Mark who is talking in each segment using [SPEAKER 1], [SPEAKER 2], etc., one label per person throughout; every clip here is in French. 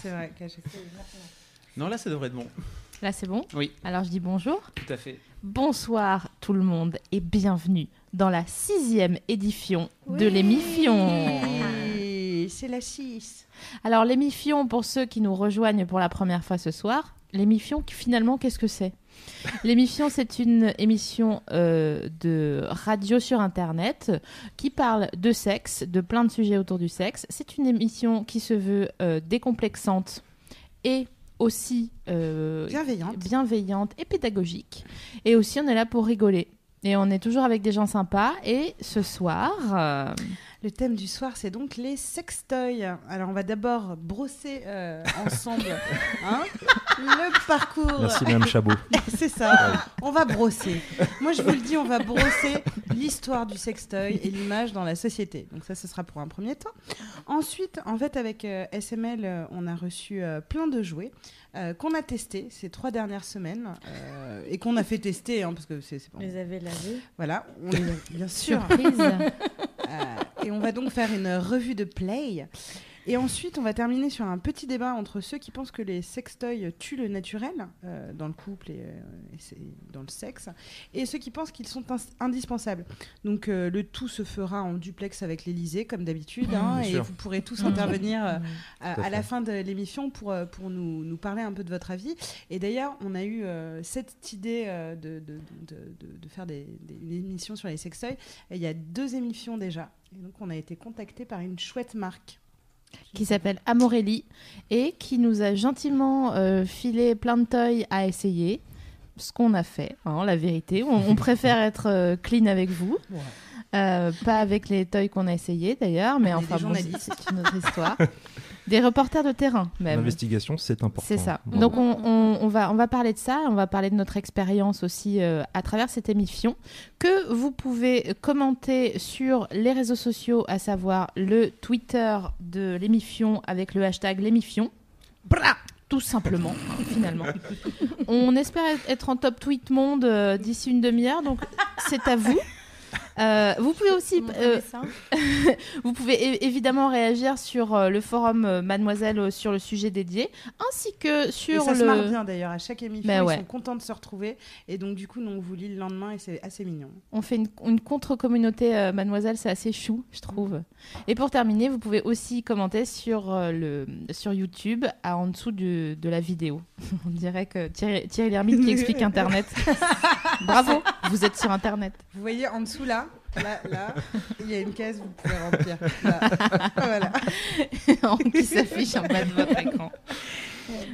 [SPEAKER 1] C'est vrai que j'ai fait
[SPEAKER 2] Non, là, ça devrait être bon.
[SPEAKER 3] Là, c'est bon
[SPEAKER 2] Oui.
[SPEAKER 3] Alors, je dis bonjour.
[SPEAKER 2] Tout à fait.
[SPEAKER 3] Bonsoir tout le monde et bienvenue dans la sixième édition de l'émission.
[SPEAKER 1] Oui, Ah. C'est la 6.
[SPEAKER 3] Alors, l'émission, pour ceux qui nous rejoignent pour la première fois ce soir, l'émission, finalement, qu'est-ce que c'est L'émission, c'est une émission euh, de radio sur Internet qui parle de sexe, de plein de sujets autour du sexe. C'est une émission qui se veut euh, décomplexante et aussi euh,
[SPEAKER 1] Bienveillante.
[SPEAKER 3] bienveillante et pédagogique. Et aussi, on est là pour rigoler. Et on est toujours avec des gens sympas. Et ce soir, euh,
[SPEAKER 1] Le thème du soir, c'est donc les sextoys. Alors, on va d'abord brosser euh, ensemble hein, le parcours.
[SPEAKER 4] Merci Mme Chabot.
[SPEAKER 1] C'est ça. On va brosser. Moi, je vous le dis, on va brosser l'histoire du sextoy et l'image dans la société. Donc ça, ce sera pour un premier temps. Ensuite, en fait, avec euh, SML, euh, on a reçu euh, plein de jouets euh, qu'on a testés ces trois dernières semaines euh, et qu'on a fait tester, hein, parce que c'est c'est pas...
[SPEAKER 5] les avez lavés.
[SPEAKER 1] Voilà, on les a- bien sûr.
[SPEAKER 3] surprise.
[SPEAKER 1] Euh, et on va donc faire une revue de play. Et ensuite, on va terminer sur un petit débat entre ceux qui pensent que les sextoys tuent le naturel euh, dans le couple et, euh, et c'est- dans le sexe, et ceux qui pensent qu'ils sont ins- indispensables. Donc euh, le tout se fera en duplex avec l'Elysée, comme d'habitude, hein,
[SPEAKER 4] bien
[SPEAKER 1] et
[SPEAKER 4] sûr.
[SPEAKER 1] vous pourrez tous intervenir euh, à,
[SPEAKER 4] Tout à
[SPEAKER 1] à la
[SPEAKER 4] fait.
[SPEAKER 1] fin de l'émission pour, euh, pour nous, nous parler un peu de votre avis. Et d'ailleurs, on a eu euh, cette idée euh, de, de, de- de- de faire des, des- une émission sur les sextoys. Et il y a deux émissions déjà. Et donc, on a été contacté par une chouette marque.
[SPEAKER 3] qui s'appelle Amorelli et qui nous a gentiment euh, filé plein de toys à essayer. Ce qu'on a fait, hein, la vérité. On, on préfère être euh, clean avec vous.
[SPEAKER 1] Ouais.
[SPEAKER 3] Euh, pas avec les toys qu'on a essayés d'ailleurs, mais
[SPEAKER 1] On est
[SPEAKER 3] enfin
[SPEAKER 1] des
[SPEAKER 3] bon, c'est
[SPEAKER 1] journalistes.
[SPEAKER 3] c'est une autre histoire. Des reporters de terrain
[SPEAKER 1] Euh,
[SPEAKER 3] même.
[SPEAKER 4] L'investigation, c'est important.
[SPEAKER 3] C'est ça.
[SPEAKER 4] Voilà.
[SPEAKER 3] Donc on, on- on va, on va parler de ça, on va parler de notre expérience aussi euh, à travers cette émission que vous pouvez commenter sur les réseaux sociaux, à savoir le Twitter de l'émission avec le hashtag l'émission. Bra tout simplement, finalement. On espère être en top tweet monde euh, d'ici une demi-heure, donc c'est à vous. Euh, vous pouvez aussi,
[SPEAKER 4] Mon
[SPEAKER 3] euh,
[SPEAKER 4] dessin.
[SPEAKER 3] vous pouvez é- évidemment réagir sur euh, le forum euh, Mademoiselle euh, sur le sujet dédié, ainsi que
[SPEAKER 1] Et
[SPEAKER 3] sur
[SPEAKER 1] ça
[SPEAKER 3] le.
[SPEAKER 1] se marre bien d'ailleurs, à chaque émission,
[SPEAKER 3] Bah ouais.
[SPEAKER 1] ils sont contents de se retrouver. Et donc, du coup, nous, on vous lit le lendemain et c'est assez mignon.
[SPEAKER 3] On fait une, une contre-communauté, euh, mademoiselle, c'est assez chou, je trouve. Et pour terminer, vous pouvez aussi commenter sur, euh, le, sur YouTube, à, en dessous du- de la vidéo. On dirait que Thierry, Thierry Lhermitte qui explique Internet. Bravo, vous êtes sur Internet.
[SPEAKER 1] Vous voyez en dessous là, là, là, il y a une case, vous pouvez remplir. Là. voilà.
[SPEAKER 3] qui s'affiche en bas de votre écran.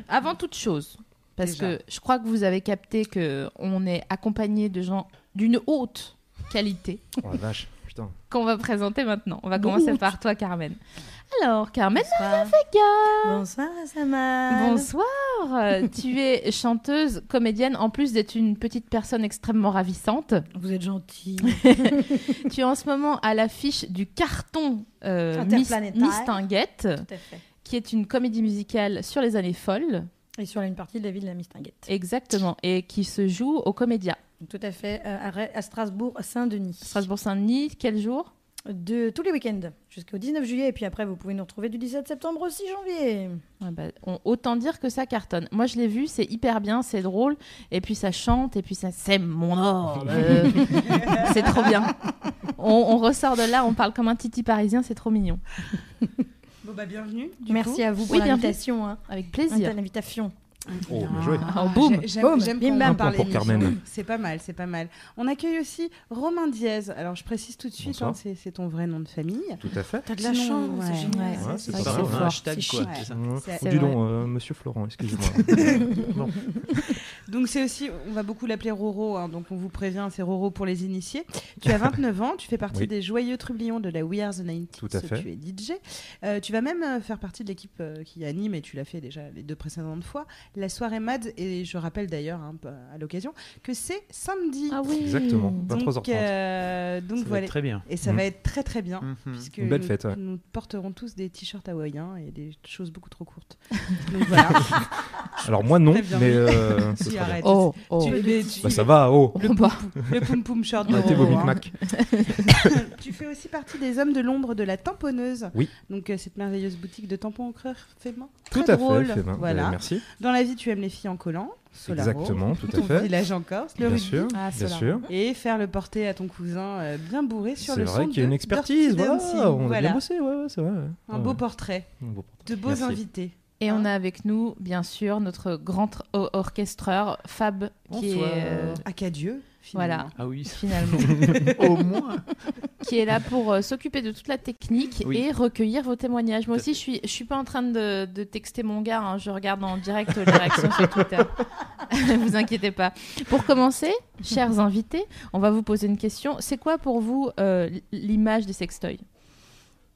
[SPEAKER 3] Avant toute chose, parce
[SPEAKER 1] Déjà.
[SPEAKER 3] que je crois que vous avez capté que on est accompagné de gens d'une haute qualité.
[SPEAKER 5] Oh la vache, putain.
[SPEAKER 3] qu'on va présenter maintenant. On va commencer par toi, Carmen. Alors, Carmen,
[SPEAKER 4] Bonsoir. Bonsoir, Asaman.
[SPEAKER 3] bonsoir. Euh, tu es chanteuse, comédienne, en plus d'être une petite personne extrêmement ravissante.
[SPEAKER 4] Vous êtes gentil.
[SPEAKER 3] tu es en ce moment à l'affiche du carton euh, Miss,
[SPEAKER 4] Interplanétaire.
[SPEAKER 3] Miss Tinguette,
[SPEAKER 4] Tout à fait.
[SPEAKER 3] qui est une comédie musicale sur les années folles,
[SPEAKER 4] Et sur une partie de la ville de la Mistinguette.
[SPEAKER 3] exactement, et qui se joue au Comédia.
[SPEAKER 4] Donc, Tout à fait. euh, à, Ré- à Strasbourg, à Saint-Denis.
[SPEAKER 3] Strasbourg-Saint-Denis, quel jour
[SPEAKER 4] De tous les week-ends jusqu'au 19 juillet. Et puis après, vous pouvez nous retrouver du 17 septembre au 6 janvier.
[SPEAKER 3] Ouais, bah, on- Autant dire que ça cartonne. Moi, je l'ai vu, c'est hyper bien, c'est drôle, et puis ça chante, et puis ça sème mon or. Euh, c'est trop bien. On, on ressort de là, on parle comme un titi parisien, c'est trop mignon.
[SPEAKER 1] Bon, bah, bienvenue.
[SPEAKER 3] Du
[SPEAKER 4] Merci
[SPEAKER 3] coup,
[SPEAKER 4] à vous pour
[SPEAKER 3] oui, bienvenue.
[SPEAKER 4] l'invitation. hein.
[SPEAKER 3] Avec
[SPEAKER 4] Inter-
[SPEAKER 3] plaisir.
[SPEAKER 4] L'invitation.
[SPEAKER 5] Oh, bien joué.
[SPEAKER 3] Ah, boum.
[SPEAKER 1] j'ai- J'aime
[SPEAKER 4] Boum.
[SPEAKER 1] j'aime
[SPEAKER 4] Bim,
[SPEAKER 1] qu'on
[SPEAKER 4] bam.
[SPEAKER 1] en parle
[SPEAKER 5] Un point pour
[SPEAKER 1] l'émission.
[SPEAKER 5] Carmen.
[SPEAKER 1] C'est pas mal, c'est pas mal. On accueille aussi Romain Diaz. Alors, je précise tout de suite,
[SPEAKER 5] Bonsoir.
[SPEAKER 1] hein, c'est c'est ton vrai nom de famille.
[SPEAKER 5] Tout à fait.
[SPEAKER 4] T'as de
[SPEAKER 1] la chance, c'est génial.
[SPEAKER 5] Ouais, c'est
[SPEAKER 3] vrai
[SPEAKER 5] pas
[SPEAKER 3] que
[SPEAKER 5] mal.
[SPEAKER 3] c'est
[SPEAKER 2] un
[SPEAKER 3] fort,
[SPEAKER 2] hashtag,
[SPEAKER 4] Ah, c'est
[SPEAKER 2] quoi.
[SPEAKER 1] chic.
[SPEAKER 2] c'est ça.
[SPEAKER 5] Mmh.
[SPEAKER 1] C'est-
[SPEAKER 3] C'est
[SPEAKER 5] Dis
[SPEAKER 3] vrai.
[SPEAKER 5] donc, euh, monsieur Florent, excusez-moi. Bon,
[SPEAKER 1] Donc c'est aussi, on va beaucoup l'appeler Roro, hein, donc on vous prévient, c'est Roro pour les initiés. Tu as 29 ans, tu fais partie
[SPEAKER 5] Oui.
[SPEAKER 1] des joyeux trublions de la We Are the 90s,
[SPEAKER 5] Tout à fait.
[SPEAKER 1] tu es DJ. Euh, tu vas même euh, faire partie de l'équipe euh, qui anime, et tu l'as fait déjà les deux précédentes fois, la soirée MAD, et je rappelle d'ailleurs hein, à l'occasion que c'est samedi.
[SPEAKER 3] Ah oui.
[SPEAKER 5] Exactement.
[SPEAKER 1] Donc,
[SPEAKER 5] 23h30.
[SPEAKER 1] euh, donc
[SPEAKER 2] Ça va
[SPEAKER 1] voilà.
[SPEAKER 2] être très bien.
[SPEAKER 1] Et ça
[SPEAKER 5] Mhm.
[SPEAKER 1] va être très très bien.
[SPEAKER 2] Mhm.
[SPEAKER 1] Puisque
[SPEAKER 5] Une belle
[SPEAKER 1] nous,
[SPEAKER 5] fête, ouais.
[SPEAKER 1] nous porterons tous des t-shirts hawaïens et des choses beaucoup trop courtes. Donc voilà.
[SPEAKER 5] Alors moi non,
[SPEAKER 1] Très bien.
[SPEAKER 5] mais euh, ce
[SPEAKER 1] Si,
[SPEAKER 5] sera bien.
[SPEAKER 1] arrête.
[SPEAKER 3] Oh, oh.
[SPEAKER 1] Tu- mais tu-
[SPEAKER 5] Bah ça va, oh.
[SPEAKER 3] On part.
[SPEAKER 1] Le poum poum short de
[SPEAKER 5] Arrêtez vos
[SPEAKER 1] Roro,
[SPEAKER 5] Big
[SPEAKER 1] hein.
[SPEAKER 5] Mac.
[SPEAKER 1] Tu fais aussi partie des hommes de l'ombre de la tamponneuse.
[SPEAKER 5] Oui.
[SPEAKER 1] Donc euh, cette merveilleuse boutique de tampons en creux fait main.
[SPEAKER 5] Tout
[SPEAKER 1] Très
[SPEAKER 5] à
[SPEAKER 1] drôle.
[SPEAKER 5] fait, Fébin.
[SPEAKER 1] Voilà.
[SPEAKER 5] Euh, Merci.
[SPEAKER 1] Dans la vie, tu aimes les filles en collant, Solaro,
[SPEAKER 5] Exactement, tout à
[SPEAKER 1] ton
[SPEAKER 5] fait.
[SPEAKER 1] village en Corse, le
[SPEAKER 5] Bien
[SPEAKER 1] rugby,
[SPEAKER 5] sûr,
[SPEAKER 3] Ah,
[SPEAKER 5] bien
[SPEAKER 3] Solaro.
[SPEAKER 5] sûr.
[SPEAKER 1] et faire le porter à ton cousin euh, bien bourré sur
[SPEAKER 5] C'est
[SPEAKER 1] le
[SPEAKER 5] vrai
[SPEAKER 1] son
[SPEAKER 5] qu'il y a
[SPEAKER 1] de
[SPEAKER 5] une expertise,
[SPEAKER 1] Dirty
[SPEAKER 5] voilà.
[SPEAKER 1] Dancing.
[SPEAKER 5] On a
[SPEAKER 1] Voilà.
[SPEAKER 5] bien bossé, ouais, ouais, c'est vrai. ouais.
[SPEAKER 1] Un
[SPEAKER 5] Ouais,
[SPEAKER 1] beau
[SPEAKER 5] ouais.
[SPEAKER 1] portrait,
[SPEAKER 5] Un beau portrait.
[SPEAKER 1] de beaux
[SPEAKER 5] Merci.
[SPEAKER 1] invités.
[SPEAKER 3] Et
[SPEAKER 1] Hein
[SPEAKER 3] on a avec nous, bien sûr, notre grand or- orchestreur, Fab, qui
[SPEAKER 2] Bonsoir.
[SPEAKER 3] est, euh,
[SPEAKER 1] À Cadieux,
[SPEAKER 3] Voilà.
[SPEAKER 1] finalement.
[SPEAKER 2] Ah oui,
[SPEAKER 3] finalement,
[SPEAKER 2] au moins.
[SPEAKER 3] qui est là pour euh, s'occuper de toute la technique
[SPEAKER 2] Oui.
[SPEAKER 3] et recueillir vos témoignages. Moi
[SPEAKER 2] Tout à
[SPEAKER 3] aussi, je suis, je suis pas en train de, de texter mon gars, hein, je regarde en direct les réactions sur Twitter. vous inquiétez pas. Pour commencer, chers invités, on va vous poser une question. C'est quoi pour vous euh, l'image des sextoys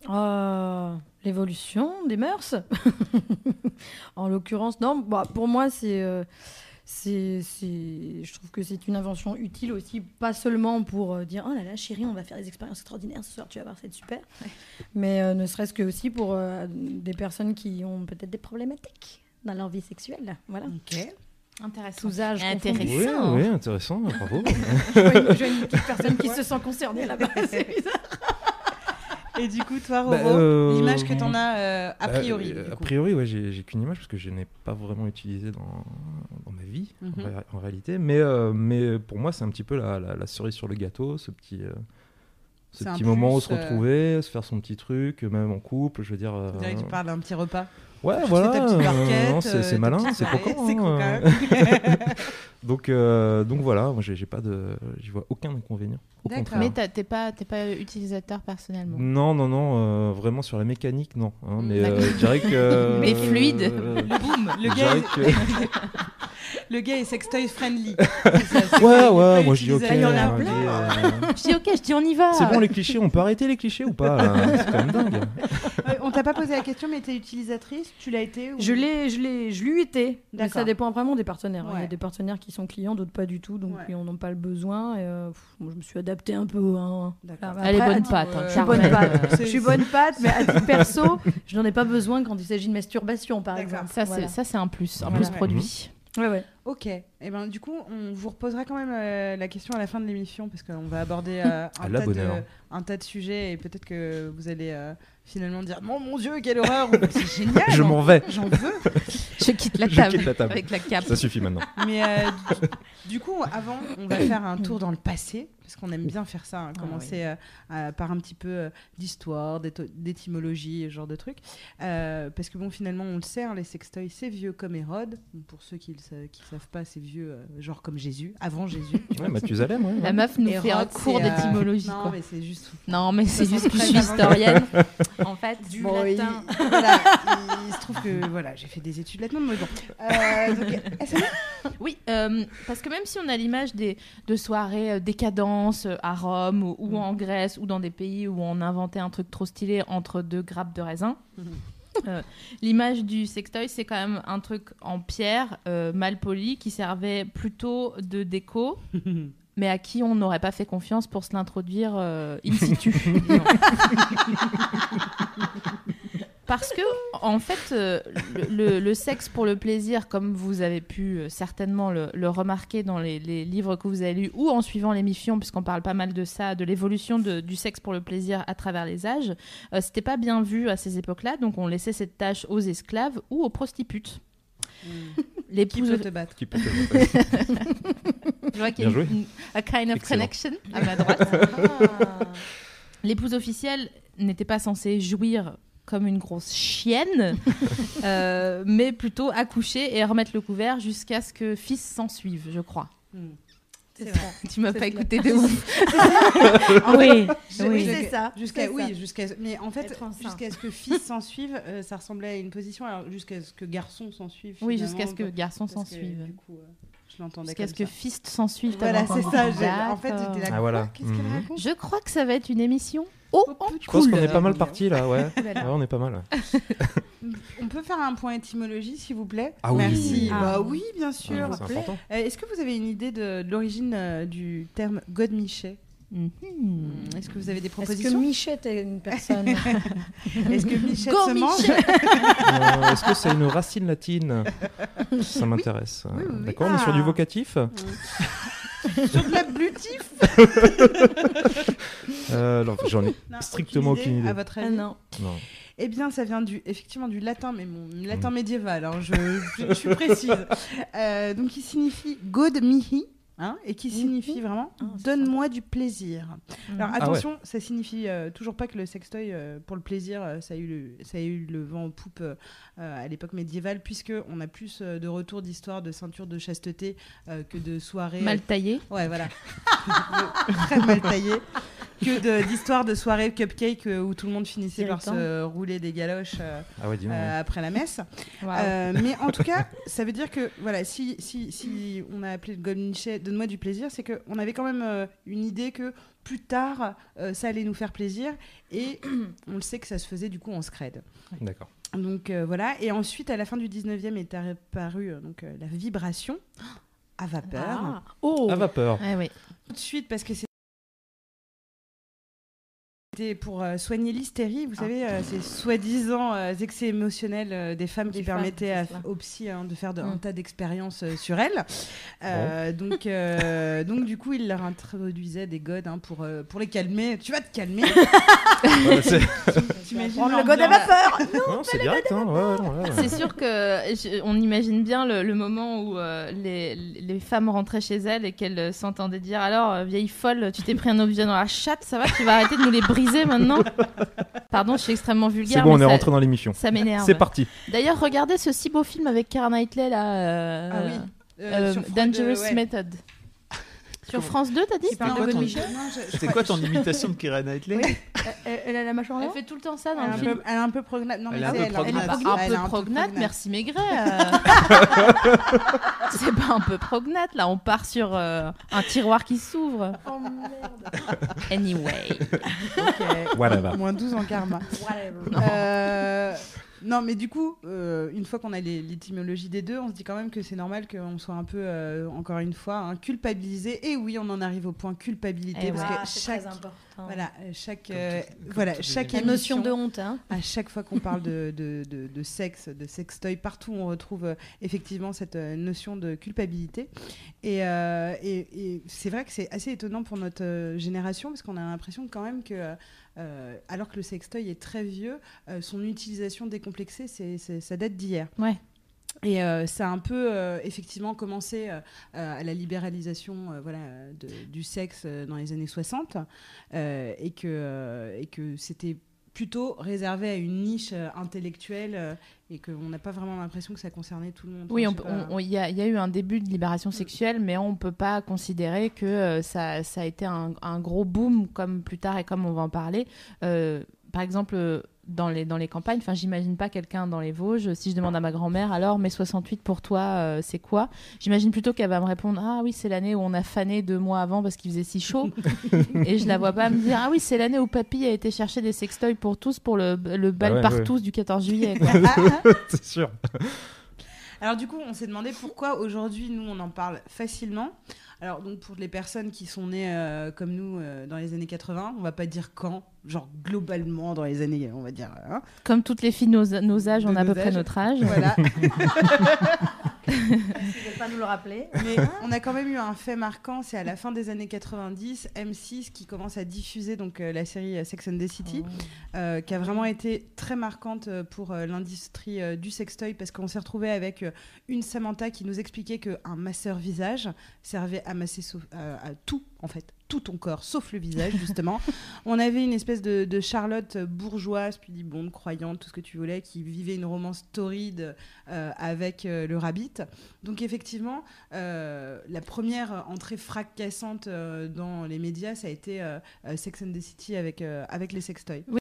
[SPEAKER 4] Euh, L'évolution des mœurs. en l'occurrence, non. Bah, pour moi, c'est. euh, c'est, c'est- je trouve que c'est une invention utile aussi, pas seulement pour euh, dire oh là là chérie on va faire des expériences extraordinaires ce soir tu vas voir c'est super, mais euh, ne serait-ce que aussi pour euh, des personnes qui ont peut-être des problématiques dans leur vie sexuelle, voilà.
[SPEAKER 1] Ok.
[SPEAKER 3] Intéressant.
[SPEAKER 4] Sous âge confondu.
[SPEAKER 3] Intéressant.
[SPEAKER 5] Oui,
[SPEAKER 1] hein.
[SPEAKER 5] oui, intéressant, bravo.
[SPEAKER 4] Je vois une- je vois une petite personne qui se sent concernée là-bas, c'est bizarre.
[SPEAKER 1] Et du coup, toi,
[SPEAKER 5] Bah,
[SPEAKER 1] Roro,
[SPEAKER 5] euh,
[SPEAKER 1] l'image que t'en as euh, a
[SPEAKER 5] Bah,
[SPEAKER 1] priori.
[SPEAKER 5] euh,
[SPEAKER 1] du
[SPEAKER 5] a
[SPEAKER 1] coup.
[SPEAKER 5] priori, ouais, j'ai j'ai qu'une image parce que je n'ai pas vraiment utilisé dans, dans ma vie, en
[SPEAKER 1] Mhm.
[SPEAKER 5] ré- en, réalité. Mais, euh, mais pour moi, c'est un petit peu la, la- la cerise sur le gâteau, ce petit, euh, ce
[SPEAKER 1] C'est un
[SPEAKER 5] petit moment où se
[SPEAKER 1] plus, euh,
[SPEAKER 5] retrouver, se faire son petit truc, même en couple, je veux dire. euh,
[SPEAKER 1] On dirait que tu parles d'un petit repas.
[SPEAKER 5] Ouais,
[SPEAKER 1] Tu
[SPEAKER 5] voilà.
[SPEAKER 1] fais ta petite
[SPEAKER 5] euh,
[SPEAKER 1] barquette,
[SPEAKER 5] non, c'est
[SPEAKER 1] euh,
[SPEAKER 5] c'est
[SPEAKER 1] ta
[SPEAKER 5] malin,
[SPEAKER 1] petite
[SPEAKER 5] c'est
[SPEAKER 1] soirée,
[SPEAKER 5] croquant.
[SPEAKER 1] c'est
[SPEAKER 5] hein. donc, euh, donc voilà, moi, j'ai j'ai pas de, j'y vois aucun inconvénient. Au
[SPEAKER 1] D'accord.
[SPEAKER 5] contraire.
[SPEAKER 3] Mais t'as- t'es pas, t'es pas utilisateur personnellement.
[SPEAKER 5] Non, non, non, euh, vraiment sur la mécanique, non. hein, mais
[SPEAKER 3] D'accord.
[SPEAKER 5] euh, je dirais que. euh,
[SPEAKER 3] Les fluides.
[SPEAKER 5] euh,
[SPEAKER 1] Boum
[SPEAKER 5] je
[SPEAKER 1] Le gars,
[SPEAKER 5] dirais
[SPEAKER 1] est-
[SPEAKER 5] que-
[SPEAKER 1] le gars est sextoy friendly.
[SPEAKER 5] Ouais, ouais, moi je dis ok.
[SPEAKER 1] Il y en a
[SPEAKER 5] on
[SPEAKER 1] plein.
[SPEAKER 5] dit, euh,
[SPEAKER 3] Je dis ok, je dis on y va.
[SPEAKER 5] C'est bon les clichés, on peut arrêter les clichés ou pas là C'est quand même dingue.
[SPEAKER 1] Euh, on t'a pas posé la question, mais t'es utilisatrice Tu l'as été ou-
[SPEAKER 4] Je l'ai, je l'ai, je lui étais. Mais
[SPEAKER 1] D'accord.
[SPEAKER 4] ça dépend vraiment des partenaires. hein. Il y
[SPEAKER 1] Ouais.
[SPEAKER 4] a des partenaires qui sont clients, d'autres pas du tout, donc
[SPEAKER 1] Ouais.
[SPEAKER 4] ils n'en ont pas le besoin. Et, euh, pff, moi, je me suis adaptée un peu. hein.
[SPEAKER 1] D'accord.
[SPEAKER 4] Voilà,
[SPEAKER 3] Elle est
[SPEAKER 4] après,
[SPEAKER 3] bonne
[SPEAKER 4] à-
[SPEAKER 3] patte. hein,
[SPEAKER 1] Je
[SPEAKER 4] Je suis
[SPEAKER 3] Carmen.
[SPEAKER 4] bonne patte.
[SPEAKER 1] Euh, C'est-
[SPEAKER 4] Je suis bonne patte, mais à titre perso, je n'en ai pas besoin quand il s'agit de masturbation, par
[SPEAKER 1] D'accord.
[SPEAKER 4] exemple.
[SPEAKER 3] Ça, c'est
[SPEAKER 4] Voilà.
[SPEAKER 3] ça, c'est un plus, un
[SPEAKER 5] Voilà.
[SPEAKER 3] plus produit.
[SPEAKER 4] Ouais, ouais.
[SPEAKER 1] Ok. Et ben du coup, on vous reposera quand même euh, la question à la fin de l'émission parce qu'on va aborder euh, un,
[SPEAKER 5] la
[SPEAKER 1] tas
[SPEAKER 5] bonne
[SPEAKER 1] de,
[SPEAKER 5] heure.
[SPEAKER 1] un tas de sujets et peut-être que vous allez euh, finalement dire non mon dieu quelle horreur ou c'est génial.
[SPEAKER 5] Je
[SPEAKER 1] j'en-
[SPEAKER 5] m'en vais.
[SPEAKER 1] J'en veux.
[SPEAKER 3] Je quitte la
[SPEAKER 5] Je
[SPEAKER 3] table.
[SPEAKER 5] quitte la table.
[SPEAKER 3] Avec la cape.
[SPEAKER 5] Ça suffit maintenant.
[SPEAKER 1] Mais euh, du, du coup, avant, on va faire un tour dans le passé, parce qu'on aime bien faire ça, hein,
[SPEAKER 4] Ah
[SPEAKER 1] commencer euh, à- par un petit peu euh, d'histoire, d'éto- d'étymologie, ce genre de truc. Euh, parce que bon, finalement, on le sait, hein, les sextoys, c'est vieux comme Hérode. Donc, Pour ceux qui ne savent pas, c'est vieux, euh, genre comme Jésus, avant Jésus.
[SPEAKER 5] Ouais, Mathusalem, ouais.
[SPEAKER 3] La meuf nous fait un
[SPEAKER 1] Hérode,
[SPEAKER 3] cours
[SPEAKER 1] c'est, euh,
[SPEAKER 3] d'étymologie.
[SPEAKER 1] Non,
[SPEAKER 3] quoi.
[SPEAKER 1] mais c'est juste.
[SPEAKER 3] Non, mais c'est juste que je suis
[SPEAKER 4] 73 avant
[SPEAKER 3] historienne. en fait,
[SPEAKER 4] Du
[SPEAKER 1] Bon,
[SPEAKER 4] latin.
[SPEAKER 1] Il, voilà, il se trouve que voilà, j'ai fait des études là-dedans, mais bon. Euh, donc, eh, ça va
[SPEAKER 3] Oui, euh, parce que même si on a l'image des de soirées euh, décadences euh, à Rome ou, ou en Grèce ou dans des pays où on inventait un truc trop stylé entre deux grappes de raisin.
[SPEAKER 1] Mhm.
[SPEAKER 3] euh, L'image du sextoy, c'est quand même un truc en pierre, euh, mal poli, qui servait plutôt de déco, mais à qui on n'aurait pas fait confiance pour se l'introduire euh, in situ. Non. Parce que, en fait, euh, le, le- le sexe pour le plaisir, comme vous avez pu euh, certainement le, le remarquer dans les, les livres que vous avez lus ou en suivant l'émission, puisqu'on parle pas mal de ça, de l'évolution de- du sexe pour le plaisir à travers les âges, euh, c'était pas bien vu à ces époques-là, donc on laissait cette tâche aux esclaves ou aux prostitutes.
[SPEAKER 1] Qui
[SPEAKER 3] L'épouse
[SPEAKER 1] peut te battre
[SPEAKER 5] Qui peut te-
[SPEAKER 3] je vois qu'il y
[SPEAKER 5] Bien
[SPEAKER 3] a
[SPEAKER 5] joué.
[SPEAKER 3] une- une- a kind of
[SPEAKER 5] Excellent.
[SPEAKER 3] connection à ma droite.
[SPEAKER 4] Ah.
[SPEAKER 3] L'épouse officielle n'était pas censée jouir comme une grosse chienne, euh, mais plutôt accoucher et remettre le couvert jusqu'à ce que fils s'en suive, je crois.
[SPEAKER 1] Hmm.
[SPEAKER 4] C'est
[SPEAKER 1] vrai.
[SPEAKER 4] ça.
[SPEAKER 3] Tu m'as
[SPEAKER 4] C'est
[SPEAKER 3] pas
[SPEAKER 4] cela.
[SPEAKER 3] écouté de ouf. Ah
[SPEAKER 4] oui,
[SPEAKER 1] Oui.
[SPEAKER 4] oui, c'est ça.
[SPEAKER 1] Jusqu'à
[SPEAKER 4] c'est
[SPEAKER 1] oui,
[SPEAKER 4] ça.
[SPEAKER 1] jusqu'à mais en fait
[SPEAKER 4] Être enceinte.
[SPEAKER 1] jusqu'à ce que fils s'en suive, euh, ça ressemblait à une position alors jusqu'à ce que garçon s'en suive.
[SPEAKER 3] Oui,
[SPEAKER 1] finalement,
[SPEAKER 3] jusqu'à ce que garçon
[SPEAKER 1] parce
[SPEAKER 3] s'en
[SPEAKER 1] que,
[SPEAKER 3] suive.
[SPEAKER 1] Du coup, euh, je l'entendais
[SPEAKER 3] Jusqu'à
[SPEAKER 1] comme
[SPEAKER 3] ce que
[SPEAKER 1] ça.
[SPEAKER 3] fist s'en suive. t'as
[SPEAKER 1] Voilà, c'est
[SPEAKER 3] entendu.
[SPEAKER 1] ça. j'ai- En fait,
[SPEAKER 3] D'accord.
[SPEAKER 1] j'étais là.
[SPEAKER 5] Ah, voilà.
[SPEAKER 1] quoi, Qu'est-ce qu'elle
[SPEAKER 5] Mhm.
[SPEAKER 1] raconte
[SPEAKER 3] Je crois que ça va être une émission. Oh, oh.
[SPEAKER 5] Je pense
[SPEAKER 1] Cool.
[SPEAKER 5] qu'on est pas mal
[SPEAKER 1] Euh,
[SPEAKER 5] parti là, ouais.
[SPEAKER 1] Ouh là
[SPEAKER 5] Ouais,
[SPEAKER 1] là.
[SPEAKER 5] on est pas mal.
[SPEAKER 1] On peut faire un point étymologie, s'il vous plaît
[SPEAKER 5] Ah oui.
[SPEAKER 1] Merci.
[SPEAKER 4] Ah.
[SPEAKER 1] Bah oui, bien
[SPEAKER 5] Ouais,
[SPEAKER 1] sûr.
[SPEAKER 5] c'est important.
[SPEAKER 1] Euh, Est-ce que vous avez une idée de, de l'origine euh, du terme Godmichet
[SPEAKER 3] Mhm.
[SPEAKER 1] Est-ce que vous avez des
[SPEAKER 4] Est-ce que
[SPEAKER 1] propositions
[SPEAKER 4] Michette est une personne
[SPEAKER 1] Est-ce que Michet
[SPEAKER 3] Go
[SPEAKER 1] se mange
[SPEAKER 3] Michel
[SPEAKER 5] Euh, Est-ce que c'est une racine latine Ça m'intéresse.
[SPEAKER 1] Oui, oui, oui.
[SPEAKER 5] D'accord, on est sur du
[SPEAKER 1] Ah.
[SPEAKER 5] vocatif.
[SPEAKER 1] sur de l'ablutif
[SPEAKER 5] Euh, alors, J'en ai strictement aucune idée.
[SPEAKER 1] À votre
[SPEAKER 4] Ah
[SPEAKER 1] avis
[SPEAKER 4] Non.
[SPEAKER 5] Non.
[SPEAKER 1] Eh bien, ça vient du, effectivement du latin, mais mon latin médiéval, hein, je, je- je suis précise. Euh, donc, il signifie God mihi, hein, et qui signifie vraiment
[SPEAKER 4] Mhm. Ah, c'est Mm.
[SPEAKER 1] Donne-moi du plaisir.
[SPEAKER 3] Mhm.
[SPEAKER 1] Alors,
[SPEAKER 5] Ah
[SPEAKER 1] attention, ça signifie euh, toujours pas que le sextoy, euh, pour le plaisir, euh, ça, a eu le, ça a eu le vent en poupe euh, euh, à l'époque médiévale, puisqu'on a plus euh, de retours d'histoires de ceintures de chasteté euh, que de soirées.
[SPEAKER 3] Mal taillé.
[SPEAKER 1] Ouais, voilà. De- Très mal taillé. Que de- d'histoires de, soirées cupcake euh, où tout le monde finissait par
[SPEAKER 4] Irritant.
[SPEAKER 1] se rouler des galoches euh,
[SPEAKER 5] Ah ouais, dis donc. ouais.
[SPEAKER 1] euh, après la messe.
[SPEAKER 3] Waouh.
[SPEAKER 1] Euh, mais en tout cas, ça veut dire que voilà, si, si, si on a appelé le Golnichet Donne-moi du plaisir, c'est qu'on avait quand même euh, une idée que plus tard, euh, ça allait nous faire plaisir. Et on le sait que ça se faisait du coup en scred.
[SPEAKER 5] D'accord.
[SPEAKER 1] Donc euh, voilà. Et ensuite, à la fin du 19e est apparue euh, donc, euh, la vibration à vapeur.
[SPEAKER 4] Ah. Oh.
[SPEAKER 5] À vapeur.
[SPEAKER 3] Ouais, ouais.
[SPEAKER 1] tout de suite parce que c'est- c'était pour euh, soigner l'hystérie, vous
[SPEAKER 4] Ah.
[SPEAKER 1] savez, euh, ces soi-disant euh, excès émotionnels euh, des femmes qui
[SPEAKER 4] Des femmes,
[SPEAKER 1] permettaient à-
[SPEAKER 4] c'est ça.
[SPEAKER 1] aux psy hein, de faire de- un
[SPEAKER 4] Mm.
[SPEAKER 1] tas d'expériences euh, sur elles. Euh, donc, euh, donc du coup, ils leur introduisaient des godes hein, pour, euh, pour les calmer. Tu vas te calmer, Ah.
[SPEAKER 5] Ouais, c'est
[SPEAKER 1] t'imagines
[SPEAKER 4] Prendre le god à
[SPEAKER 1] l'ambiance.
[SPEAKER 4] vapeur
[SPEAKER 5] non, c'est direct. Hein. Ouais, ouais, ouais.
[SPEAKER 3] C'est sûr que je- on imagine bien le, le moment où euh, les, les femmes rentraient chez elles et qu'elles euh, s'entendaient dire alors euh, vieille folle tu t'es pris un objet dans la chatte ça va tu vas arrêter de nous les briser maintenant pardon je suis extrêmement vulgaire
[SPEAKER 5] C'est bon, on
[SPEAKER 3] mais
[SPEAKER 5] est
[SPEAKER 3] ça,
[SPEAKER 5] rentré dans l'émission.
[SPEAKER 3] ça m'énerve
[SPEAKER 5] C'est parti.
[SPEAKER 3] d'ailleurs regardez ce si beau film avec Keira Knightley là euh,
[SPEAKER 1] Ah oui. Euh,
[SPEAKER 3] euh,
[SPEAKER 1] sur Freud,
[SPEAKER 3] Dangerous
[SPEAKER 1] euh, ouais.
[SPEAKER 3] Method sur France 2 t'as dit
[SPEAKER 4] C'est pas-
[SPEAKER 1] Non,
[SPEAKER 4] C'était quoi
[SPEAKER 1] non,
[SPEAKER 4] ton-
[SPEAKER 1] non, je- je
[SPEAKER 2] C'était
[SPEAKER 1] crois-
[SPEAKER 2] quoi ton imitation de Keira Knightley
[SPEAKER 4] Elle elle a la mâchoire
[SPEAKER 3] elle
[SPEAKER 4] là
[SPEAKER 3] fait tout le temps ça
[SPEAKER 1] elle
[SPEAKER 3] dans
[SPEAKER 1] est
[SPEAKER 3] le
[SPEAKER 1] un
[SPEAKER 3] film
[SPEAKER 1] peu- elle est un peu prognate. Non,
[SPEAKER 2] Elle
[SPEAKER 1] mais
[SPEAKER 2] est un
[SPEAKER 1] c'est-
[SPEAKER 2] peu
[SPEAKER 3] Elle
[SPEAKER 2] prognate.
[SPEAKER 3] est pas
[SPEAKER 1] Ah elle
[SPEAKER 3] un
[SPEAKER 1] est
[SPEAKER 3] peu prognate,
[SPEAKER 1] prognate.
[SPEAKER 3] merci Maigret. euh. c'est pas un peu prognate, là, on part sur euh, un tiroir qui s'ouvre.
[SPEAKER 4] Oh merde
[SPEAKER 3] Anyway.
[SPEAKER 1] Ok.
[SPEAKER 5] Whatever.
[SPEAKER 1] Moins 12 en karma.
[SPEAKER 3] Non.
[SPEAKER 1] Euh, non, mais du coup, euh, une fois qu'on a les- l'étymologie des deux, on se dit quand même que c'est normal qu'on soit un peu, euh, encore une fois, hein, culpabilisé. Et oui, on en arrive au point culpabilité,
[SPEAKER 3] Eh
[SPEAKER 1] parce
[SPEAKER 3] ouais.
[SPEAKER 1] que chaque,
[SPEAKER 4] Ah, important. Enfin,
[SPEAKER 1] Voilà, euh, chaque,
[SPEAKER 2] Comme
[SPEAKER 1] euh,
[SPEAKER 2] tout- comme
[SPEAKER 1] voilà,
[SPEAKER 2] toutes les
[SPEAKER 1] chaque
[SPEAKER 4] La notion
[SPEAKER 1] émission,
[SPEAKER 4] de honte, hein.
[SPEAKER 1] à chaque fois qu'on parle de, de, de- de sexe, de sextoy, partout on retrouve euh, effectivement cette euh, notion de culpabilité. Et, euh, et- et c'est vrai que c'est assez étonnant pour notre euh, génération, parce qu'on a l'impression quand même que, euh, alors que le sextoy est très vieux, euh, son utilisation décomplexée, c'est, c'est- ça date d'hier.
[SPEAKER 3] Ouais.
[SPEAKER 1] Et euh, ça a un peu euh, effectivement commencé euh, euh, à la libéralisation euh, voilà, euh, de- du sexe euh, dans les années 60 euh, et, que, euh, et que c'était plutôt réservé à une niche euh, intellectuelle euh, et qu'on n'a pas vraiment l'impression que ça concernait tout le monde.
[SPEAKER 3] Oui,
[SPEAKER 1] Enfin,
[SPEAKER 3] on
[SPEAKER 1] je
[SPEAKER 3] peut-
[SPEAKER 1] sais pas.
[SPEAKER 3] on- on- il y, a il y a eu un début de libération sexuelle, mais on ne peut pas considérer que euh, ça, ça a été un, un gros boom, comme plus tard et comme on va en parler. Euh, par exemple, euh, dans les, dans les campagnes, enfin, j'imagine pas quelqu'un dans les Vosges, si je demande à ma grand-mère, alors mai 68 pour toi, euh, c'est quoi J'imagine plutôt qu'elle va me répondre, ah oui, c'est l'année où on a fané deux mois avant parce qu'il faisait si chaud. et je la vois pas me dire, ah oui, c'est l'année où papy a été chercher des sextoys pour tous pour le, le bal
[SPEAKER 5] Ah ouais,
[SPEAKER 3] par
[SPEAKER 5] ouais.
[SPEAKER 3] tous du 14 juillet. quoi.
[SPEAKER 5] c'est sûr.
[SPEAKER 1] Alors du coup, on s'est demandé pourquoi aujourd'hui nous on en parle facilement. Alors donc pour les personnes qui sont nées euh, comme nous euh, dans les années 80, on va pas dire quand, genre globalement dans les années, on va dire. hein.
[SPEAKER 3] Comme toutes les filles de nos, nos âges,
[SPEAKER 1] De
[SPEAKER 3] on a à
[SPEAKER 1] nos
[SPEAKER 3] peu près
[SPEAKER 1] âges.
[SPEAKER 3] notre âge.
[SPEAKER 1] Voilà.
[SPEAKER 4] Ils veulent pas nous le rappeler.
[SPEAKER 1] Mais on a quand même eu un fait marquant, c'est à la fin des années 90, M6 qui commence à diffuser donc euh, la série euh, Sex and the City, euh, qui a vraiment été très marquante euh, pour euh, l'industrie euh, du sextoy parce qu'on s'est retrouvé avec euh, une Samantha qui nous expliquait qu'un masseur visage servait à masser sauf- euh, à tout en fait tout ton corps sauf le visage justement on avait une espèce de, de Charlotte euh, bourgeoise pudibonde croyante tout ce que tu voulais qui vivait une romance torride euh, avec euh, le rabbit donc effectivement euh, la première euh, entrée fracassante euh, dans les médias, ça a été euh, euh, Sex and the City avec, euh, avec les sextoys.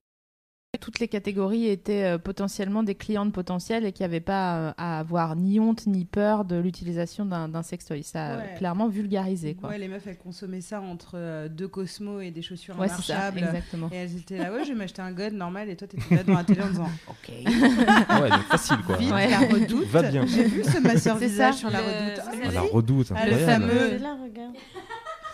[SPEAKER 3] toutes les catégories étaient euh, potentiellement des clientes potentielles et qui n'avaient pas euh, à avoir ni honte ni peur de l'utilisation d'un d'un sextoy. Ça a
[SPEAKER 1] Ouais.
[SPEAKER 3] clairement vulgarisé quoi.
[SPEAKER 1] Ouais, les meufs, elles consommaient ça entre euh, deux cosmos et des chaussures
[SPEAKER 3] Ouais, c'est ça,
[SPEAKER 1] marchables.
[SPEAKER 3] exactement.
[SPEAKER 1] et elles étaient là, ouais, je vais m'acheter un god normal. Et toi, t'étais là dans la télé en disant, ok,
[SPEAKER 5] Ah Ouais, donc facile quoi.
[SPEAKER 1] vite,
[SPEAKER 3] Ouais.
[SPEAKER 1] la redoute.
[SPEAKER 5] Va bien.
[SPEAKER 1] J'ai vu ce masseur
[SPEAKER 3] C'est
[SPEAKER 1] visage
[SPEAKER 3] ça,
[SPEAKER 1] sur la
[SPEAKER 4] le-
[SPEAKER 1] redoute.
[SPEAKER 4] Ah,
[SPEAKER 5] Ah,
[SPEAKER 1] Ah,
[SPEAKER 5] la
[SPEAKER 1] oui.
[SPEAKER 5] redoute,
[SPEAKER 1] Ah, le
[SPEAKER 5] incroyable.
[SPEAKER 1] fameux. Euh,
[SPEAKER 4] C'est là, regarde.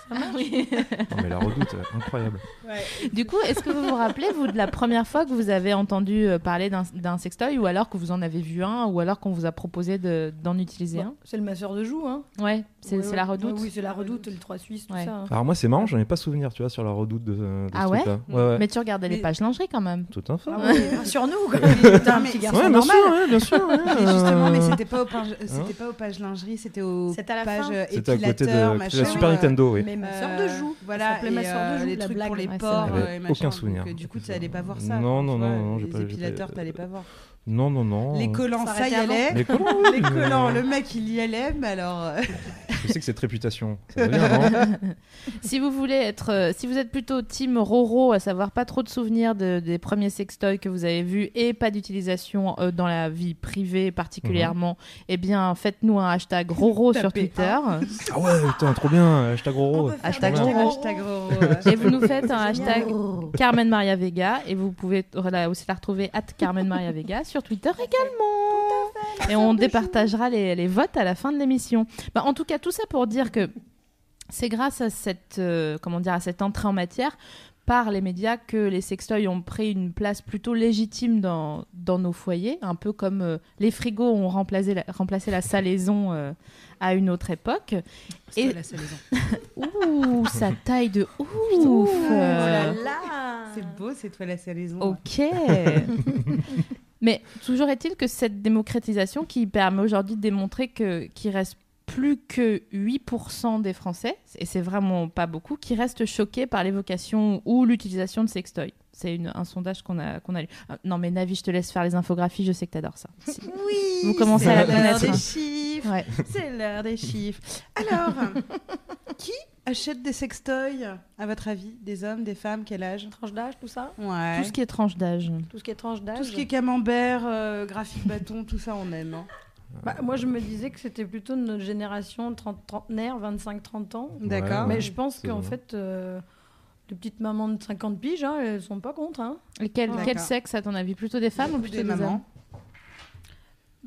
[SPEAKER 5] Non, mais la redoute, euh, incroyable.
[SPEAKER 1] Ouais.
[SPEAKER 3] Du coup, est-ce que vous vous rappelez, vous, de la première fois que vous avez entendu euh, parler d'un- d'un sextoy ou alors que vous en avez vu un ou alors qu'on vous a proposé de- d'en utiliser
[SPEAKER 4] Bah, C'est le masseur de joue, hein.
[SPEAKER 3] un Ouais, c'est
[SPEAKER 4] Ouais,
[SPEAKER 3] c'est
[SPEAKER 4] ouais.
[SPEAKER 1] Ah
[SPEAKER 3] la redoute.
[SPEAKER 4] Ouais, oui, c'est la redoute, le 3 Suisse, tout
[SPEAKER 3] Ouais.
[SPEAKER 4] ça. hein.
[SPEAKER 5] Alors moi, c'est marrant, j'en ai pas souvenir, tu vois, sur la redoute de, de
[SPEAKER 3] Ah
[SPEAKER 5] ce
[SPEAKER 3] ouais
[SPEAKER 5] truc-là. Ouais, ouais.
[SPEAKER 3] Mais tu regardais les
[SPEAKER 1] Mais-
[SPEAKER 3] pages lingerie quand même.
[SPEAKER 5] Tout un fait.
[SPEAKER 4] Ah ouais, Rassure-nous, quand
[SPEAKER 1] Mais-
[SPEAKER 4] même. T'es un
[SPEAKER 1] mais-
[SPEAKER 4] petit
[SPEAKER 1] Ouais,
[SPEAKER 4] garçon
[SPEAKER 5] Ouais, bien
[SPEAKER 4] normal.
[SPEAKER 5] sûr, ouais, bien sûr. ouais,
[SPEAKER 1] Mais justement, mais
[SPEAKER 5] euh,
[SPEAKER 1] c'était pas aux pages, c'était
[SPEAKER 5] Hein
[SPEAKER 1] pas aux pages lingerie, c'était aux
[SPEAKER 4] C'était à la
[SPEAKER 1] pages
[SPEAKER 4] fin.
[SPEAKER 1] euh,
[SPEAKER 5] C'était à côté de,
[SPEAKER 1] épilateurs,
[SPEAKER 5] de
[SPEAKER 1] machin,
[SPEAKER 5] la Super
[SPEAKER 1] euh,
[SPEAKER 5] Nintendo, oui.
[SPEAKER 4] Mais ma
[SPEAKER 1] Euh,
[SPEAKER 4] sœur de joue.
[SPEAKER 1] Voilà,
[SPEAKER 4] Ça s'appelait ma
[SPEAKER 1] et,
[SPEAKER 4] sœur de
[SPEAKER 1] euh,
[SPEAKER 4] joue,
[SPEAKER 1] les
[SPEAKER 4] la
[SPEAKER 1] trucs pour
[SPEAKER 4] blague.
[SPEAKER 1] les
[SPEAKER 3] Ouais, c'est
[SPEAKER 1] porcs
[SPEAKER 3] vrai.
[SPEAKER 1] euh, et
[SPEAKER 5] J'avais
[SPEAKER 1] machin.
[SPEAKER 5] aucun
[SPEAKER 1] donc,
[SPEAKER 5] souvenir.
[SPEAKER 1] euh, du coup, tu
[SPEAKER 5] Ça,
[SPEAKER 1] n'allais pas voir ça.
[SPEAKER 5] non, non,
[SPEAKER 1] tu vois,
[SPEAKER 5] non, non, j'ai pas-
[SPEAKER 1] Les
[SPEAKER 5] j'ai pas-
[SPEAKER 1] épilateurs, tu n'allais pas voir.
[SPEAKER 5] Non, non, non.
[SPEAKER 1] Les collants, ça y
[SPEAKER 4] S'arrêter avant.
[SPEAKER 1] allait.
[SPEAKER 5] Les collants, oui.
[SPEAKER 1] Les collants, le mec, il y allait, mais alors. euh,
[SPEAKER 5] Je sais que cette réputation, ça va hein. bien, non
[SPEAKER 3] Si vous voulez être, euh, si vous êtes plutôt team Roro, à savoir pas trop de souvenirs de- des premiers sextoys que vous avez vus et pas d'utilisation euh, dans la vie privée particulièrement, eh bien faites-nous un hashtag Roro sur
[SPEAKER 1] Tapez
[SPEAKER 3] Twitter
[SPEAKER 5] Ah ouais, putain, trop bien, hashtag Roro.
[SPEAKER 4] On peut faire
[SPEAKER 3] Hashtag
[SPEAKER 4] des
[SPEAKER 3] Roro.
[SPEAKER 4] gros-
[SPEAKER 1] Hashtag Roro, ouais.
[SPEAKER 3] et vous nous faites un
[SPEAKER 4] C'est
[SPEAKER 3] hashtag
[SPEAKER 4] génial.
[SPEAKER 3] Carmen Maria Vega et vous pouvez t- la- aussi la retrouver at Carmen Maria Vega sur Twitter également. Et on départagera les, les votes à la fin de l'émission. Bah, en tout cas, tout ça pour dire que c'est grâce à cette, euh, comment dire, à cette entrée en matière par les médias que les sextoys ont pris une place plutôt légitime dans, dans nos foyers, un peu comme euh, les frigos ont remplacé la, remplacé la salaison euh, à une autre époque.
[SPEAKER 1] C'est
[SPEAKER 3] Et-
[SPEAKER 1] la salaison.
[SPEAKER 3] Ouh, sa taille de ouf
[SPEAKER 4] Oh
[SPEAKER 3] euh.
[SPEAKER 4] là là.
[SPEAKER 1] C'est beau, c'est toi la salaison.
[SPEAKER 3] Ok. Mais toujours est-il que cette démocratisation qui permet aujourd'hui de démontrer que qu'il reste plus que 8% des Français, et c'est vraiment pas beaucoup, qui restent choqués par l'évocation ou l'utilisation de sextoy. C'est une- un sondage qu'on a, qu'on a lu. Ah, non mais Navi, je te laisse faire les infographies, je sais que t'adores ça. Si.
[SPEAKER 1] Oui,
[SPEAKER 3] Vous commencez à la
[SPEAKER 1] c'est l'heure
[SPEAKER 3] connaître.
[SPEAKER 1] des chiffres.
[SPEAKER 3] Ouais.
[SPEAKER 1] C'est l'heure des chiffres. Alors, qui achète des sextoys, à votre avis Des hommes, des femmes, quel âge
[SPEAKER 4] Tranche d'âge, tout ça.
[SPEAKER 1] Ouais.
[SPEAKER 3] Tout ce qui est tranche d'âge.
[SPEAKER 4] Tout ce qui est tranche d'âge.
[SPEAKER 1] Tout ce qui est camembert, euh, graphique bâton, tout ça, on aime. hein.
[SPEAKER 4] Bah, moi, je me disais que c'était plutôt de notre génération, 30, trentenaire, 25-30 ans.
[SPEAKER 1] D'accord.
[SPEAKER 4] Mais
[SPEAKER 5] Ouais,
[SPEAKER 4] je pense
[SPEAKER 5] c'est
[SPEAKER 4] qu'en
[SPEAKER 5] vrai.
[SPEAKER 4] fait, euh, les petites mamans de 50 piges, hein, elles sont pas contre. Hein.
[SPEAKER 3] Et quel,
[SPEAKER 4] Ouais.
[SPEAKER 3] quel
[SPEAKER 1] D'accord.
[SPEAKER 3] sexe, à ton avis Plutôt des femmes ou plutôt des,
[SPEAKER 1] mamans.
[SPEAKER 3] hommes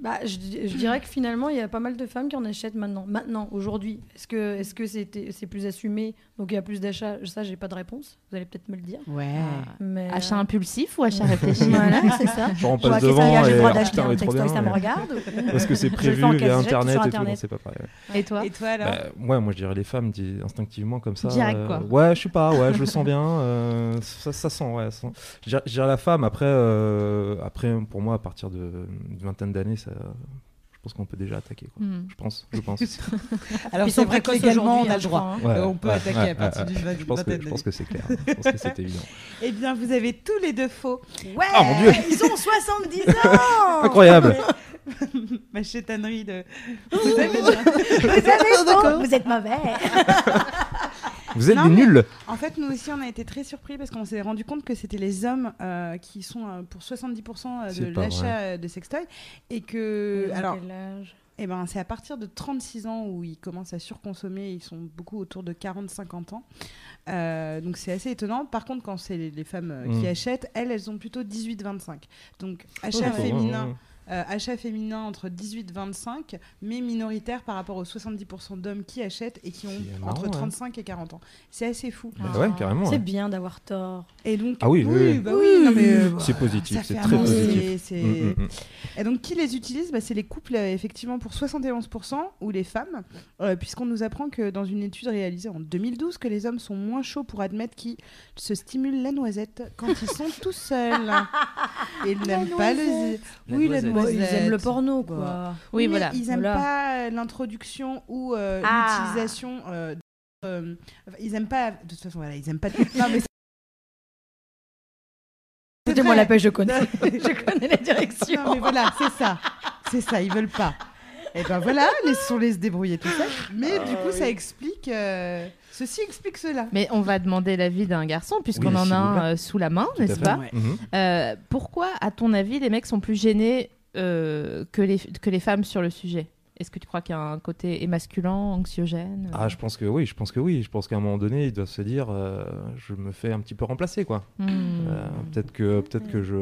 [SPEAKER 4] Bah, je, di- je dirais que finalement, il y a pas mal de femmes qui en achètent maintenant. Maintenant, aujourd'hui. Est-ce que est-ce que c'était- c'est plus assumé Donc il y a plus d'achats Ça, j'ai pas de réponse. Vous allez peut-être me le dire.
[SPEAKER 1] Ouais.
[SPEAKER 4] Mais... euh,
[SPEAKER 3] Achat Ah, impulsif ou achat réfléchi
[SPEAKER 4] Voilà, c'est ça.
[SPEAKER 5] Genre on
[SPEAKER 4] Je vois
[SPEAKER 5] passe
[SPEAKER 4] que ça
[SPEAKER 5] devant
[SPEAKER 4] regarde, j'ai
[SPEAKER 5] et
[SPEAKER 4] le droit
[SPEAKER 5] ah,
[SPEAKER 4] d'acheter
[SPEAKER 5] putain,
[SPEAKER 4] un
[SPEAKER 5] mais trop
[SPEAKER 4] texto
[SPEAKER 5] bien.
[SPEAKER 4] et ça me
[SPEAKER 5] mais-
[SPEAKER 4] regarde. ou-
[SPEAKER 5] Parce que c'est
[SPEAKER 4] Je le fais
[SPEAKER 5] prévu
[SPEAKER 4] en
[SPEAKER 5] via
[SPEAKER 4] cassette sur
[SPEAKER 5] internet, et tout, non,
[SPEAKER 4] Internet.
[SPEAKER 5] c'est pas pareil. ouais.
[SPEAKER 3] Et toi
[SPEAKER 1] Ah. Et toi alors
[SPEAKER 5] Bah, moi, moi, je dirais les femmes, dis- instinctivement comme ça.
[SPEAKER 3] Direct,
[SPEAKER 5] euh,
[SPEAKER 3] quoi.
[SPEAKER 5] ouais, je sais pas, ouais, je le sens bien. euh, ça, ça sent, ouais. ça sent. Je dirais- je dirais la femme, après, euh, après, pour moi, à partir de une vingtaine d'années, ça, je pense qu'on peut déjà attaquer. Quoi.
[SPEAKER 3] Hmm.
[SPEAKER 5] Je pense, je pense.
[SPEAKER 1] Bah, Alors
[SPEAKER 4] Puis
[SPEAKER 1] c'est vrai que
[SPEAKER 4] précoce
[SPEAKER 1] légalement
[SPEAKER 4] aujourd'hui,
[SPEAKER 1] on a
[SPEAKER 4] hein,
[SPEAKER 1] le
[SPEAKER 4] je
[SPEAKER 1] droit.
[SPEAKER 4] crois, hein.
[SPEAKER 5] Ouais,
[SPEAKER 1] Euh, on peut
[SPEAKER 5] ouais,
[SPEAKER 1] attaquer
[SPEAKER 5] ouais,
[SPEAKER 1] à partir
[SPEAKER 5] ouais,
[SPEAKER 1] d'une
[SPEAKER 5] ouais.
[SPEAKER 1] vingtaine
[SPEAKER 5] Je pense que, je pense que c'est clair. Je pense que c'est évident.
[SPEAKER 1] Eh bien vous avez tous les deux faux.
[SPEAKER 4] Ouais,
[SPEAKER 5] Ah, mon Dieu.
[SPEAKER 4] ils ont 70
[SPEAKER 1] Oh,
[SPEAKER 4] ans
[SPEAKER 5] Incroyable
[SPEAKER 1] Ma chétanerie de. Vous avez bien.
[SPEAKER 4] Vous avez faux, vous êtes mauvais
[SPEAKER 5] Vous êtes
[SPEAKER 1] Non,
[SPEAKER 5] des
[SPEAKER 1] mais-
[SPEAKER 5] nuls
[SPEAKER 1] En fait, nous aussi, on a été très surpris parce qu'on s'est rendu compte que c'était les hommes euh, qui sont euh, pour 70% de
[SPEAKER 5] C'est pas
[SPEAKER 1] l'achat euh, de sextoys. Et
[SPEAKER 4] Euh,
[SPEAKER 1] que. Alors, eh ben, c'est à partir de 36 ans où ils commencent à surconsommer. Ils sont beaucoup autour de 40-50 ans. Euh, donc, c'est assez étonnant. Par contre, quand c'est les, les femmes euh, qui
[SPEAKER 5] Mm. Oh,
[SPEAKER 1] achètent, elles, elles ont plutôt 18-25. Donc, achat
[SPEAKER 5] D'accord, ouais,
[SPEAKER 1] féminin.
[SPEAKER 5] ouais.
[SPEAKER 1] Euh, achat féminin entre 18 et 25, mais minoritaire par rapport aux 70% d'hommes qui achètent et qui ont
[SPEAKER 5] C'est marrant,
[SPEAKER 1] entre
[SPEAKER 5] ouais.
[SPEAKER 1] 35 et 40 ans. C'est assez fou.
[SPEAKER 5] Bah ouais, carrément,
[SPEAKER 4] Ah, C'est
[SPEAKER 5] ouais.
[SPEAKER 4] bien d'avoir tort.
[SPEAKER 1] Et donc,
[SPEAKER 5] Ah oui, oui, oui.
[SPEAKER 1] bah oui, non, mais, euh, bah,
[SPEAKER 5] C'est positif,
[SPEAKER 1] ça
[SPEAKER 5] c'est
[SPEAKER 1] fait
[SPEAKER 5] très
[SPEAKER 1] avancer,
[SPEAKER 5] positif.
[SPEAKER 1] c'est-
[SPEAKER 5] Mm, mm, mm.
[SPEAKER 1] Et donc, qui les utilise Bah, C'est les couples, euh, effectivement, pour 71% ou les femmes, euh, puisqu'on nous apprend que dans une étude réalisée en 2012, que les hommes sont moins chauds pour admettre qu'ils se stimulent la noisette quand ils sont tout seuls. Et ils n'aiment pas le.
[SPEAKER 4] noisette.
[SPEAKER 2] La
[SPEAKER 1] oui, la
[SPEAKER 2] noisette.
[SPEAKER 4] Bon,
[SPEAKER 1] noisette.
[SPEAKER 4] Bah, ils aiment le porno, quoi.
[SPEAKER 3] Oui,
[SPEAKER 1] mais
[SPEAKER 3] voilà.
[SPEAKER 1] Ils n'aiment
[SPEAKER 4] Voilà.
[SPEAKER 1] pas euh, l'introduction ou euh,
[SPEAKER 4] Ah.
[SPEAKER 1] l'utilisation. euh, d- euh, enfin, ils n'aiment pas. De toute façon, voilà, ils n'aiment pas. Non, mais
[SPEAKER 4] Écoutez, moi, la pêche, je connais.
[SPEAKER 1] Non,
[SPEAKER 4] je connais la direction.
[SPEAKER 1] non, mais voilà, c'est ça. C'est ça, ils veulent pas. Et ben voilà, laissons-les se débrouiller tout ça. Mais du coup, ça explique. euh, ceci explique cela.
[SPEAKER 3] Mais on va demander l'avis d'un garçon, puisqu'on
[SPEAKER 5] Oui,
[SPEAKER 3] en a
[SPEAKER 5] s'il vous
[SPEAKER 3] un
[SPEAKER 5] plaît.
[SPEAKER 3] euh, sous la main,
[SPEAKER 5] à
[SPEAKER 3] n'est-ce
[SPEAKER 5] fait.
[SPEAKER 3] pas
[SPEAKER 1] Ouais.
[SPEAKER 5] Mhm.
[SPEAKER 3] Euh, Pourquoi, à ton avis, les mecs sont plus gênés euh, que, les, que les femmes sur le sujet Est-ce que tu crois qu'il y a un côté émasculant, anxiogène
[SPEAKER 5] Ah, je pense que oui, je pense que oui. Je pense qu'à un moment donné, ils doivent se dire, euh, je me fais un petit peu remplacer, quoi.
[SPEAKER 3] Hmm.
[SPEAKER 5] Euh,
[SPEAKER 1] Mm.
[SPEAKER 5] peut-être que, peut-être que je,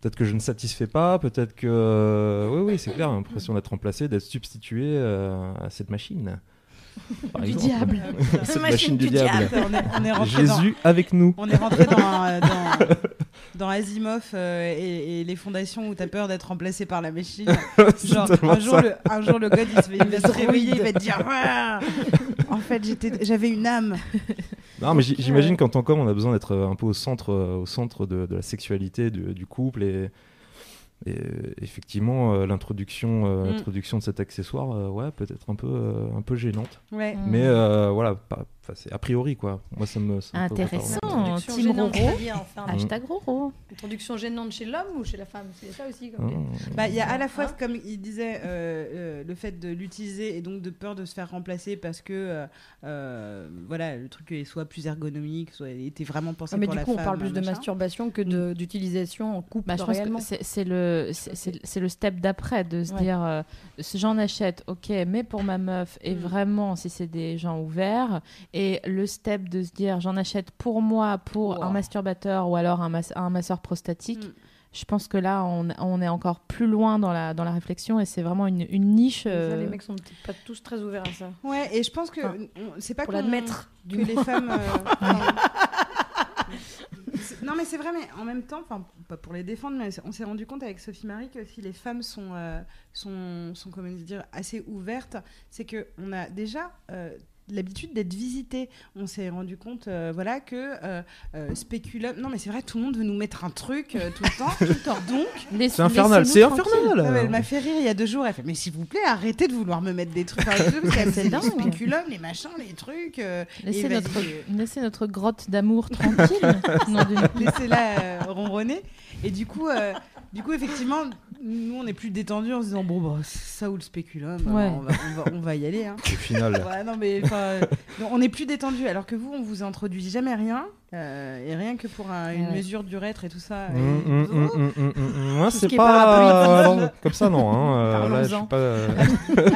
[SPEAKER 5] peut-être que je ne satisfais pas, peut-être que, euh, oui, oui, c'est clair, l'impression d'être remplacé, d'être substitué euh, à cette machine. Par
[SPEAKER 3] Du
[SPEAKER 5] exemple.
[SPEAKER 3] diable.
[SPEAKER 5] cette machine, du, diable.
[SPEAKER 1] On est, on est rentré dans,
[SPEAKER 5] Jésus avec nous.
[SPEAKER 1] on est rentré dans, euh, dans, dans Asimov euh, et, et les fondations où t'as peur d'être remplacé par la machine.
[SPEAKER 5] C'est
[SPEAKER 1] Genre,
[SPEAKER 5] tellement
[SPEAKER 1] un jour,
[SPEAKER 5] ça.
[SPEAKER 1] le, un jour, le god, il, se- il va se réveiller, il va te dire Ah En fait, j'étais- j'avais une âme.
[SPEAKER 5] Non, mais j- j'imagine qu'en tant qu'homme, on a besoin d'être euh, un peu au centre, euh, au centre de, de la sexualité, du, du couple et. et, euh, effectivement, euh, l'introduction, euh,
[SPEAKER 1] Mm.
[SPEAKER 5] l'introduction de cet accessoire, euh, ouais, peut-être un peu, euh, un peu gênante.
[SPEAKER 1] Ouais.
[SPEAKER 3] Hmm.
[SPEAKER 5] Mais euh, voilà, pas- enfin, c'est a priori quoi. Moi, ça me. ça me pose
[SPEAKER 3] Intéressant.
[SPEAKER 5] pas vraiment-
[SPEAKER 3] Non,
[SPEAKER 4] Introduction
[SPEAKER 3] Tim
[SPEAKER 4] gênante,
[SPEAKER 3] Roro.
[SPEAKER 4] c'est-à-dire, enfin,
[SPEAKER 5] Ah,
[SPEAKER 3] Hashtag Roro.
[SPEAKER 4] Introduction gênante chez l'homme ou chez la femme C'est Ah, ça aussi. comme-
[SPEAKER 5] Mmh.
[SPEAKER 1] Bah, il y a à la fois,
[SPEAKER 4] Hein
[SPEAKER 1] comme il disait, euh, euh, le fait de l'utiliser et donc de peur de se faire remplacer parce que euh, euh, voilà, le truc est soit plus ergonomique, soit il était vraiment pensé
[SPEAKER 4] Ah, mais
[SPEAKER 1] pour
[SPEAKER 4] du
[SPEAKER 1] la
[SPEAKER 4] coup, on
[SPEAKER 1] femme,
[SPEAKER 4] parle plus de
[SPEAKER 1] machin.
[SPEAKER 4] masturbation que de- d'utilisation en couple
[SPEAKER 3] Bah, je pense
[SPEAKER 4] réellement.
[SPEAKER 3] que c'est- c'est le c'est- c'est c'est le step d'après de se
[SPEAKER 4] Ouais.
[SPEAKER 3] dire euh, ce j'en achète ok mais pour ma meuf et vraiment si c'est des gens ouverts et le step de se dire j'en achète pour moi pour
[SPEAKER 1] Wow.
[SPEAKER 3] un masturbateur ou alors un, mas- un masseur prostatique
[SPEAKER 1] Mm.
[SPEAKER 3] je pense que là on, on est encore plus loin dans la dans la réflexion et c'est vraiment une, une niche
[SPEAKER 4] Ça,
[SPEAKER 3] euh,
[SPEAKER 4] les mecs sont peut-être pas tous très ouverts à ça.
[SPEAKER 1] Ouais, et je pense que
[SPEAKER 4] Enfin,
[SPEAKER 1] on- c'est pas
[SPEAKER 4] Pour
[SPEAKER 1] qu'on-
[SPEAKER 4] l'admettre.
[SPEAKER 1] que
[SPEAKER 4] du
[SPEAKER 1] les femmes. euh, C'est- non, mais c'est vrai, mais en même temps, enfin, pas pour les défendre, mais on s'est rendu compte avec Sophie Marie que si les femmes sont, euh, sont, sont comment dire, assez ouvertes, c'est que on a déjà. euh, l'habitude d'être visité. On s'est rendu compte euh, voilà que euh, euh, spéculum... Non mais c'est vrai, tout le monde veut nous mettre un truc euh, tout le temps, tout le
[SPEAKER 3] Oh
[SPEAKER 1] temps. Donc,
[SPEAKER 3] laisse-
[SPEAKER 5] C'est infernal,
[SPEAKER 3] laissez-nous
[SPEAKER 5] c'est
[SPEAKER 3] tranquille.
[SPEAKER 5] infernal.
[SPEAKER 1] non, Ah, mais elle
[SPEAKER 5] euh.
[SPEAKER 1] m'a fait rire il y a deux jours. Elle fait Mais s'il vous plaît, arrêtez de vouloir me mettre des trucs. par les yeux, parce qu'elle
[SPEAKER 3] C'est
[SPEAKER 1] me dit,
[SPEAKER 3] dingue.
[SPEAKER 1] Les spéculum, les machins, les trucs. euh,
[SPEAKER 3] laissez
[SPEAKER 1] Et
[SPEAKER 3] notre
[SPEAKER 1] vas-y,
[SPEAKER 3] laissez notre grotte d'amour tranquille nom d'une-
[SPEAKER 1] laissez-la euh, ronronner. Et du coup, euh, du coup, effectivement, nous, on est plus détendus en se disant bon, bah, c'est ça ou le spéculum,
[SPEAKER 3] Ouais.
[SPEAKER 1] euh, on, va, on, va, on va y aller. hein.
[SPEAKER 5] Au final.
[SPEAKER 1] Ouais, non, mais enfin, euh, non, on est plus détendus. Alors que vous, on vous introduit jamais rien. euh, et rien que pour un- une
[SPEAKER 3] Ouais.
[SPEAKER 1] mesure du rêtre et tout ça.
[SPEAKER 5] Mmh,
[SPEAKER 1] et-
[SPEAKER 5] mmh, mmh,
[SPEAKER 1] Oh,
[SPEAKER 5] mmh, mmh, mmh. Moi,
[SPEAKER 4] ce
[SPEAKER 5] c'est
[SPEAKER 4] qui est
[SPEAKER 5] pas.
[SPEAKER 4] parapluie.
[SPEAKER 5] alors, comme ça, non. hein, euh,
[SPEAKER 4] Parlons-en.
[SPEAKER 5] là, je suis pas. euh,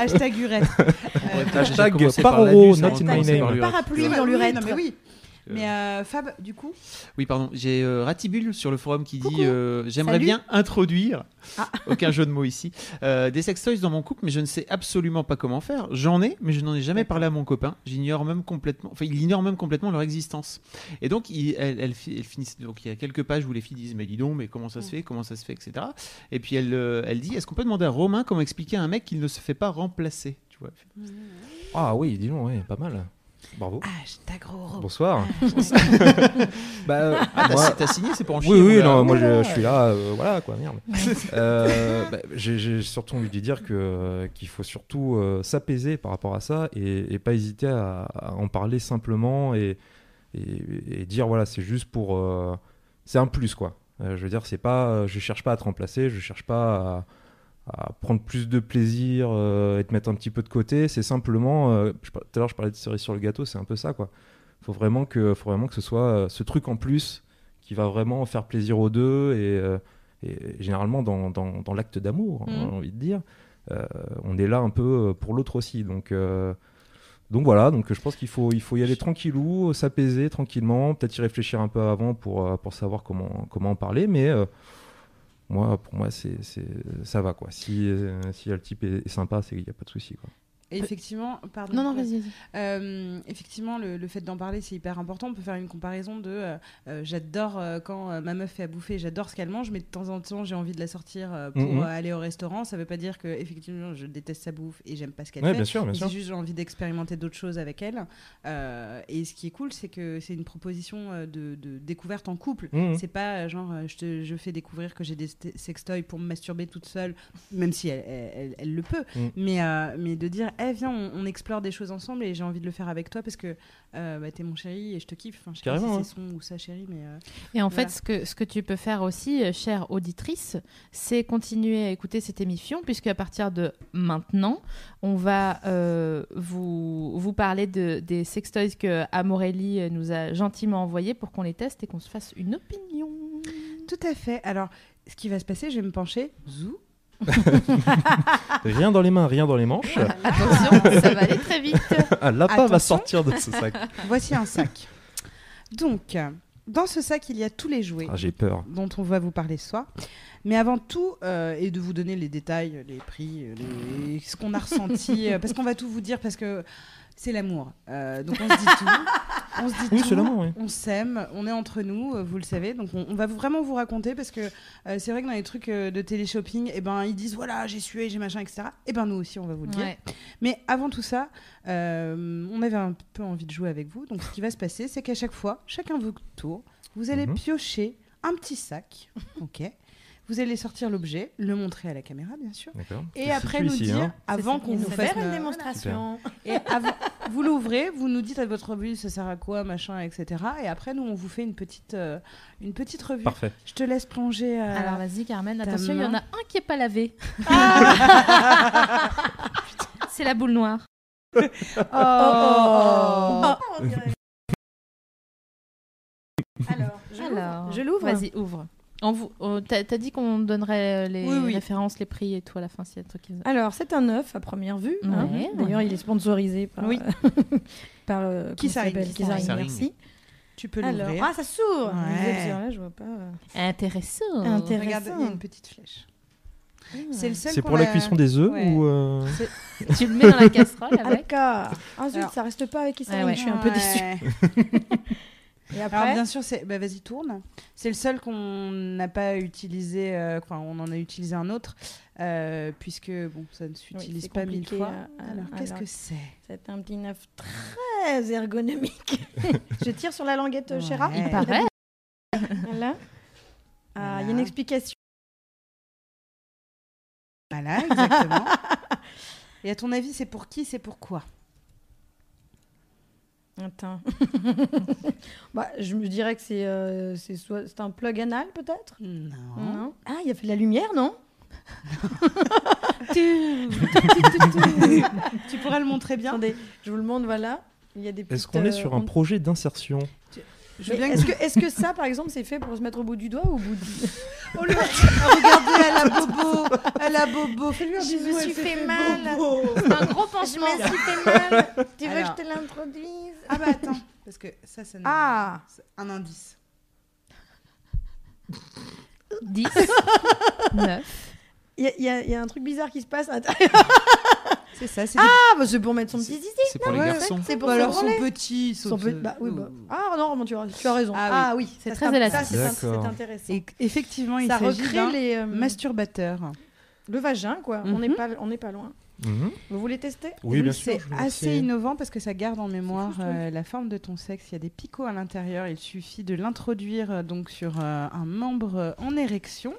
[SPEAKER 1] hashtag urètre. Euh,
[SPEAKER 2] Ouais,
[SPEAKER 5] Hashtag
[SPEAKER 2] j'ai commencé
[SPEAKER 5] par
[SPEAKER 2] par la
[SPEAKER 5] euro,
[SPEAKER 2] nuit, ça va
[SPEAKER 5] not in my
[SPEAKER 2] commencer par
[SPEAKER 5] name.
[SPEAKER 2] l'urètre.
[SPEAKER 4] Parapluie
[SPEAKER 1] oui,
[SPEAKER 4] dans
[SPEAKER 1] oui,
[SPEAKER 4] l'urètre.
[SPEAKER 1] Non, mais oui.
[SPEAKER 2] que-
[SPEAKER 1] Mais euh, Fab, du coup,
[SPEAKER 2] Oui, pardon. J'ai euh, Ratibule sur le forum qui
[SPEAKER 1] Coucou.
[SPEAKER 2] dit euh, J'aimerais
[SPEAKER 1] Salut.
[SPEAKER 2] bien introduire,
[SPEAKER 1] Ah.
[SPEAKER 2] aucun jeu de mots ici, euh, des sextoys dans mon couple, mais je ne sais absolument pas comment faire. J'en ai, mais je n'en ai jamais parlé à mon copain. J'ignore même complètement, enfin, il ignore même complètement leur existence. Et donc, il, elle, elle fi- elle finit- donc, il y a quelques pages où les filles disent Mais dis donc, mais comment
[SPEAKER 1] Mm.
[SPEAKER 2] ça se fait Comment ça se fait etc. Et puis, elle, euh, elle dit Est-ce qu'on peut demander à Romain comment expliquer à un mec qu'il ne se fait pas remplacer tu vois
[SPEAKER 5] Ah oui, dis donc, ouais, pas mal. Bravo.
[SPEAKER 1] hashtag Roro.
[SPEAKER 5] Bonsoir. bah, euh,
[SPEAKER 2] Ah, t'as
[SPEAKER 5] moi-
[SPEAKER 2] t'as signé, c'est pour en chier,
[SPEAKER 5] Oui,
[SPEAKER 2] on
[SPEAKER 5] oui,
[SPEAKER 2] l'a-
[SPEAKER 5] non, moi
[SPEAKER 3] Oula.
[SPEAKER 5] je, je suis là, euh, voilà quoi, merde. Euh, bah, J'ai j'ai surtout envie de lui dire que euh, qu'il faut surtout euh, s'apaiser par rapport à ça et, et pas hésiter à, à en parler simplement et, et, et dire voilà, c'est juste pour, euh, c'est un plus quoi. Euh, je veux dire, c'est pas, euh, je cherche pas à te remplacer, je cherche pas à, à prendre plus de plaisir euh, et te mettre un petit peu de côté. C'est simplement, euh, je par- tout à l'heure je parlais de cerise sur le gâteau, c'est un peu ça quoi. Faut vraiment que, faut vraiment que ce soit euh, ce truc en plus qui va vraiment faire plaisir aux deux et, euh, et généralement dans, dans- dans l'acte d'amour,
[SPEAKER 3] Mhm.
[SPEAKER 5] hein, j'ai envie de dire, euh, on est là un peu euh, pour l'autre aussi. Donc, euh, donc voilà, donc euh, je pense qu'il faut, il faut y aller tranquillou, euh, s'apaiser tranquillement, peut-être y réfléchir un peu avant pour, euh, pour savoir comment, comment en parler, mais euh, moi, pour moi, c'est, c'est, ça va quoi. Si, euh, si le type est, est sympa, c'est qu'il n'y a pas de souci. Quoi.
[SPEAKER 1] Et effectivement, pardon.
[SPEAKER 3] Non, non, vas-y. vas-y.
[SPEAKER 1] Euh, effectivement, le, le fait d'en parler, c'est hyper important. On peut faire une comparaison de euh, euh, j'adore euh, quand euh, ma meuf fait à bouffer, j'adore ce qu'elle mange, mais de temps en temps, j'ai envie de la sortir euh, pour
[SPEAKER 5] Mhm.
[SPEAKER 1] euh, aller au restaurant. Ça veut pas dire que, effectivement, je déteste sa bouffe et j'aime pas ce qu'elle
[SPEAKER 5] Ouais,
[SPEAKER 1] fait.
[SPEAKER 5] bien sûr, bien
[SPEAKER 1] J'ai
[SPEAKER 5] sûr.
[SPEAKER 1] juste envie d'expérimenter d'autres choses avec elle. Euh, et ce qui est cool, c'est que c'est une proposition euh, de, de découverte en couple.
[SPEAKER 5] Mhm.
[SPEAKER 1] C'est pas euh, genre euh, je, te, je fais découvrir que j'ai des st- sextoys pour me masturber toute seule, même si elle, elle- elle- elle le peut.
[SPEAKER 5] Mm.
[SPEAKER 1] Mais, euh, mais de dire, eh viens, on, on explore des choses ensemble et j'ai envie de le faire avec toi parce que euh, bah, t'es mon chéri et je te kiffe. Enfin, je sais pas
[SPEAKER 5] Carrément, hein.
[SPEAKER 1] si c'est son ou sa chérie, mais. euh,
[SPEAKER 3] Et en
[SPEAKER 1] Voilà.
[SPEAKER 3] fait, ce que, ce que tu peux faire aussi, euh, chère auditrice, c'est continuer à écouter cette émission, puisque à partir de maintenant, on va euh, vous, vous parler de, des sextoys que Amorelli euh, nous a gentiment envoyés pour qu'on les teste et qu'on se fasse une opinion.
[SPEAKER 1] Tout à fait. Alors, ce qui va se passer, je vais me pencher. Zou.
[SPEAKER 5] Rien dans les mains, rien dans les manches.
[SPEAKER 1] Ah.
[SPEAKER 3] Attention, ça va aller très vite.
[SPEAKER 5] Ah, l'appât va
[SPEAKER 1] Attention.
[SPEAKER 5] sortir de ce sac.
[SPEAKER 1] Voici un sac. Donc, euh, dans ce sac, il y a tous les jouets.
[SPEAKER 5] Ah, j'ai peur.
[SPEAKER 1] dont on va vous parler ce soir. Mais avant tout, euh, et de vous donner les détails, les prix, euh, les- ce qu'on a ressenti, euh, parce qu'on va tout vous dire, parce que c'est l'amour. Euh, donc on se dit tout. On se dit
[SPEAKER 5] Oui,
[SPEAKER 1] tout.
[SPEAKER 5] c'est l'amour, oui.
[SPEAKER 1] On s'aime, on est entre nous, euh, vous le savez. Donc on, on va vous- vraiment vous raconter parce que euh, c'est vrai que dans les trucs euh, de télé-shopping, eh ben, ils disent voilà, j'ai sué, j'ai machin, etc. Et ben nous aussi, on va vous le dire.
[SPEAKER 3] Ouais.
[SPEAKER 1] Mais avant tout ça, euh, on avait un peu envie de jouer avec vous. Donc, ce qui va se passer, c'est qu'à chaque fois, chacun votre tour, vous allez
[SPEAKER 5] Mhm.
[SPEAKER 1] piocher un petit sac. Ok. Vous allez sortir l'objet, le montrer à la caméra, bien sûr.
[SPEAKER 5] D'accord.
[SPEAKER 1] Et
[SPEAKER 5] Je
[SPEAKER 1] après
[SPEAKER 5] situe
[SPEAKER 1] nous
[SPEAKER 5] ici,
[SPEAKER 1] dire,
[SPEAKER 5] hein.
[SPEAKER 1] avant qu'on vous fasse
[SPEAKER 4] une
[SPEAKER 1] no-
[SPEAKER 4] démonstration.
[SPEAKER 1] et avant- vous l'ouvrez, vous nous dites à votre revue ça sert à quoi, machin, etc. Et après nous on vous fait une petite, euh, une petite revue.
[SPEAKER 5] Parfait.
[SPEAKER 1] Je te laisse plonger. euh,
[SPEAKER 3] Alors vas-y, Carmen,
[SPEAKER 1] Ta
[SPEAKER 3] attention, il y en
[SPEAKER 1] main.
[SPEAKER 3] a un qui n'est pas lavé. c'est la boule noire.
[SPEAKER 4] Oh.
[SPEAKER 1] Alors,
[SPEAKER 3] Alors,
[SPEAKER 4] je l'ouvre.
[SPEAKER 3] Vas-y, ouvre. On vous, on- t'as, t'as dit qu'on donnerait euh, les
[SPEAKER 4] Oui, oui.
[SPEAKER 3] références, les prix et tout à la fin s'il y a des trucs qui-
[SPEAKER 4] Alors, c'est un œuf à première vue. hein.
[SPEAKER 3] Ouais,
[SPEAKER 4] D'ailleurs,
[SPEAKER 3] ouais.
[SPEAKER 4] il est sponsorisé par.
[SPEAKER 1] Oui.
[SPEAKER 4] par euh,
[SPEAKER 1] Qui
[SPEAKER 4] comment ça
[SPEAKER 1] s'arrigne,
[SPEAKER 4] s'appelle
[SPEAKER 3] qui s'arrigne.
[SPEAKER 4] Qui s'arrigne, Merci.
[SPEAKER 1] tu peux
[SPEAKER 4] Alors,
[SPEAKER 1] l'ouvrir.
[SPEAKER 4] ah, ça s'ouvre.
[SPEAKER 1] Ouais. Ah
[SPEAKER 4] Les œufs, là, je vois pas.
[SPEAKER 3] Intéressant.
[SPEAKER 4] Ah. Intéressant.
[SPEAKER 1] Regarde, il y a une petite flèche. C'est le seul
[SPEAKER 5] C'est
[SPEAKER 1] qu'on
[SPEAKER 5] pour la
[SPEAKER 1] a-
[SPEAKER 5] cuisson des œufs
[SPEAKER 1] Ouais.
[SPEAKER 5] ou euh,
[SPEAKER 3] tu le mets dans la casserole
[SPEAKER 4] Ah,
[SPEAKER 3] avec.
[SPEAKER 4] d'accord. Ah, zut,
[SPEAKER 1] Alors.
[SPEAKER 4] ça reste pas avec qui
[SPEAKER 3] Ouais, ouais.
[SPEAKER 4] Je suis un peu déçue.
[SPEAKER 1] Ouais.
[SPEAKER 4] Et
[SPEAKER 1] Alors
[SPEAKER 4] après,
[SPEAKER 1] bien sûr, c'est bah, vas-y tourne. C'est le seul qu'on n'a pas utilisé. euh, Enfin, on en a utilisé un autre euh, puisque bon, ça ne s'utilise
[SPEAKER 4] c'est
[SPEAKER 1] pas mille
[SPEAKER 4] compliqué
[SPEAKER 1] fois.
[SPEAKER 4] à- à-
[SPEAKER 1] Alors
[SPEAKER 4] à
[SPEAKER 1] qu'est-ce
[SPEAKER 4] leur-
[SPEAKER 1] que c'est
[SPEAKER 4] c'est un petit œuf très ergonomique. je tire sur la languette euh, Chéra.
[SPEAKER 1] Ouais.
[SPEAKER 3] Il paraît.
[SPEAKER 4] Voilà. Ah, il y a
[SPEAKER 1] Voilà.
[SPEAKER 4] une explication.
[SPEAKER 1] Voilà, exactement. Et à ton avis, c'est pour qui, c'est pourquoi
[SPEAKER 4] Attends. bah, je me dirais que c'est euh, c'est soit- c'est un plug anal, peut-être
[SPEAKER 1] Non.
[SPEAKER 4] Non. Ah, il y a fait de la lumière, non
[SPEAKER 1] tu pourrais le montrer bien.
[SPEAKER 4] Attendez, je vous le montre, voilà. Il y a des
[SPEAKER 5] est-ce
[SPEAKER 4] petites,
[SPEAKER 5] qu'on
[SPEAKER 4] euh,
[SPEAKER 5] est sur un
[SPEAKER 4] ondes-
[SPEAKER 5] projet d'insertion
[SPEAKER 1] Je veux
[SPEAKER 4] Mais
[SPEAKER 1] bien que
[SPEAKER 4] Est-ce que, est que ça, par exemple, c'est fait pour se mettre au bout du doigt ou au bout du...
[SPEAKER 1] Oh le Regardez, elle a bobo Elle a bobo Fais-lui un
[SPEAKER 6] Je
[SPEAKER 1] bisou,
[SPEAKER 6] me
[SPEAKER 1] elle
[SPEAKER 6] suis
[SPEAKER 1] s'est
[SPEAKER 6] fait
[SPEAKER 1] fait
[SPEAKER 6] mal.
[SPEAKER 1] bobo.
[SPEAKER 3] un gros
[SPEAKER 6] Je
[SPEAKER 3] pansement.
[SPEAKER 6] me suis fait mal. Tu veux
[SPEAKER 1] Alors.
[SPEAKER 6] que je te l'introduise
[SPEAKER 1] Ah bah attends, parce que ça, ça nous...
[SPEAKER 6] Ah
[SPEAKER 1] c'est un indice.
[SPEAKER 3] 10, 9.
[SPEAKER 4] Il y, a- il y a- il y a un truc bizarre qui se passe à l'intérieur.
[SPEAKER 1] C'est ça, c'est
[SPEAKER 4] Ah, bah, c'est pour mettre son petit zizi.
[SPEAKER 2] C'est pour les
[SPEAKER 1] ouais,
[SPEAKER 2] garçons.
[SPEAKER 4] C'est pour
[SPEAKER 1] Bah
[SPEAKER 4] se
[SPEAKER 1] alors son
[SPEAKER 4] branler.
[SPEAKER 1] petit, son
[SPEAKER 4] Son petit- bah, oui, bah. Ah non, bon, tu, as, tu as raison.
[SPEAKER 1] Ah
[SPEAKER 4] Ah oui, c'est
[SPEAKER 3] très élastique.
[SPEAKER 4] C'est
[SPEAKER 5] D'accord.
[SPEAKER 4] intéressant.
[SPEAKER 1] Et effectivement, il
[SPEAKER 4] ça
[SPEAKER 1] s'agit
[SPEAKER 4] recrée
[SPEAKER 1] d'un
[SPEAKER 4] les, euh,
[SPEAKER 1] masturbateur.
[SPEAKER 4] le vagin, quoi. On n'est
[SPEAKER 1] Mhm.
[SPEAKER 4] pas, on n'est pas loin.
[SPEAKER 5] Mhm.
[SPEAKER 4] Vous voulez tester
[SPEAKER 5] Oui, bien sûr.
[SPEAKER 1] C'est
[SPEAKER 5] je vous
[SPEAKER 1] assez
[SPEAKER 5] remercie.
[SPEAKER 1] innovant parce que ça garde en mémoire
[SPEAKER 4] fou, ce truc.
[SPEAKER 1] euh, la forme de ton sexe. Il y a des picots à l'intérieur. Il suffit de l'introduire euh, donc sur euh, un membre euh, en érection,